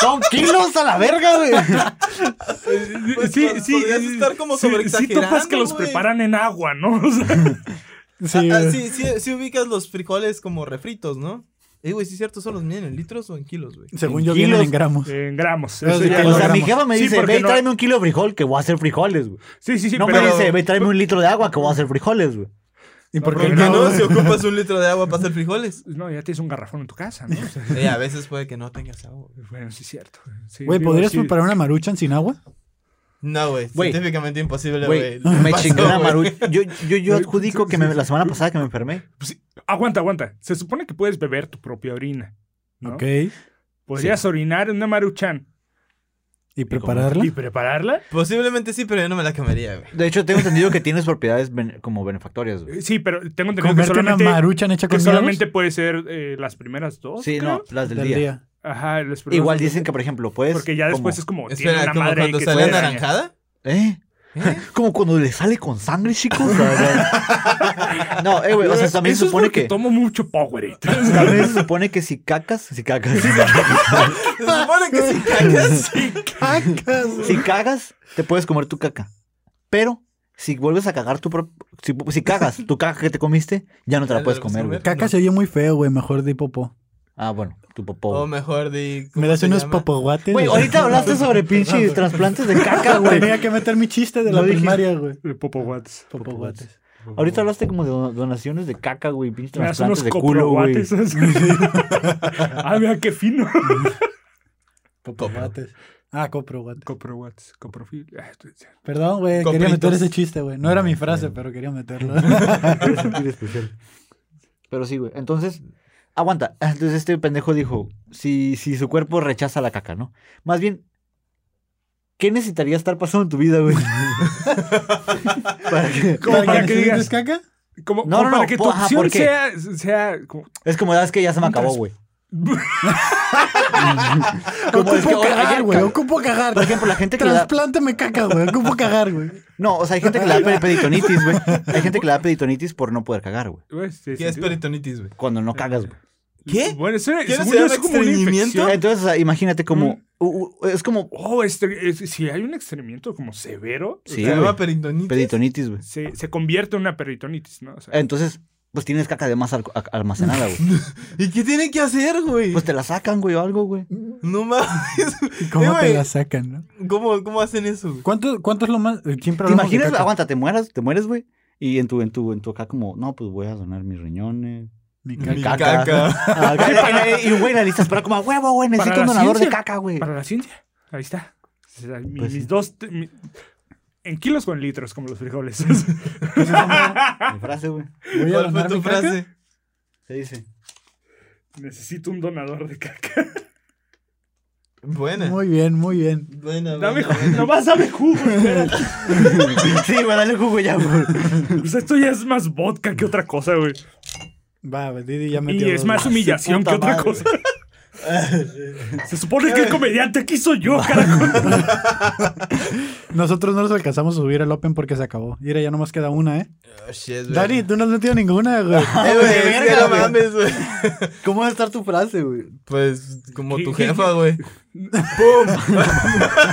Speaker 2: Son kilos a la verga, güey.
Speaker 5: sí,
Speaker 4: Pues, pod-
Speaker 5: sí.
Speaker 4: podrías
Speaker 5: eh,
Speaker 4: estar como
Speaker 5: sí, Sí,
Speaker 4: sobreexagerando,
Speaker 5: topas que los
Speaker 4: güey.
Speaker 5: preparan en agua, ¿no? <laughs> O sea,
Speaker 2: <laughs>
Speaker 3: Sí,
Speaker 4: Ah,
Speaker 3: güey.
Speaker 4: sí, sí, sí ubicas los frijoles como refritos, ¿no? Eh, güey, sí es cierto, ¿son los miden en litros o en kilos, güey?
Speaker 3: Según yo vienen
Speaker 2: Kilos.
Speaker 3: en gramos.
Speaker 5: en gramos.
Speaker 3: Pero
Speaker 5: Eso
Speaker 3: sí
Speaker 5: ya
Speaker 3: que
Speaker 5: lo
Speaker 2: O sea, mi
Speaker 5: gramos.
Speaker 2: jefa me
Speaker 5: Sí,
Speaker 2: dice,
Speaker 5: porque
Speaker 2: ve y
Speaker 5: no-
Speaker 2: tráeme un kilo de frijol que voy a hacer frijoles, güey.
Speaker 5: Sí, sí, sí.
Speaker 2: no
Speaker 5: pero- pues
Speaker 2: me dice, ve y tráeme un litro de agua que voy a hacer frijoles, güey.
Speaker 3: ¿Y por
Speaker 4: Porque
Speaker 3: qué
Speaker 4: no,
Speaker 3: no? güey?
Speaker 4: si ocupas un litro de agua para hacer
Speaker 5: <laughs>
Speaker 4: frijoles.
Speaker 5: No, ya tienes un garrafón en tu casa, ¿no? O sea,
Speaker 4: Eh, a veces puede que no tengas agua. güey.
Speaker 5: bueno, sí, es cierto. Sí,
Speaker 3: Güey,
Speaker 5: digo,
Speaker 3: ¿podrías
Speaker 5: sí.
Speaker 3: preparar una maruchan sin agua?
Speaker 4: No, güey,
Speaker 2: Güey.
Speaker 4: científicamente imposible,
Speaker 2: Güey,
Speaker 4: güey.
Speaker 2: me
Speaker 4: <laughs> Pasó,
Speaker 2: chingué la
Speaker 4: güey.
Speaker 2: marucha. Yo, yo, yo adjudico que me- la semana pasada que me enfermé.
Speaker 5: Aguanta, aguanta. Se supone que puedes beber tu propia orina. ¿no?
Speaker 3: Ok.
Speaker 5: Podrías orinar en una maruchan.
Speaker 3: ¿Y prepararla?
Speaker 5: ¿Y prepararla?
Speaker 4: Posiblemente sí, pero yo no me la comería, güey.
Speaker 2: De hecho, tengo entendido que tienes propiedades ben- como benefactorias, güey.
Speaker 5: Eh, Sí, pero tengo entendido que
Speaker 3: ¿Comerte una
Speaker 5: solamente,
Speaker 3: maruchan hecha
Speaker 5: que
Speaker 3: con
Speaker 5: solamente puede ser eh, las primeras dos.
Speaker 2: Sí, no,
Speaker 5: creo.
Speaker 2: las del,
Speaker 3: del
Speaker 2: día.
Speaker 3: día.
Speaker 5: Ajá, las primeras
Speaker 2: Igual
Speaker 5: dos.
Speaker 2: dicen que, por ejemplo, puedes.
Speaker 5: Porque ya después es como. tiene
Speaker 4: Espera,
Speaker 5: una
Speaker 4: como
Speaker 5: madre
Speaker 4: cuando
Speaker 5: que
Speaker 4: sale
Speaker 5: te araña.
Speaker 4: anaranjada.
Speaker 2: ¿Eh?
Speaker 4: ¿Eh?
Speaker 2: <laughs> Como cuando le sale con sangre, chicos. no, eh, güey. O sea, también se
Speaker 5: Eso es
Speaker 2: supone
Speaker 5: porque
Speaker 2: que.
Speaker 5: Tomo
Speaker 2: <laughs>
Speaker 5: mucho Powerade.
Speaker 2: También se supone que si cacas, si cacas.
Speaker 4: Se supone que si cagas.
Speaker 2: <laughs> si cagas, te puedes comer tu caca. Pero si vuelves a cagar tu prop- si, si cagas tu caca que te comiste, ya no te la
Speaker 4: Ya
Speaker 2: puedes
Speaker 4: la puedes
Speaker 2: comer, güey.
Speaker 4: comer.
Speaker 3: Caca se oye muy feo, güey. Mejor di popó.
Speaker 2: Ah, bueno, tu popó.
Speaker 4: O mejor di. ¿cómo
Speaker 3: ¿Me das
Speaker 4: se
Speaker 3: unos
Speaker 4: llama?
Speaker 3: popoguates?
Speaker 2: Güey, ahorita hablaste sobre pinche trasplantes de caca, güey.
Speaker 3: <laughs> Tenía que meter mi chiste de la
Speaker 2: No dije-
Speaker 3: primaria, güey.
Speaker 5: El Popo Watts.
Speaker 3: Popoguates.
Speaker 2: Ahorita hablaste como de don- donaciones de caca, güey, pinche
Speaker 5: Me hacen unos
Speaker 2: trasplantes de culo, güey.
Speaker 5: coproguates. <laughs> ah, mira qué fino.
Speaker 3: Popoguates. Ah, coproguates.
Speaker 5: Coproguates, coprofil. Ah, esto es-
Speaker 3: Perdón, güey. Quería
Speaker 4: Copritos.
Speaker 3: meter ese chiste, güey. No era mi frase, pero quería meterlo.
Speaker 2: <laughs> Pero sí, güey. Entonces, aguanta. Entonces este pendejo dijo, si, si su cuerpo rechaza la caca, ¿no? Más bien, ¿qué necesitaría estar pasando en tu vida, güey? Para que-
Speaker 3: <laughs>
Speaker 5: Como para que
Speaker 3: sientes
Speaker 5: digas-
Speaker 3: caca?
Speaker 5: Como,
Speaker 2: No,
Speaker 5: como
Speaker 2: no,
Speaker 5: para
Speaker 2: no,
Speaker 5: que
Speaker 2: po-
Speaker 5: tu
Speaker 2: ajá,
Speaker 5: opción
Speaker 2: ¿por qué?
Speaker 5: sea, sea como,
Speaker 2: Es como, "Ah, es que ya se me acabó, güey. Como es que,
Speaker 3: Ocupo
Speaker 2: oye,
Speaker 3: cagar,
Speaker 2: ayer-
Speaker 3: güey. Ocupo cagar. <laughs>
Speaker 2: Por ejemplo, la gente que le da...
Speaker 3: Transplántame caca, güey. Ocupo cagar, güey.
Speaker 2: No, o sea, hay gente que le da pe- peritonitis, güey. Hay gente que le da peritonitis por no poder cagar, güey.
Speaker 5: güey, este,
Speaker 4: ¿Qué es
Speaker 5: sentido.
Speaker 4: peritonitis, güey?
Speaker 2: Cuando no cagas, güey.
Speaker 4: ¿Qué?
Speaker 5: Bueno, eso es,
Speaker 4: ¿Quieres
Speaker 5: según
Speaker 4: se
Speaker 5: yo,
Speaker 4: llama
Speaker 5: es como un
Speaker 4: estreñimiento?
Speaker 5: infección.
Speaker 2: Entonces, o sea, imagínate como...
Speaker 5: Mm.
Speaker 2: u- u- es como
Speaker 5: Oh, este, es- si hay un experimento como severo, o
Speaker 2: Sí,
Speaker 5: sea,
Speaker 4: Se llama
Speaker 2: güey.
Speaker 4: peritonitis.
Speaker 2: peritonitis, güey.
Speaker 5: se, se convierte en una peritonitis, ¿no? O sea,
Speaker 2: Entonces, pues tienes caca de más al- a- almacenada, güey.
Speaker 4: ¿Y qué tienen que hacer, güey?
Speaker 2: Pues te la sacan, güey, o algo, güey.
Speaker 4: No mames. <laughs>
Speaker 3: ¿Y ¿Cómo
Speaker 4: Eh,
Speaker 3: te
Speaker 4: güey,
Speaker 3: la sacan, no?
Speaker 4: ¿Cómo, c¿Cómo hacen eso? güey?
Speaker 3: ¿Cuánto, cuánto es lo más? eh, Siempre
Speaker 2: ¿Te
Speaker 3: hablamos de
Speaker 2: imaginas?
Speaker 3: caca.
Speaker 2: Aguanta, te mueras, te mueres, güey. Y en tu, en tu, en tu acá como, no, pues voy a donar mis riñones.
Speaker 3: Mi
Speaker 2: mi
Speaker 3: caca.
Speaker 2: caca.
Speaker 4: caca.
Speaker 2: Ah, eh, eh, eh, y güey, la lista para como a huevo, güey, necesito
Speaker 5: Para
Speaker 2: un
Speaker 5: la
Speaker 2: donador de
Speaker 5: ciencia.
Speaker 2: caca, güey.
Speaker 5: para la ciencia, ahí está. O sea, mi-
Speaker 2: Pues sí.
Speaker 5: mis dos, te- mi- en kilos con litros, como
Speaker 2: <laughs>
Speaker 5: los frijoles. <laughs>
Speaker 2: Mi frase, güey.
Speaker 3: Voy a
Speaker 4: ¿Cuál fue
Speaker 3: donar
Speaker 4: tu
Speaker 3: mi caca.
Speaker 4: frase?
Speaker 2: Se dice.
Speaker 5: Necesito un donador de caca.
Speaker 2: <laughs>
Speaker 4: Buena.
Speaker 3: Muy bien, muy bien.
Speaker 4: Buena,
Speaker 5: Dame,
Speaker 4: buena,
Speaker 5: ju-
Speaker 4: buena.
Speaker 5: nomás dame jugo, espera.
Speaker 2: Sí, güey, dale jugo ya, güey.
Speaker 5: O sea, Pues esto ya es más vodka que otra cosa, güey.
Speaker 3: Va, güey, Didi ya metió.
Speaker 5: Y es
Speaker 3: dos,
Speaker 5: más
Speaker 3: güey.
Speaker 5: humillación
Speaker 2: puta
Speaker 5: que otra
Speaker 2: madre. <laughs>
Speaker 5: cosa. Se supone que el comediante aquí soy yo, carajo.
Speaker 3: Nosotros no nos alcanzamos a subir al Open porque se acabó. Mira, ya nomás queda una, ¿eh?
Speaker 4: Oh, shit, güey.
Speaker 3: Dani, tú no has metido ninguna, güey.
Speaker 4: Eh, güey,
Speaker 2: Qué
Speaker 4: es que
Speaker 2: verga,
Speaker 4: no
Speaker 2: güey.
Speaker 4: mames, güey.
Speaker 2: ¿Cómo va a estar tu frase, güey?
Speaker 4: Pues como
Speaker 5: ¿Qué-
Speaker 4: tu
Speaker 5: qué-
Speaker 4: jefa, güey. ¡Pum!
Speaker 2: <laughs>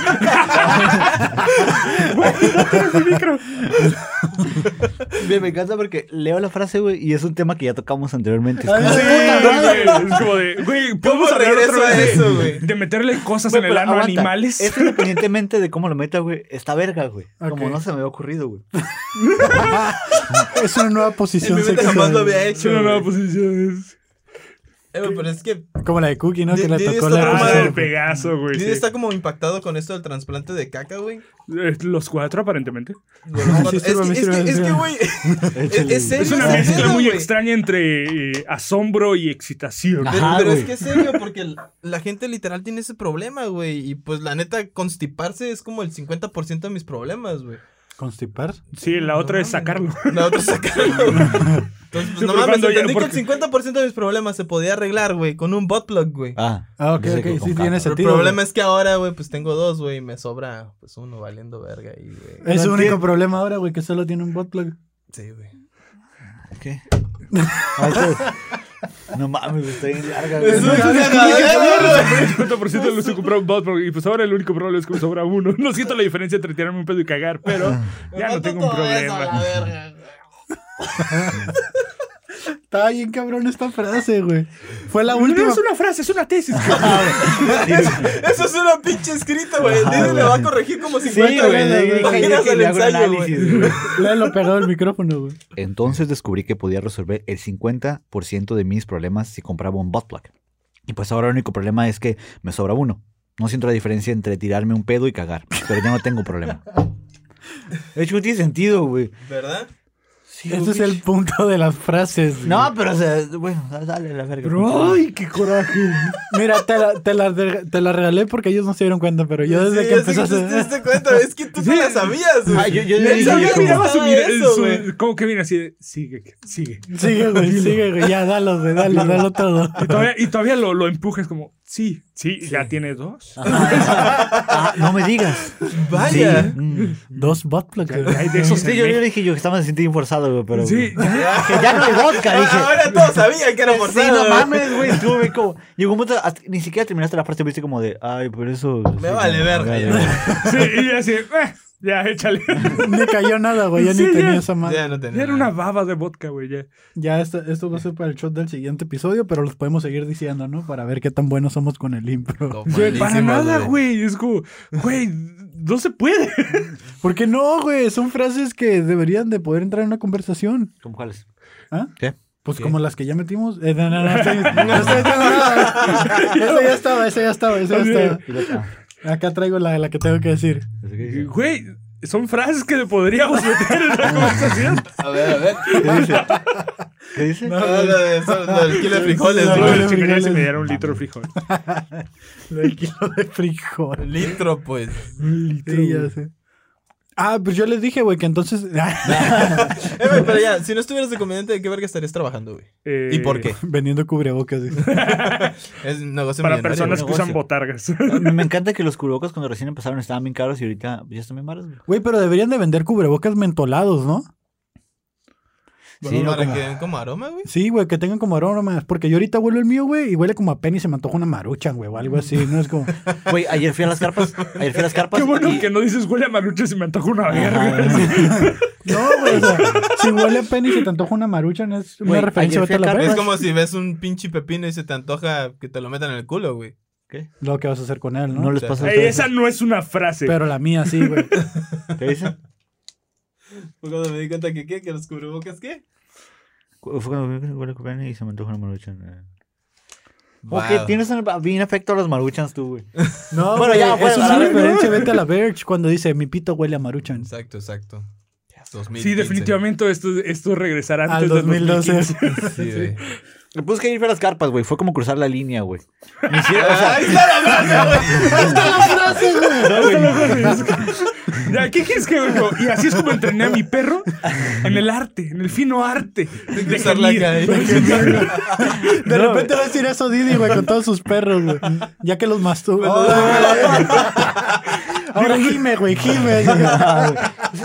Speaker 2: Me, me encanta porque leo la frase, güey, y es un tema que ya tocamos anteriormente. Es como-
Speaker 5: Sí, güey, es como de, güey, podemos hablar
Speaker 4: regreso a
Speaker 5: otra vez
Speaker 4: eso,
Speaker 5: de,
Speaker 4: güey?
Speaker 5: de meterle cosas
Speaker 2: Güey,
Speaker 5: en el
Speaker 2: pero
Speaker 5: ano a
Speaker 2: aguanta.
Speaker 5: animales.
Speaker 2: Esto independientemente de cómo lo meta, güey, está verga, güey. Como
Speaker 3: Ok.
Speaker 2: no se me había ocurrido, güey.
Speaker 3: Es una nueva
Speaker 4: El
Speaker 3: posición
Speaker 4: bebé jamás lo
Speaker 3: sexual.
Speaker 4: había
Speaker 5: Es
Speaker 4: hecho.
Speaker 5: una nueva
Speaker 4: güey.
Speaker 5: posición. es-
Speaker 4: Eh, güey, pero es que
Speaker 3: Como la de Cookie, ¿no? Que le
Speaker 4: Didi
Speaker 3: tocó
Speaker 4: está
Speaker 3: la
Speaker 4: Ah,
Speaker 5: Toma
Speaker 4: sí.
Speaker 5: del
Speaker 3: risa.
Speaker 5: Pegaso, güey.
Speaker 4: Didi
Speaker 5: sí.
Speaker 4: está como impactado con esto del trasplante de caca, güey.
Speaker 5: Eh, Los cuatro, aparentemente.
Speaker 4: De los cuatro-
Speaker 3: sí,
Speaker 4: Es que-
Speaker 3: sírvame,
Speaker 4: es que-
Speaker 3: sírvame,
Speaker 4: es que,
Speaker 3: sírvame.
Speaker 4: güey. es- Es serio.
Speaker 5: Es una
Speaker 4: ese
Speaker 5: mezcla
Speaker 4: pedo,
Speaker 5: muy
Speaker 4: güey.
Speaker 5: extraña entre eh, asombro y excitación.
Speaker 4: Pero,
Speaker 2: Ajá,
Speaker 4: pero es
Speaker 2: güey.
Speaker 4: que es serio, porque l- la gente literal tiene ese problema, güey. Y pues la neta, constiparse es como el 50% de mis problemas, güey.
Speaker 3: ¿Constipar?
Speaker 5: Sí, la otra
Speaker 4: No
Speaker 5: es
Speaker 4: mames,
Speaker 5: sacarlo.
Speaker 4: <laughs> La otra es sacarlo, güey. Entonces, pues
Speaker 5: Sí,
Speaker 4: no
Speaker 5: pero
Speaker 4: mames,
Speaker 5: cuando ya-
Speaker 4: entendí
Speaker 5: porque-
Speaker 4: que el 50% de mis problemas se podía arreglar, güey, con un bot plug, güey.
Speaker 2: Ah,
Speaker 3: Ah, ok,
Speaker 2: Dice
Speaker 3: ok.
Speaker 2: que con
Speaker 3: Sí,
Speaker 2: caca.
Speaker 3: tiene
Speaker 4: Pero el
Speaker 3: sentido.
Speaker 4: problema
Speaker 3: güey.
Speaker 4: es que ahora, güey, pues tengo dos, güey, y me sobra, pues uno valiendo verga ahí, güey.
Speaker 3: Es su
Speaker 2: No
Speaker 3: único
Speaker 2: entiendo.
Speaker 3: problema ahora, güey, que solo tiene un bot plug.
Speaker 4: Sí, güey.
Speaker 2: ¿qué? Ahí está. no mames, güey, está bien larga, güey.
Speaker 4: Es un
Speaker 5: El 50% de los que compraron dos, pero- y pues ahora el único problema es que me sobra uno. No siento la diferencia entre tirarme un pedo y cagar, pero ya no tengo un problema.
Speaker 3: <laughs> Está bien cabrón esta frase, güey. Fue la
Speaker 5: No
Speaker 3: última.
Speaker 5: es una frase, es una tesis.
Speaker 4: Eso es una pinche escrita, güey. Didi le va a corregir como 50
Speaker 3: güey, le dije
Speaker 4: páginas
Speaker 2: que
Speaker 4: al
Speaker 2: le hago un
Speaker 4: ensayo,
Speaker 2: análisis,
Speaker 4: güey.
Speaker 2: güey.
Speaker 3: Le lo pegado el micrófono, güey.
Speaker 2: Entonces descubrí que podía resolver el 50% de mis problemas si compraba un bot plug. Y pues ahora el único problema es que me sobra uno. No siento la diferencia entre tirarme un pedo y cagar, pero ya no tengo problema. De hecho, no tiene sentido, güey.
Speaker 4: ¿Verdad?
Speaker 2: Sí,
Speaker 3: Ese es el punto de las frases.
Speaker 2: No, pero o sea, bueno, dale la verga.
Speaker 5: ¡Ay, qué coraje!
Speaker 3: Mira, te la, te, la, reg- te la regalé porque ellos no se dieron cuenta, pero yo desde
Speaker 4: Sí,
Speaker 3: que
Speaker 4: es
Speaker 3: empezaste.
Speaker 4: te diste cuenta, es que tú no la sabías, güey.
Speaker 2: Ah, yo, yo,
Speaker 4: Él
Speaker 2: yo-
Speaker 4: sabía
Speaker 2: yo
Speaker 4: que
Speaker 2: como-
Speaker 4: estaba
Speaker 5: Miraba su, mira-
Speaker 4: eso,
Speaker 5: su-
Speaker 4: güey.
Speaker 5: como que viene así de, sigue, sigue.
Speaker 3: <laughs> Sigue, güey, sigue, güey. Ya, dalo, güey, dalo, dalo todo.
Speaker 5: Y todavía, y todavía lo, lo empujas como, sí, sí, ya tiene dos.
Speaker 2: Ah, no me digas.
Speaker 4: Vaya.
Speaker 2: Mm.
Speaker 3: Dos buttplugs,
Speaker 5: Ya-
Speaker 3: güey. <laughs>
Speaker 5: ya hay de esos
Speaker 2: Sí,
Speaker 5: en
Speaker 2: yo, yo
Speaker 5: México.
Speaker 2: dije yo que estaba me sentí bien forzado, güey, pero.
Speaker 5: Sí,
Speaker 2: Que ya no hay vodka, dije.
Speaker 4: Ah, Ahora todos sabían que era forzado.
Speaker 2: Sí, no
Speaker 4: güey.
Speaker 2: mames, güey. Estuve como. Llegó un momento. hasta- Ni siquiera terminaste la frase, viste como de. Ay, por eso.
Speaker 4: Me vale verga. Ya,
Speaker 5: sí, y así, eh, ya échale.
Speaker 3: Me cayó nada, güey. Ya
Speaker 5: Sí,
Speaker 3: ni
Speaker 5: ya.
Speaker 3: tenía esa madre.
Speaker 4: ya no tenía.
Speaker 5: Ya era
Speaker 4: nada.
Speaker 5: una baba de vodka, güey, ya.
Speaker 3: Ya, esto, esto va a ser para el shot del siguiente episodio, pero los podemos seguir diciendo, ¿no? Para ver qué tan buenos somos con el impro.
Speaker 4: No,
Speaker 5: Güey, para
Speaker 4: malísimas,
Speaker 5: nada, güey. Es como, güey, no se puede.
Speaker 3: <laughs> ¿Por qué no, güey? Son frases que deberían de poder entrar en una conversación.
Speaker 2: ¿Cómo cuáles?
Speaker 3: ¿Ah?
Speaker 2: ¿Qué?
Speaker 3: Pues
Speaker 4: ¿Qué?
Speaker 3: como las que ya metimos. Eh, no, no, no, <laughs> estoy- no estoy diciendo nada. Esa ya estaba, esa ya estaba, esa ya estaba.
Speaker 2: Y la otra.
Speaker 3: Acá traigo la, la que tengo que decir.
Speaker 2: Así que dice-
Speaker 5: Güey, son frases que
Speaker 3: <laughs>
Speaker 5: podríamos meter en la conversación.
Speaker 4: A ver, a ver.
Speaker 2: ¿Qué dice? ¿Qué dice?
Speaker 4: No, no, no, son- no, el kilo de frijoles,
Speaker 3: No,
Speaker 4: güey.
Speaker 5: Güey,
Speaker 3: no,
Speaker 5: si quería, se
Speaker 3: frijoles.
Speaker 5: me diera un litro de frijol.
Speaker 3: Lo del kilo de frijol.
Speaker 4: Litro, pues.
Speaker 3: Sí, ya sé. Ah, pues yo les dije, güey, que entonces. <laughs>
Speaker 4: Eh, güey, pero ya, si no estuvieras de comediante, ¿de qué verga estarías trabajando, güey? ¿Y
Speaker 5: Eh,
Speaker 4: por qué?
Speaker 3: Vendiendo cubrebocas. dice.
Speaker 4: Es un negocio
Speaker 5: Para
Speaker 4: millonario,
Speaker 5: personas que
Speaker 4: güey.
Speaker 5: usan botargas.
Speaker 2: Me me encanta que los cubrebocas cuando recién empezaron estaban bien caros y ahorita ya están bien caros. güey.
Speaker 3: Güey, pero deberían de vender cubrebocas mentolados, ¿no?
Speaker 2: Sí, no,
Speaker 4: para
Speaker 2: como-
Speaker 4: que den como aroma, güey.
Speaker 3: Sí, güey, que tengan como aromas. Porque yo ahorita huelo el mío, güey, y huele como a pen y se me antoja una marucha, güey, o algo así. No es como.
Speaker 2: Güey, ayer fui a las carpas. Ayer fui a las carpas.
Speaker 5: <laughs> Qué bueno
Speaker 2: y- Ah,
Speaker 5: que no dices huele a marucha si me antoja una verga.
Speaker 2: Ajá, sí.
Speaker 3: <laughs> No, güey, <laughs> o sea, si huele a pen y se te antoja una marucha, no es una
Speaker 2: Güey,
Speaker 3: referencia
Speaker 2: ayer fui
Speaker 3: vete a
Speaker 2: a
Speaker 3: la
Speaker 2: Carmen-
Speaker 4: Es
Speaker 3: verga.
Speaker 4: como si ves un pinche pepino y se te antoja que te lo metan en el culo, güey.
Speaker 3: Lo que vas a hacer con él, ¿no?
Speaker 2: No les pasa a
Speaker 5: Ey,
Speaker 2: ustedes.
Speaker 5: esa no es una frase.
Speaker 3: Pero la mía sí, güey.
Speaker 2: ¿Qué dice?
Speaker 4: Fue cuando me di cuenta que qué, que los cubrebocas qué.
Speaker 2: Cu- Fue cuando vi que huele a Copenhague y se me antoja una maruchan.
Speaker 4: Wow.
Speaker 2: Porque tienes un- bien afecto a los maruchans tú, güey.
Speaker 3: <laughs>
Speaker 2: Bueno,
Speaker 3: No, bueno,
Speaker 2: ya,
Speaker 3: ya,
Speaker 2: bueno,
Speaker 3: eso
Speaker 2: a
Speaker 3: es
Speaker 2: la
Speaker 3: una
Speaker 2: verga,
Speaker 3: referencia vete a la Verge cuando dice mi pito huele a maruchan.
Speaker 4: Exacto, exacto.
Speaker 5: Sí,
Speaker 4: 2015.
Speaker 5: definitivamente esto, esto regresará antes
Speaker 3: Al
Speaker 5: del
Speaker 3: 2012.
Speaker 5: 2015.
Speaker 4: Sí, güey.
Speaker 2: Me puse Pues que ir a las carpas, güey. Fue como cruzar la línea, güey. Ni siquiera- o sea, eh,
Speaker 4: ¡Ahí está la verga, güey!
Speaker 5: Ya, ¿Qué quieres que haga? Y así es como entrené a mi perro en el arte, en el fino arte. De
Speaker 4: cruzar la
Speaker 5: gemir.
Speaker 4: calle.
Speaker 3: <laughs> De repente va a decir eso Didi, güey, con todos sus perros, güey. Ya que los masturba. <laughs> Ahora gime, güey, <laughs> gime.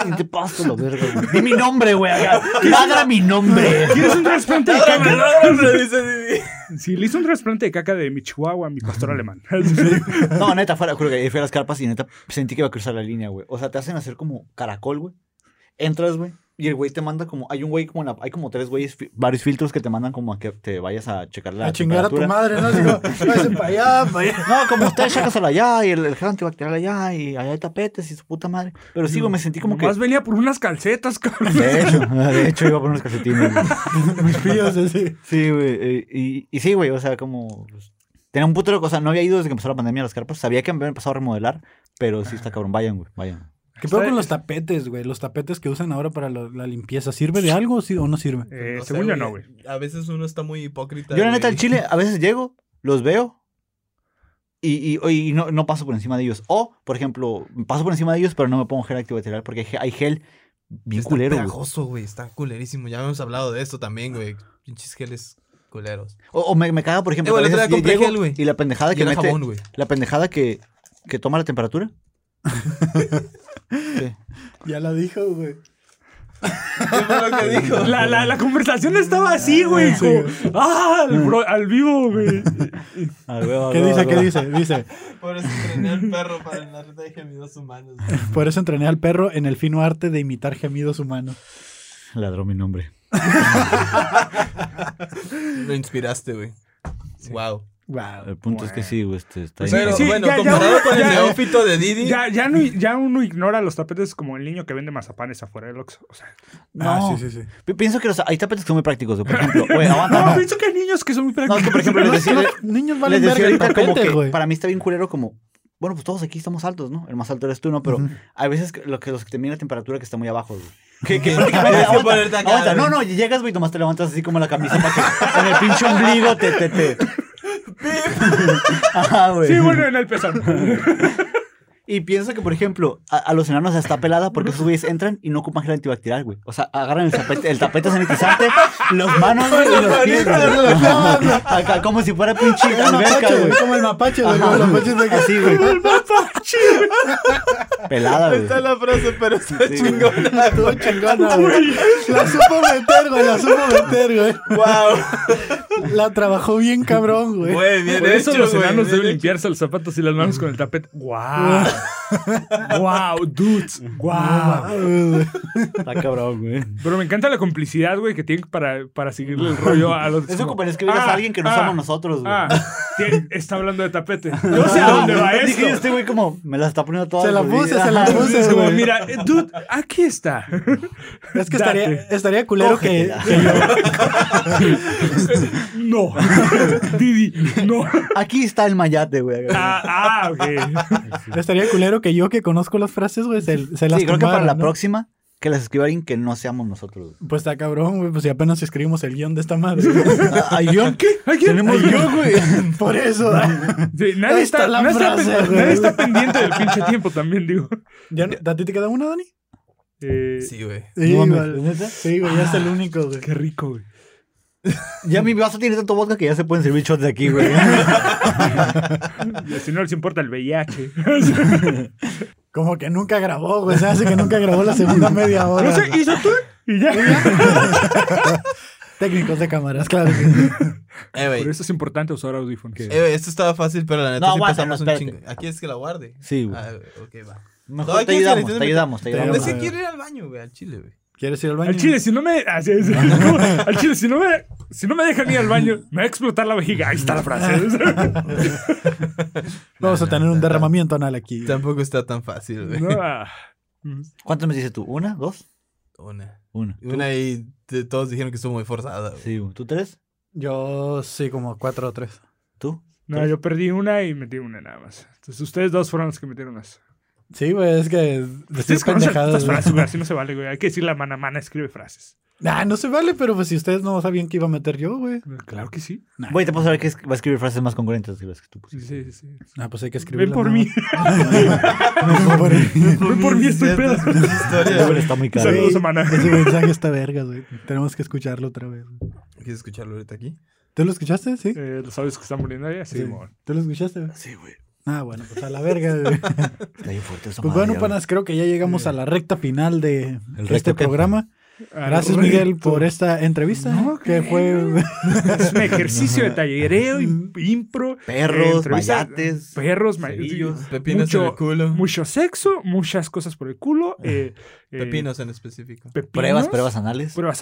Speaker 2: Ni te paso la verga, güey. Di mi nombre, güey. acá. Ladra mi nombre.
Speaker 5: ¿Quieres un trasplante de
Speaker 4: Me
Speaker 5: caca?
Speaker 4: roban, me dice Didi.
Speaker 5: Sí, le hice un trasplante de caca de mi chihuahua, a mi pastor alemán.
Speaker 2: No, neta, fuera, juro que ayer fui a las carpas y neta sentí que iba a cruzar la línea, güey. O sea, te hacen hacer como caracol, güey. Entras, güey. Y el güey te manda como, hay un güey como en la- hay como tres güeyes, fi- varios filtros que te mandan como a que te vayas a checar la
Speaker 3: A chingar a tu
Speaker 2: temperatura.
Speaker 3: madre, ¿no?
Speaker 2: <laughs>
Speaker 3: Digo, váyase para allá, para allá.
Speaker 2: No, como usted, sácasela allá y el, el gel antibacterial allá y allá hay tapetes y su puta madre. Pero sí, güey, me sentí como que.
Speaker 5: Más venía por unas calcetas, cabrón.
Speaker 2: De hecho, de hecho iba por unos calcetines. güey.
Speaker 3: Mis píos, así.
Speaker 2: Sí, güey. eh, Y, y sí, güey, o sea, como. pues, tenía un puto de cosas. No había ido desde que empezó la pandemia a las carpas. Sabía que habían empezado a remodelar, pero sí está cabrón. Vayan, güey, vayan.
Speaker 3: ¿Qué pedo con los tapetes, güey? Los tapetes que usan ahora para lo- la limpieza. ¿Sirve de algo sí, o no sirve?
Speaker 5: Eh,
Speaker 4: No sé,
Speaker 5: según yo no, güey.
Speaker 4: A veces uno está muy hipócrita.
Speaker 2: Yo, la neta,
Speaker 4: güey.
Speaker 2: al chile, a
Speaker 4: <laughs>
Speaker 2: veces llego, los veo y, y- y no, no paso por encima de ellos. O, por ejemplo, paso por encima de ellos, pero no me pongo gel antibacterial porque hay ge- hay gel bien
Speaker 4: Está
Speaker 2: culero, güey.
Speaker 4: pegajoso, güey. Está culerísimo. Ya hemos hablado de esto también, güey. Pinches geles culeros.
Speaker 2: O, o me, me caga, por ejemplo,
Speaker 4: Eh, güey,
Speaker 2: que a
Speaker 4: la otra
Speaker 2: veces
Speaker 4: vez compré
Speaker 2: llego
Speaker 4: gel, güey.
Speaker 2: y la pendejada
Speaker 4: Y
Speaker 2: Ah, que
Speaker 4: era
Speaker 2: mete,
Speaker 4: jabón,
Speaker 2: <laughs>
Speaker 4: güey.
Speaker 2: la pendejada que, que toma la
Speaker 3: <laughs>
Speaker 2: temperatura. Sí.
Speaker 3: Ya la dijo, güey.
Speaker 4: ¿Qué fue lo que dijo?
Speaker 5: La, la, la conversación estaba así, güey. como, ah, al, bro- al vivo, güey.
Speaker 2: Ah, güey,
Speaker 3: ¿Qué
Speaker 2: güey,
Speaker 3: dice? ¿Qué
Speaker 2: güey.
Speaker 3: dice? Dice,
Speaker 4: Por eso entrené al perro para andar de gemidos humanos.
Speaker 3: por eso entrené al perro en el fino arte de imitar gemidos humanos.
Speaker 2: Ladró mi nombre.
Speaker 4: Lo inspiraste, güey. Wow.
Speaker 3: Wow.
Speaker 2: El punto es que sí, güey, este, está
Speaker 5: Pues
Speaker 2: bien
Speaker 4: Pero
Speaker 5: sí,
Speaker 2: cabrón.
Speaker 4: bueno,
Speaker 5: ya- ya,
Speaker 4: comparado
Speaker 5: güey,
Speaker 4: con
Speaker 5: ya,
Speaker 4: el
Speaker 5: ya.
Speaker 4: neófito de Didi.
Speaker 5: Ya, ya, no, ya uno ignora los tapetes como el niño que vende mazapanes afuera del Oxxo. O sea,
Speaker 2: No.
Speaker 3: Ah, sí, sí, sí.
Speaker 2: Pi- Pienso que los, hay tapetes que son muy prácticos, güey. Por ejemplo, güey, aguanta.
Speaker 5: <laughs> no,
Speaker 2: aguanta.
Speaker 5: pienso que hay niños que son muy
Speaker 2: No, es que por ejemplo les decía,
Speaker 3: Los niños valen
Speaker 2: les decía
Speaker 3: verga el
Speaker 2: ahorita como
Speaker 3: tapete,
Speaker 2: que
Speaker 3: güey.
Speaker 2: para mí está bien culero como, bueno, pues todos aquí estamos altos, ¿no? El más alto eres tú, ¿no? Pero hay veces que, lo que los que te miden la temperatura que está muy abajo, güey. <laughs> Que, que prácticamente
Speaker 4: Tienes que
Speaker 2: aguanta,
Speaker 4: ponerte acá,
Speaker 2: aguanta.
Speaker 4: güey.
Speaker 2: No, no, y llegas, güey, nomás te levantas así como la
Speaker 5: <laughs>
Speaker 2: camisa para que en el pinche ombligo te, te, te. <laughs> Ajá, güey.
Speaker 5: <laughs> Sí, bueno, en
Speaker 2: <laughs>
Speaker 5: el pezón.
Speaker 2: Y pienso que, por ejemplo, a, a los enanos está pelada porque esos güeyes entran y no ocupan gel antibacterial, güey. O sea, agarran el tapete, el tapete sanitizante, los manos güey, y los pies, güey. Acá, como si fuera pinche alberca,
Speaker 3: mapache,
Speaker 2: güey.
Speaker 3: güey, Como el mapache, güey,
Speaker 2: Ajá,
Speaker 3: como el
Speaker 2: güey. <laughs>
Speaker 3: mapache de que-
Speaker 2: Así, güey.
Speaker 3: <laughs>
Speaker 2: Pelada, güey.
Speaker 4: Está la frase, pero está
Speaker 2: Sí,
Speaker 4: chingona, güey.
Speaker 3: Chingona, güey. La supo meter, güey, la supo meter, güey.
Speaker 4: Wow.
Speaker 3: La trabajó bien cabrón, güey.
Speaker 4: <laughs> Güey, bien
Speaker 5: Por eso
Speaker 4: hecho,
Speaker 5: los
Speaker 4: güey,
Speaker 5: enanos
Speaker 4: bien
Speaker 5: deben
Speaker 4: hecho.
Speaker 5: limpiarse los zapatos y las manos con el
Speaker 2: <laughs>
Speaker 5: tapete. ¡Wow! ¡Wow, dudes! ¡Wow!
Speaker 2: Está cabrón, güey.
Speaker 5: Pero me encanta la complicidad, güey, que tienen para, para seguirle el rollo a los...
Speaker 2: Eso como
Speaker 5: como,
Speaker 2: es que veas
Speaker 5: ah,
Speaker 2: a alguien que no
Speaker 5: ah,
Speaker 2: somos nosotros, güey. <laughs>
Speaker 5: Ah, tie- está hablando de tapete. Yo sé a
Speaker 2: Ah,
Speaker 5: dónde va
Speaker 2: dije,
Speaker 5: esto.
Speaker 2: este güey como, me la está poniendo toda
Speaker 3: Se la
Speaker 2: jodida.
Speaker 3: puse, se la
Speaker 2: Ajá.
Speaker 3: puse.
Speaker 5: Entonces, como,
Speaker 3: güey.
Speaker 5: mira, eh, dude, aquí está.
Speaker 3: Es que estaría,
Speaker 5: Date.
Speaker 3: estaría culero que,
Speaker 2: Cógetela.
Speaker 3: que yo-
Speaker 5: No. <laughs> Didi, no.
Speaker 2: <laughs> Aquí está el mayate, güey.
Speaker 5: Ah, ah, ok.
Speaker 3: estaría culero que yo que conozco las frases, güey, se, se las
Speaker 2: sí, creo que para
Speaker 3: tumbara,
Speaker 2: la
Speaker 3: ¿no?
Speaker 2: próxima, que las escriba alguien que no seamos nosotros. güey.
Speaker 3: Pues está cabrón, güey, pues si apenas escribimos el guión de esta madre.
Speaker 2: <laughs> ¿Hay guión? ¿Qué?
Speaker 3: Tenemos guión, güey. <laughs> Por eso.
Speaker 5: Sí, nadie,
Speaker 3: Ahí
Speaker 5: está,
Speaker 3: está la
Speaker 5: nadie, está
Speaker 3: frase,
Speaker 5: pen-
Speaker 3: güey.
Speaker 5: nadie está pendiente del pinche tiempo también, <laughs> digo.
Speaker 3: ¿Ya no- ¿A ti te queda una, Dani?
Speaker 5: Eh,
Speaker 4: Sí, güey.
Speaker 3: Sí,
Speaker 2: No,
Speaker 3: güey.
Speaker 2: mames, ¿neta?
Speaker 3: Sí, güey, ya es el único, güey.
Speaker 5: Qué rico, güey.
Speaker 2: Ya mi vaso tiene tanto vodka que ya se pueden servir shots de aquí,
Speaker 5: <laughs>
Speaker 2: güey.
Speaker 5: Y Si no les importa el <laughs> VIH.
Speaker 3: Como que nunca grabó, güey. Se hace que nunca grabó la segunda media hora.
Speaker 5: No se hizo tú y ya.
Speaker 3: Técnicos de cámaras,
Speaker 2: <laughs>
Speaker 3: claro. que-
Speaker 4: Eh, güey.
Speaker 5: Por eso es importante usar audífonos.
Speaker 4: Eh, güey, esto estaba fácil, pero la neta
Speaker 2: No,
Speaker 4: sí
Speaker 2: aguántalo,
Speaker 4: pasamos un
Speaker 2: espérate.
Speaker 4: chingo. Aquí es que la guarde.
Speaker 2: Sí, güey.
Speaker 4: Ah, ok, va.
Speaker 2: Mejor
Speaker 4: No, hay
Speaker 2: te,
Speaker 4: que
Speaker 2: ayudamos,
Speaker 4: hacer-
Speaker 2: te ayudamos, te
Speaker 3: Te
Speaker 2: ayudamos,
Speaker 4: Es
Speaker 3: vamos a
Speaker 4: que
Speaker 3: ver.
Speaker 4: quiero ir al baño, güey, al chile, güey.
Speaker 3: ¿Quieres ir al baño?
Speaker 5: Al chile, si no me. así es. <laughs> ¿Cómo? Al chile, si no me. Si no me dejan ir al baño, me va a explotar la vejiga. Ahí está la frase.
Speaker 3: Vamos
Speaker 2: Ah,
Speaker 3: a tener un derramamiento anal aquí.
Speaker 4: Tampoco está tan fácil, güey.
Speaker 5: <laughs> No, ah.
Speaker 2: ¿Cuántas me dices tú? ¿Una? ¿Dos?
Speaker 4: Una.
Speaker 2: Una.
Speaker 4: Una y te- todos dijeron que estuvo muy forzada, güey.
Speaker 2: Sí, güey. ¿Tú tres? yo
Speaker 3: Yo sí, como cuatro o tres.
Speaker 2: ¿Tú?
Speaker 5: No, yo perdí una y metí una nada más. Entonces, ustedes dos fueron los que metieron unas.
Speaker 3: Sí, güey, es que
Speaker 5: Ustedes
Speaker 3: decís
Speaker 5: conocen
Speaker 3: pendejadas.
Speaker 5: estas
Speaker 3: güey.
Speaker 5: frases, güey. Así Pues no se vale, güey. Hay que decir la mana mana escribe frases.
Speaker 3: Ah, no se vale, pero pues si ustedes no sabían que iba a meter yo, güey.
Speaker 5: Claro que sí.
Speaker 2: Güey, te puedo saber que es- va a escribir frases más congruentes que las que tú
Speaker 5: Sí,
Speaker 2: pusiste.
Speaker 5: sí, sí.
Speaker 3: Ah, pues hay que escribir.
Speaker 5: Ven
Speaker 3: <laughs>
Speaker 5: por mí. Ven por mí, estoy pedo.
Speaker 4: historia,
Speaker 2: Güey,
Speaker 4: güey.
Speaker 2: Está muy caro.
Speaker 5: <laughs> Saludos
Speaker 3: Sí.
Speaker 5: a mana.
Speaker 3: Ese mensaje está verga, güey. Tenemos que escucharlo otra vez.
Speaker 4: ¿Quieres escucharlo ahorita aquí?
Speaker 3: ¿Tú lo escuchaste? Sí.
Speaker 5: Eh, ¿Los sabios que están muriendo allá? Sí,
Speaker 3: Sí.
Speaker 5: mon.
Speaker 3: ¿Tú lo escuchaste? güey?
Speaker 2: Sí, güey.
Speaker 3: Ah, bueno, pues a la verga,
Speaker 2: <laughs>
Speaker 3: güey.
Speaker 2: Está bien fuerte esa
Speaker 3: Pues
Speaker 2: madre,
Speaker 3: bueno,
Speaker 2: ya,
Speaker 3: panas, creo que ya llegamos a la recta final de
Speaker 2: El
Speaker 3: este
Speaker 2: recto que-
Speaker 3: programa. Gracias,
Speaker 5: Al <laughs>
Speaker 3: Miguel,
Speaker 5: reto.
Speaker 3: por esta entrevista. eh,
Speaker 5: No,
Speaker 3: que
Speaker 5: qué
Speaker 3: fue.
Speaker 5: Es un ejercicio de tallereo, im- impro.
Speaker 2: Perros,
Speaker 5: entrevistas,
Speaker 2: mayates,
Speaker 5: Perros, ma-
Speaker 2: cerillos.
Speaker 4: Pepinos en el
Speaker 5: Mucho,
Speaker 4: culo.
Speaker 5: mucho sexo, muchas cosas por el
Speaker 3: Ah,
Speaker 5: culo. eh, eh,
Speaker 4: Pepinos en específico.
Speaker 5: pepinos,
Speaker 2: Pruebas, pruebas anales.
Speaker 5: Pruebas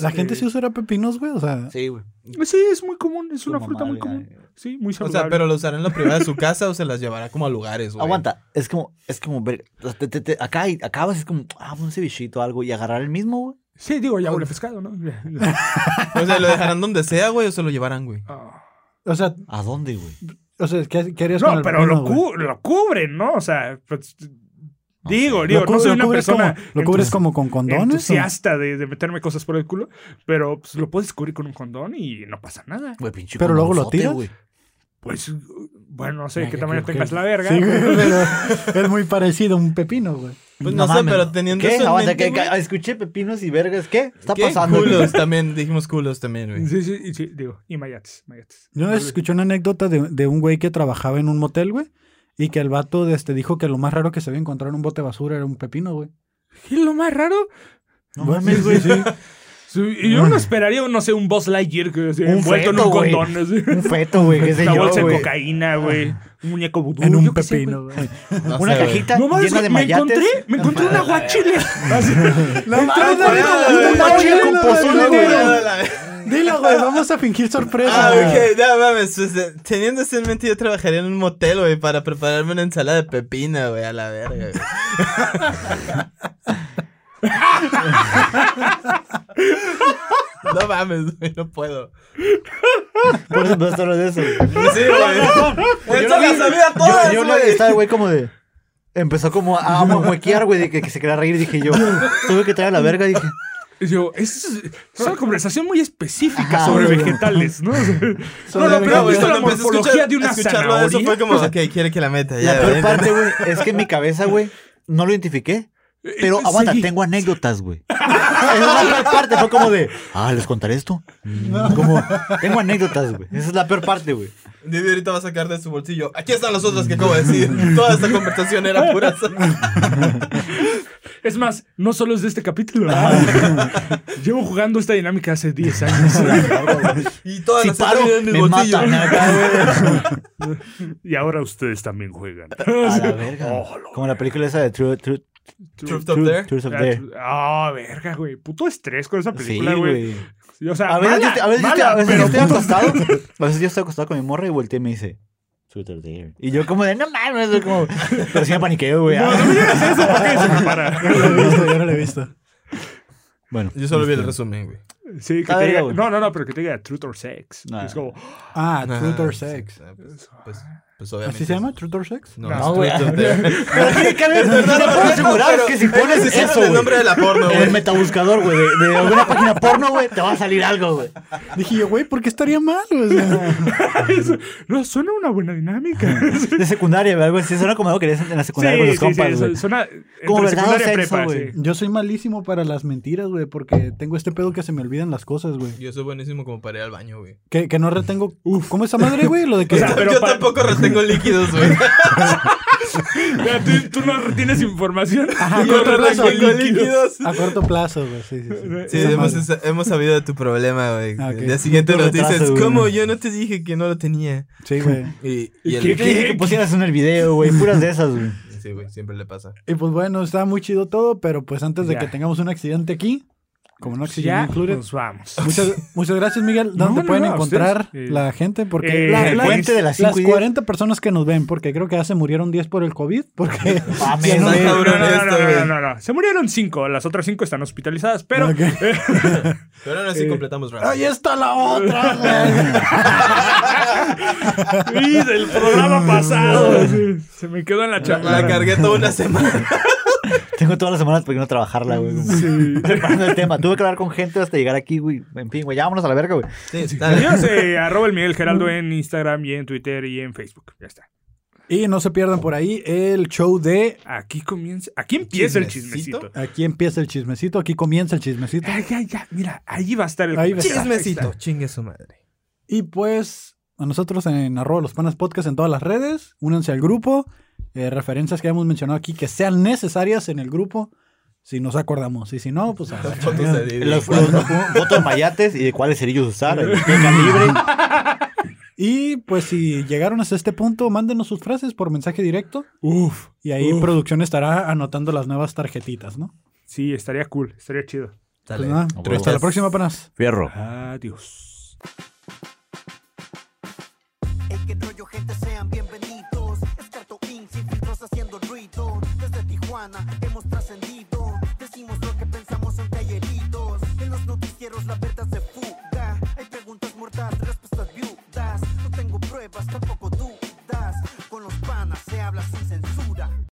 Speaker 3: <laughs> La gente
Speaker 5: eh,
Speaker 3: sí usará pepinos, güey. O sea,
Speaker 2: Sí, güey.
Speaker 5: Sí, es muy común, es una
Speaker 2: Tu
Speaker 5: fruta
Speaker 2: mamá,
Speaker 5: muy
Speaker 2: güey,
Speaker 5: común.
Speaker 2: ay.
Speaker 5: Sí, muy
Speaker 4: O
Speaker 5: saludable.
Speaker 4: sea, pero lo usará en la privada de su casa o se las llevará como a lugares, güey.
Speaker 2: Aguanta, es como, es como ver, o sea, te- te- te- acá y- acabas, es como, ah, un cevichito o algo y agarrar el mismo, güey.
Speaker 5: Sí, digo, ya huele a
Speaker 3: <laughs>
Speaker 5: pescado, ¿no? <laughs>
Speaker 4: O sea, lo dejarán donde sea, güey, o se lo llevarán, güey.
Speaker 5: Ah.
Speaker 3: o sea,
Speaker 2: ¿A dónde, güey?
Speaker 3: o sea ¿qué, qué harías con
Speaker 5: No,
Speaker 3: el
Speaker 5: pero
Speaker 3: pepino,
Speaker 5: lo,
Speaker 3: güey?
Speaker 5: cu- lo cubren, ¿no? O sea, pues, digo, digo,
Speaker 3: Lo cu-
Speaker 5: no soy
Speaker 3: lo
Speaker 5: una
Speaker 3: cubres
Speaker 5: persona.
Speaker 3: como- ¿Lo cubres
Speaker 5: entus-
Speaker 3: como con condones? o-
Speaker 5: entusiasta de, de meterme cosas por el culo, pero pues, lo puedes cubrir con un condón y no pasa nada.
Speaker 2: Güey, pinche
Speaker 3: Pero luego lo
Speaker 2: condonzote,
Speaker 3: tiras.
Speaker 2: güey.
Speaker 5: Pues, bueno, no sé de
Speaker 3: Ay,
Speaker 5: qué
Speaker 3: qué
Speaker 5: tamaño
Speaker 3: cruel.
Speaker 5: tengas la verga.
Speaker 3: Sí, güey,
Speaker 5: <laughs>
Speaker 3: <laughs> pero es muy parecido a un pepino, güey.
Speaker 4: Pues no,
Speaker 2: No
Speaker 4: sé,
Speaker 2: mames.
Speaker 4: pero teniendo
Speaker 2: ¿Qué?
Speaker 4: eso en
Speaker 2: Aguanta,
Speaker 4: mente,
Speaker 2: que- que-
Speaker 4: güey,
Speaker 2: escuché pepinos y vergas. ¿Qué? Está
Speaker 4: ¿qué?
Speaker 2: pasando. aquí?
Speaker 4: Culos también, dijimos culos también, güey.
Speaker 5: Sí, sí, y sí, digo, y mayates, mayates.
Speaker 3: Yo una vez escuché una anécdota de, de un güey que trabajaba en un motel, güey. Y que el vato de este, dijo que lo más raro que se había encontrado en un bote de basura era un pepino, güey.
Speaker 5: Y lo más raro,
Speaker 2: No mames, güey.
Speaker 5: sí, y yo no esperaría, no sé, un Boss Lightyear que así,
Speaker 2: Un
Speaker 5: envuelto en un
Speaker 2: feto, güey.
Speaker 5: condón, así.
Speaker 2: Un feto, güey. ¿Qué sé
Speaker 5: una
Speaker 2: yo,
Speaker 5: bolsa de
Speaker 2: güey.
Speaker 5: cocaína, güey, un muñeco vudú,
Speaker 3: en un
Speaker 5: yo qué sé,
Speaker 3: pepino,
Speaker 5: güey.
Speaker 3: güey.
Speaker 4: No
Speaker 2: Una
Speaker 4: sé, güey. <laughs>
Speaker 2: cajita
Speaker 5: No mames,
Speaker 2: llena de
Speaker 5: me
Speaker 2: mayates. Ah.
Speaker 5: encontré, me encontré
Speaker 2: <laughs>
Speaker 5: un aguachile. Así.
Speaker 4: mames,
Speaker 3: Entonces,
Speaker 4: Ah, güey,
Speaker 3: dilo,
Speaker 4: un
Speaker 3: dilo,
Speaker 2: guachile
Speaker 3: dilo,
Speaker 2: con
Speaker 3: dilo,
Speaker 2: pozole,
Speaker 3: dilo,
Speaker 2: güey.
Speaker 3: dilo. Dilo, güey, vamos a fingir sorpresa.
Speaker 4: Ah,
Speaker 3: güey.
Speaker 4: ok, no mames. pues, eh, teniendo eso en mente, yo trabajaría en un motel, güey, para prepararme una ensalada de pepina, güey, a la <laughs> verga, güey. No mames, güey, no puedo.
Speaker 2: Por eso no
Speaker 5: <laughs>
Speaker 4: Pues
Speaker 2: solo de eso. güey.
Speaker 4: Sí, güey. Esto la sabía
Speaker 2: Yo,
Speaker 4: todas,
Speaker 2: yo
Speaker 4: güey.
Speaker 2: estaba el güey como de. empezó como a
Speaker 4: <laughs>
Speaker 2: a muequear, güey, de que, que se quería reír. Dije yo, tuve que traer a la verga. Dije,
Speaker 5: Y yo, es, es una conversación muy específica
Speaker 2: Ajá,
Speaker 5: sobre
Speaker 2: güey.
Speaker 5: vegetales, <laughs> ¿no? no, no,
Speaker 3: vegetales.
Speaker 5: pero ¿has
Speaker 4: Cuando empecé
Speaker 5: visto la
Speaker 4: a
Speaker 5: morfología
Speaker 4: escuchar-
Speaker 5: de una
Speaker 4: escucharlo de eso
Speaker 5: zanahoria?
Speaker 4: fue como, ok, quiere que la meta. Ya,
Speaker 2: la peor
Speaker 4: ¿eh?
Speaker 2: parte, güey, es que en mi cabeza, güey, no lo identifiqué. Pero aguanta,
Speaker 5: Eh, Sí.
Speaker 2: tengo anécdotas, güey. Esa es la peor parte. Fue como de, ah, les contaré esto. Mm, Como, tengo anécdotas, güey. Esa es la peor parte,
Speaker 5: <laughs>
Speaker 2: güey.
Speaker 4: Didi ahorita va a sacar de su bolsillo. Aquí están las otras que acabo de decir. Toda esta conversación era pura.
Speaker 5: Es más, no solo es de este capítulo. <laughs> Llevo jugando esta dinámica hace 10 años.
Speaker 4: Y todas
Speaker 2: Si
Speaker 4: las
Speaker 2: paro,
Speaker 4: otras eran en
Speaker 2: me
Speaker 4: el bolsillo.
Speaker 2: matan acá, güey.
Speaker 5: <laughs> y ahora ustedes también juegan.
Speaker 2: A
Speaker 5: <laughs>
Speaker 2: la verga.
Speaker 5: Oh, lo-
Speaker 2: Como la película esa de True, True,
Speaker 5: <laughs>
Speaker 4: Truth
Speaker 2: True,
Speaker 4: up there.
Speaker 2: Truth of
Speaker 5: Ah,
Speaker 2: Dare.
Speaker 5: verga, güey. Puto estrés con esa
Speaker 2: Sí,
Speaker 5: película, güey.
Speaker 2: güey.
Speaker 5: Sí, O sea,
Speaker 2: A veces,
Speaker 5: mala,
Speaker 2: yo, estoy- a veces yo estoy-
Speaker 5: mala,
Speaker 2: a veces yo
Speaker 5: pero
Speaker 2: estoy
Speaker 5: puto-
Speaker 2: acostado. A veces yo estoy acostado con mi morra y volteé y me dice. "Truth or Dare". Y yo como de, no mames, güey, como... Pero sí me paniqueo, güey. Ah,
Speaker 5: No, no me digas eso, ¿por qué se me para?
Speaker 3: Yo no lo he visto, yo no lo he visto.
Speaker 2: Bueno.
Speaker 4: <laughs> Yo solo vi el resumen, güey.
Speaker 5: Sí, que
Speaker 2: A
Speaker 5: te
Speaker 2: ver,
Speaker 5: diga,
Speaker 2: güey.
Speaker 5: no, no, no, pero que te diga truth or sex.
Speaker 2: No.
Speaker 5: Es como, <laughs>
Speaker 3: Ah,
Speaker 4: Ah,
Speaker 3: Truth or
Speaker 4: sí,
Speaker 3: Sex.
Speaker 4: ah, Pues, pues, pues obviamente.
Speaker 3: ¿Así se llama? ¿Truth or Sex?
Speaker 4: No,
Speaker 5: No,
Speaker 4: es
Speaker 2: güey.
Speaker 4: Truth up <laughs> there.
Speaker 2: Pero tiene que haber... Yo te puedo asegurar que si
Speaker 4: <laughs>
Speaker 2: pones
Speaker 4: Ese es
Speaker 2: eso,
Speaker 4: el
Speaker 2: güey, Eh,
Speaker 4: nombre de la porno,
Speaker 2: en el
Speaker 4: güey.
Speaker 2: metabuscador, güey, de, de alguna página porno, güey, te va a salir algo, güey.
Speaker 3: Dije yo, güey, ¿por qué estaría mal? O
Speaker 4: <laughs>
Speaker 3: sea,
Speaker 5: eso- no, suena una buena dinámica. <laughs> Sí,
Speaker 2: De secundaria, güey, algo así. Suena como algo que lees en la secundaria con
Speaker 5: sí,
Speaker 2: los compas,
Speaker 5: sí,
Speaker 2: güey.
Speaker 5: suena
Speaker 2: Como
Speaker 5: entre
Speaker 2: verdad o
Speaker 5: secundaria y
Speaker 2: sexo,
Speaker 5: prepa,
Speaker 2: güey.
Speaker 5: sí.
Speaker 3: yo soy malísimo para las mentiras, güey, porque tengo este pedo que se me olvidan las cosas, güey.
Speaker 4: Yo soy buenísimo como para ir al baño, güey.
Speaker 3: Que, que no retengo. ¿Cómo esa madre, güey? Lo de que.
Speaker 5: <laughs> O sea, Pero
Speaker 4: Yo
Speaker 5: para-
Speaker 4: tampoco retengo líquidos, güey.
Speaker 5: Ya, tú, tú no retienes información.
Speaker 3: <laughs> Ajá,
Speaker 4: Yo
Speaker 3: corto plazo.
Speaker 4: retengo líquidos.
Speaker 3: A corto plazo, güey. Sí, sí, sí.
Speaker 4: Sí,
Speaker 3: Esa
Speaker 4: hemos,
Speaker 3: madre.
Speaker 4: hemos sabido de tu problema, güey.
Speaker 3: Ah, ok.
Speaker 4: La siguiente
Speaker 2: Tu
Speaker 4: nos dices,
Speaker 2: retraso, güey.
Speaker 4: ¿cómo? Yo no te dije que no lo tenía.
Speaker 3: Sí, güey.
Speaker 4: Y, y el-
Speaker 2: Yo te dije que pusieras en el video, güey, puras de esas, güey.
Speaker 4: Sí, güey, siempre le pasa.
Speaker 3: Y pues bueno, está muy chido todo, pero pues antes de
Speaker 5: Ya.
Speaker 3: que tengamos un accidente aquí, como no accidente
Speaker 5: ya,
Speaker 3: included,
Speaker 5: nos pues vamos.
Speaker 3: Muchas, muchas gracias, Miguel.
Speaker 5: No,
Speaker 3: ¿Dónde
Speaker 5: no,
Speaker 3: pueden
Speaker 5: no, a
Speaker 3: encontrar
Speaker 5: ustedes. Eh,
Speaker 3: la gente? Porque
Speaker 5: eh,
Speaker 3: la-
Speaker 5: el
Speaker 3: la-
Speaker 2: cuente de las
Speaker 3: las
Speaker 2: cinco y diez.
Speaker 3: 40 personas que nos ven, porque creo que ya se murieron 10 por el COVID. Porque
Speaker 2: Mames,
Speaker 3: se nos-
Speaker 4: güey.
Speaker 5: <laughs> No, no, no,
Speaker 4: Cabrón
Speaker 5: no,
Speaker 4: esto,
Speaker 5: no,
Speaker 4: güey.
Speaker 5: no, no. Se murieron cinco, las otras cinco están hospitalizadas, pero <laughs>
Speaker 3: Ok.
Speaker 4: Pero ahora
Speaker 3: Eh,
Speaker 4: sí completamos round.
Speaker 3: ¡Ahí está la otra! güey!
Speaker 5: y del programa pasado sí, se me quedó en la
Speaker 3: Ah,
Speaker 4: La
Speaker 5: chamarra.
Speaker 4: cargué toda una
Speaker 3: <laughs>
Speaker 4: semana.
Speaker 2: Tengo todas las semanas porque no trabajarla, güey. como-
Speaker 5: Sí.
Speaker 2: <laughs> Preparando el tema. Tuve que hablar con gente hasta llegar aquí, güey. En fin, güey, ya vámonos a la verga, güey.
Speaker 4: Sí, dale.
Speaker 5: Adiós, eh, arroba el Miguel Geraldo en Instagram y en Twitter y en Facebook. Ya está.
Speaker 3: Y no se pierdan por ahí el show de.
Speaker 5: Aquí comienza, aquí empieza
Speaker 4: ¿Chismecito?
Speaker 5: el chismecito.
Speaker 3: Aquí empieza el chismecito, aquí comienza el chismecito.
Speaker 5: Ya, ya, ya, mira, ahí va a estar el
Speaker 3: Ahí va a estar.
Speaker 4: Chismecito. Chingue su madre.
Speaker 3: Y pues a nosotros en arroba los panas podcast en todas las redes, únanse al grupo, eh, referencias que hemos mencionado aquí que sean necesarias en el grupo, si nos acordamos, y si no, pues... a la
Speaker 4: Fotos
Speaker 3: chingada.
Speaker 4: de Didi.
Speaker 2: Los, los- votos mayates y de cuáles cerillos usar. El de calibre.
Speaker 3: Y pues si llegaron hasta este punto, mándenos sus frases por mensaje directo. Uf. Y ahí
Speaker 5: uf.
Speaker 3: producción estará anotando las nuevas tarjetitas, ¿no?
Speaker 5: Sí, estaría cool, estaría chido.
Speaker 3: Pues
Speaker 4: Dale.
Speaker 3: nada,
Speaker 2: huevo.
Speaker 3: hasta la próxima, panas.
Speaker 2: Fierro.
Speaker 5: Adiós.
Speaker 1: Hey, qué rollo, gente, sean bienvenidos. Es Carto Inc, sin filtros haciendo ruido. Desde Tijuana hemos trascendido. Decimos lo que pensamos en talleritos. En los noticieros la verdad se fuga. Hay preguntas muertas, respuestas viudas. No tengo pruebas, tampoco dudas. Con los panas se habla sin censura.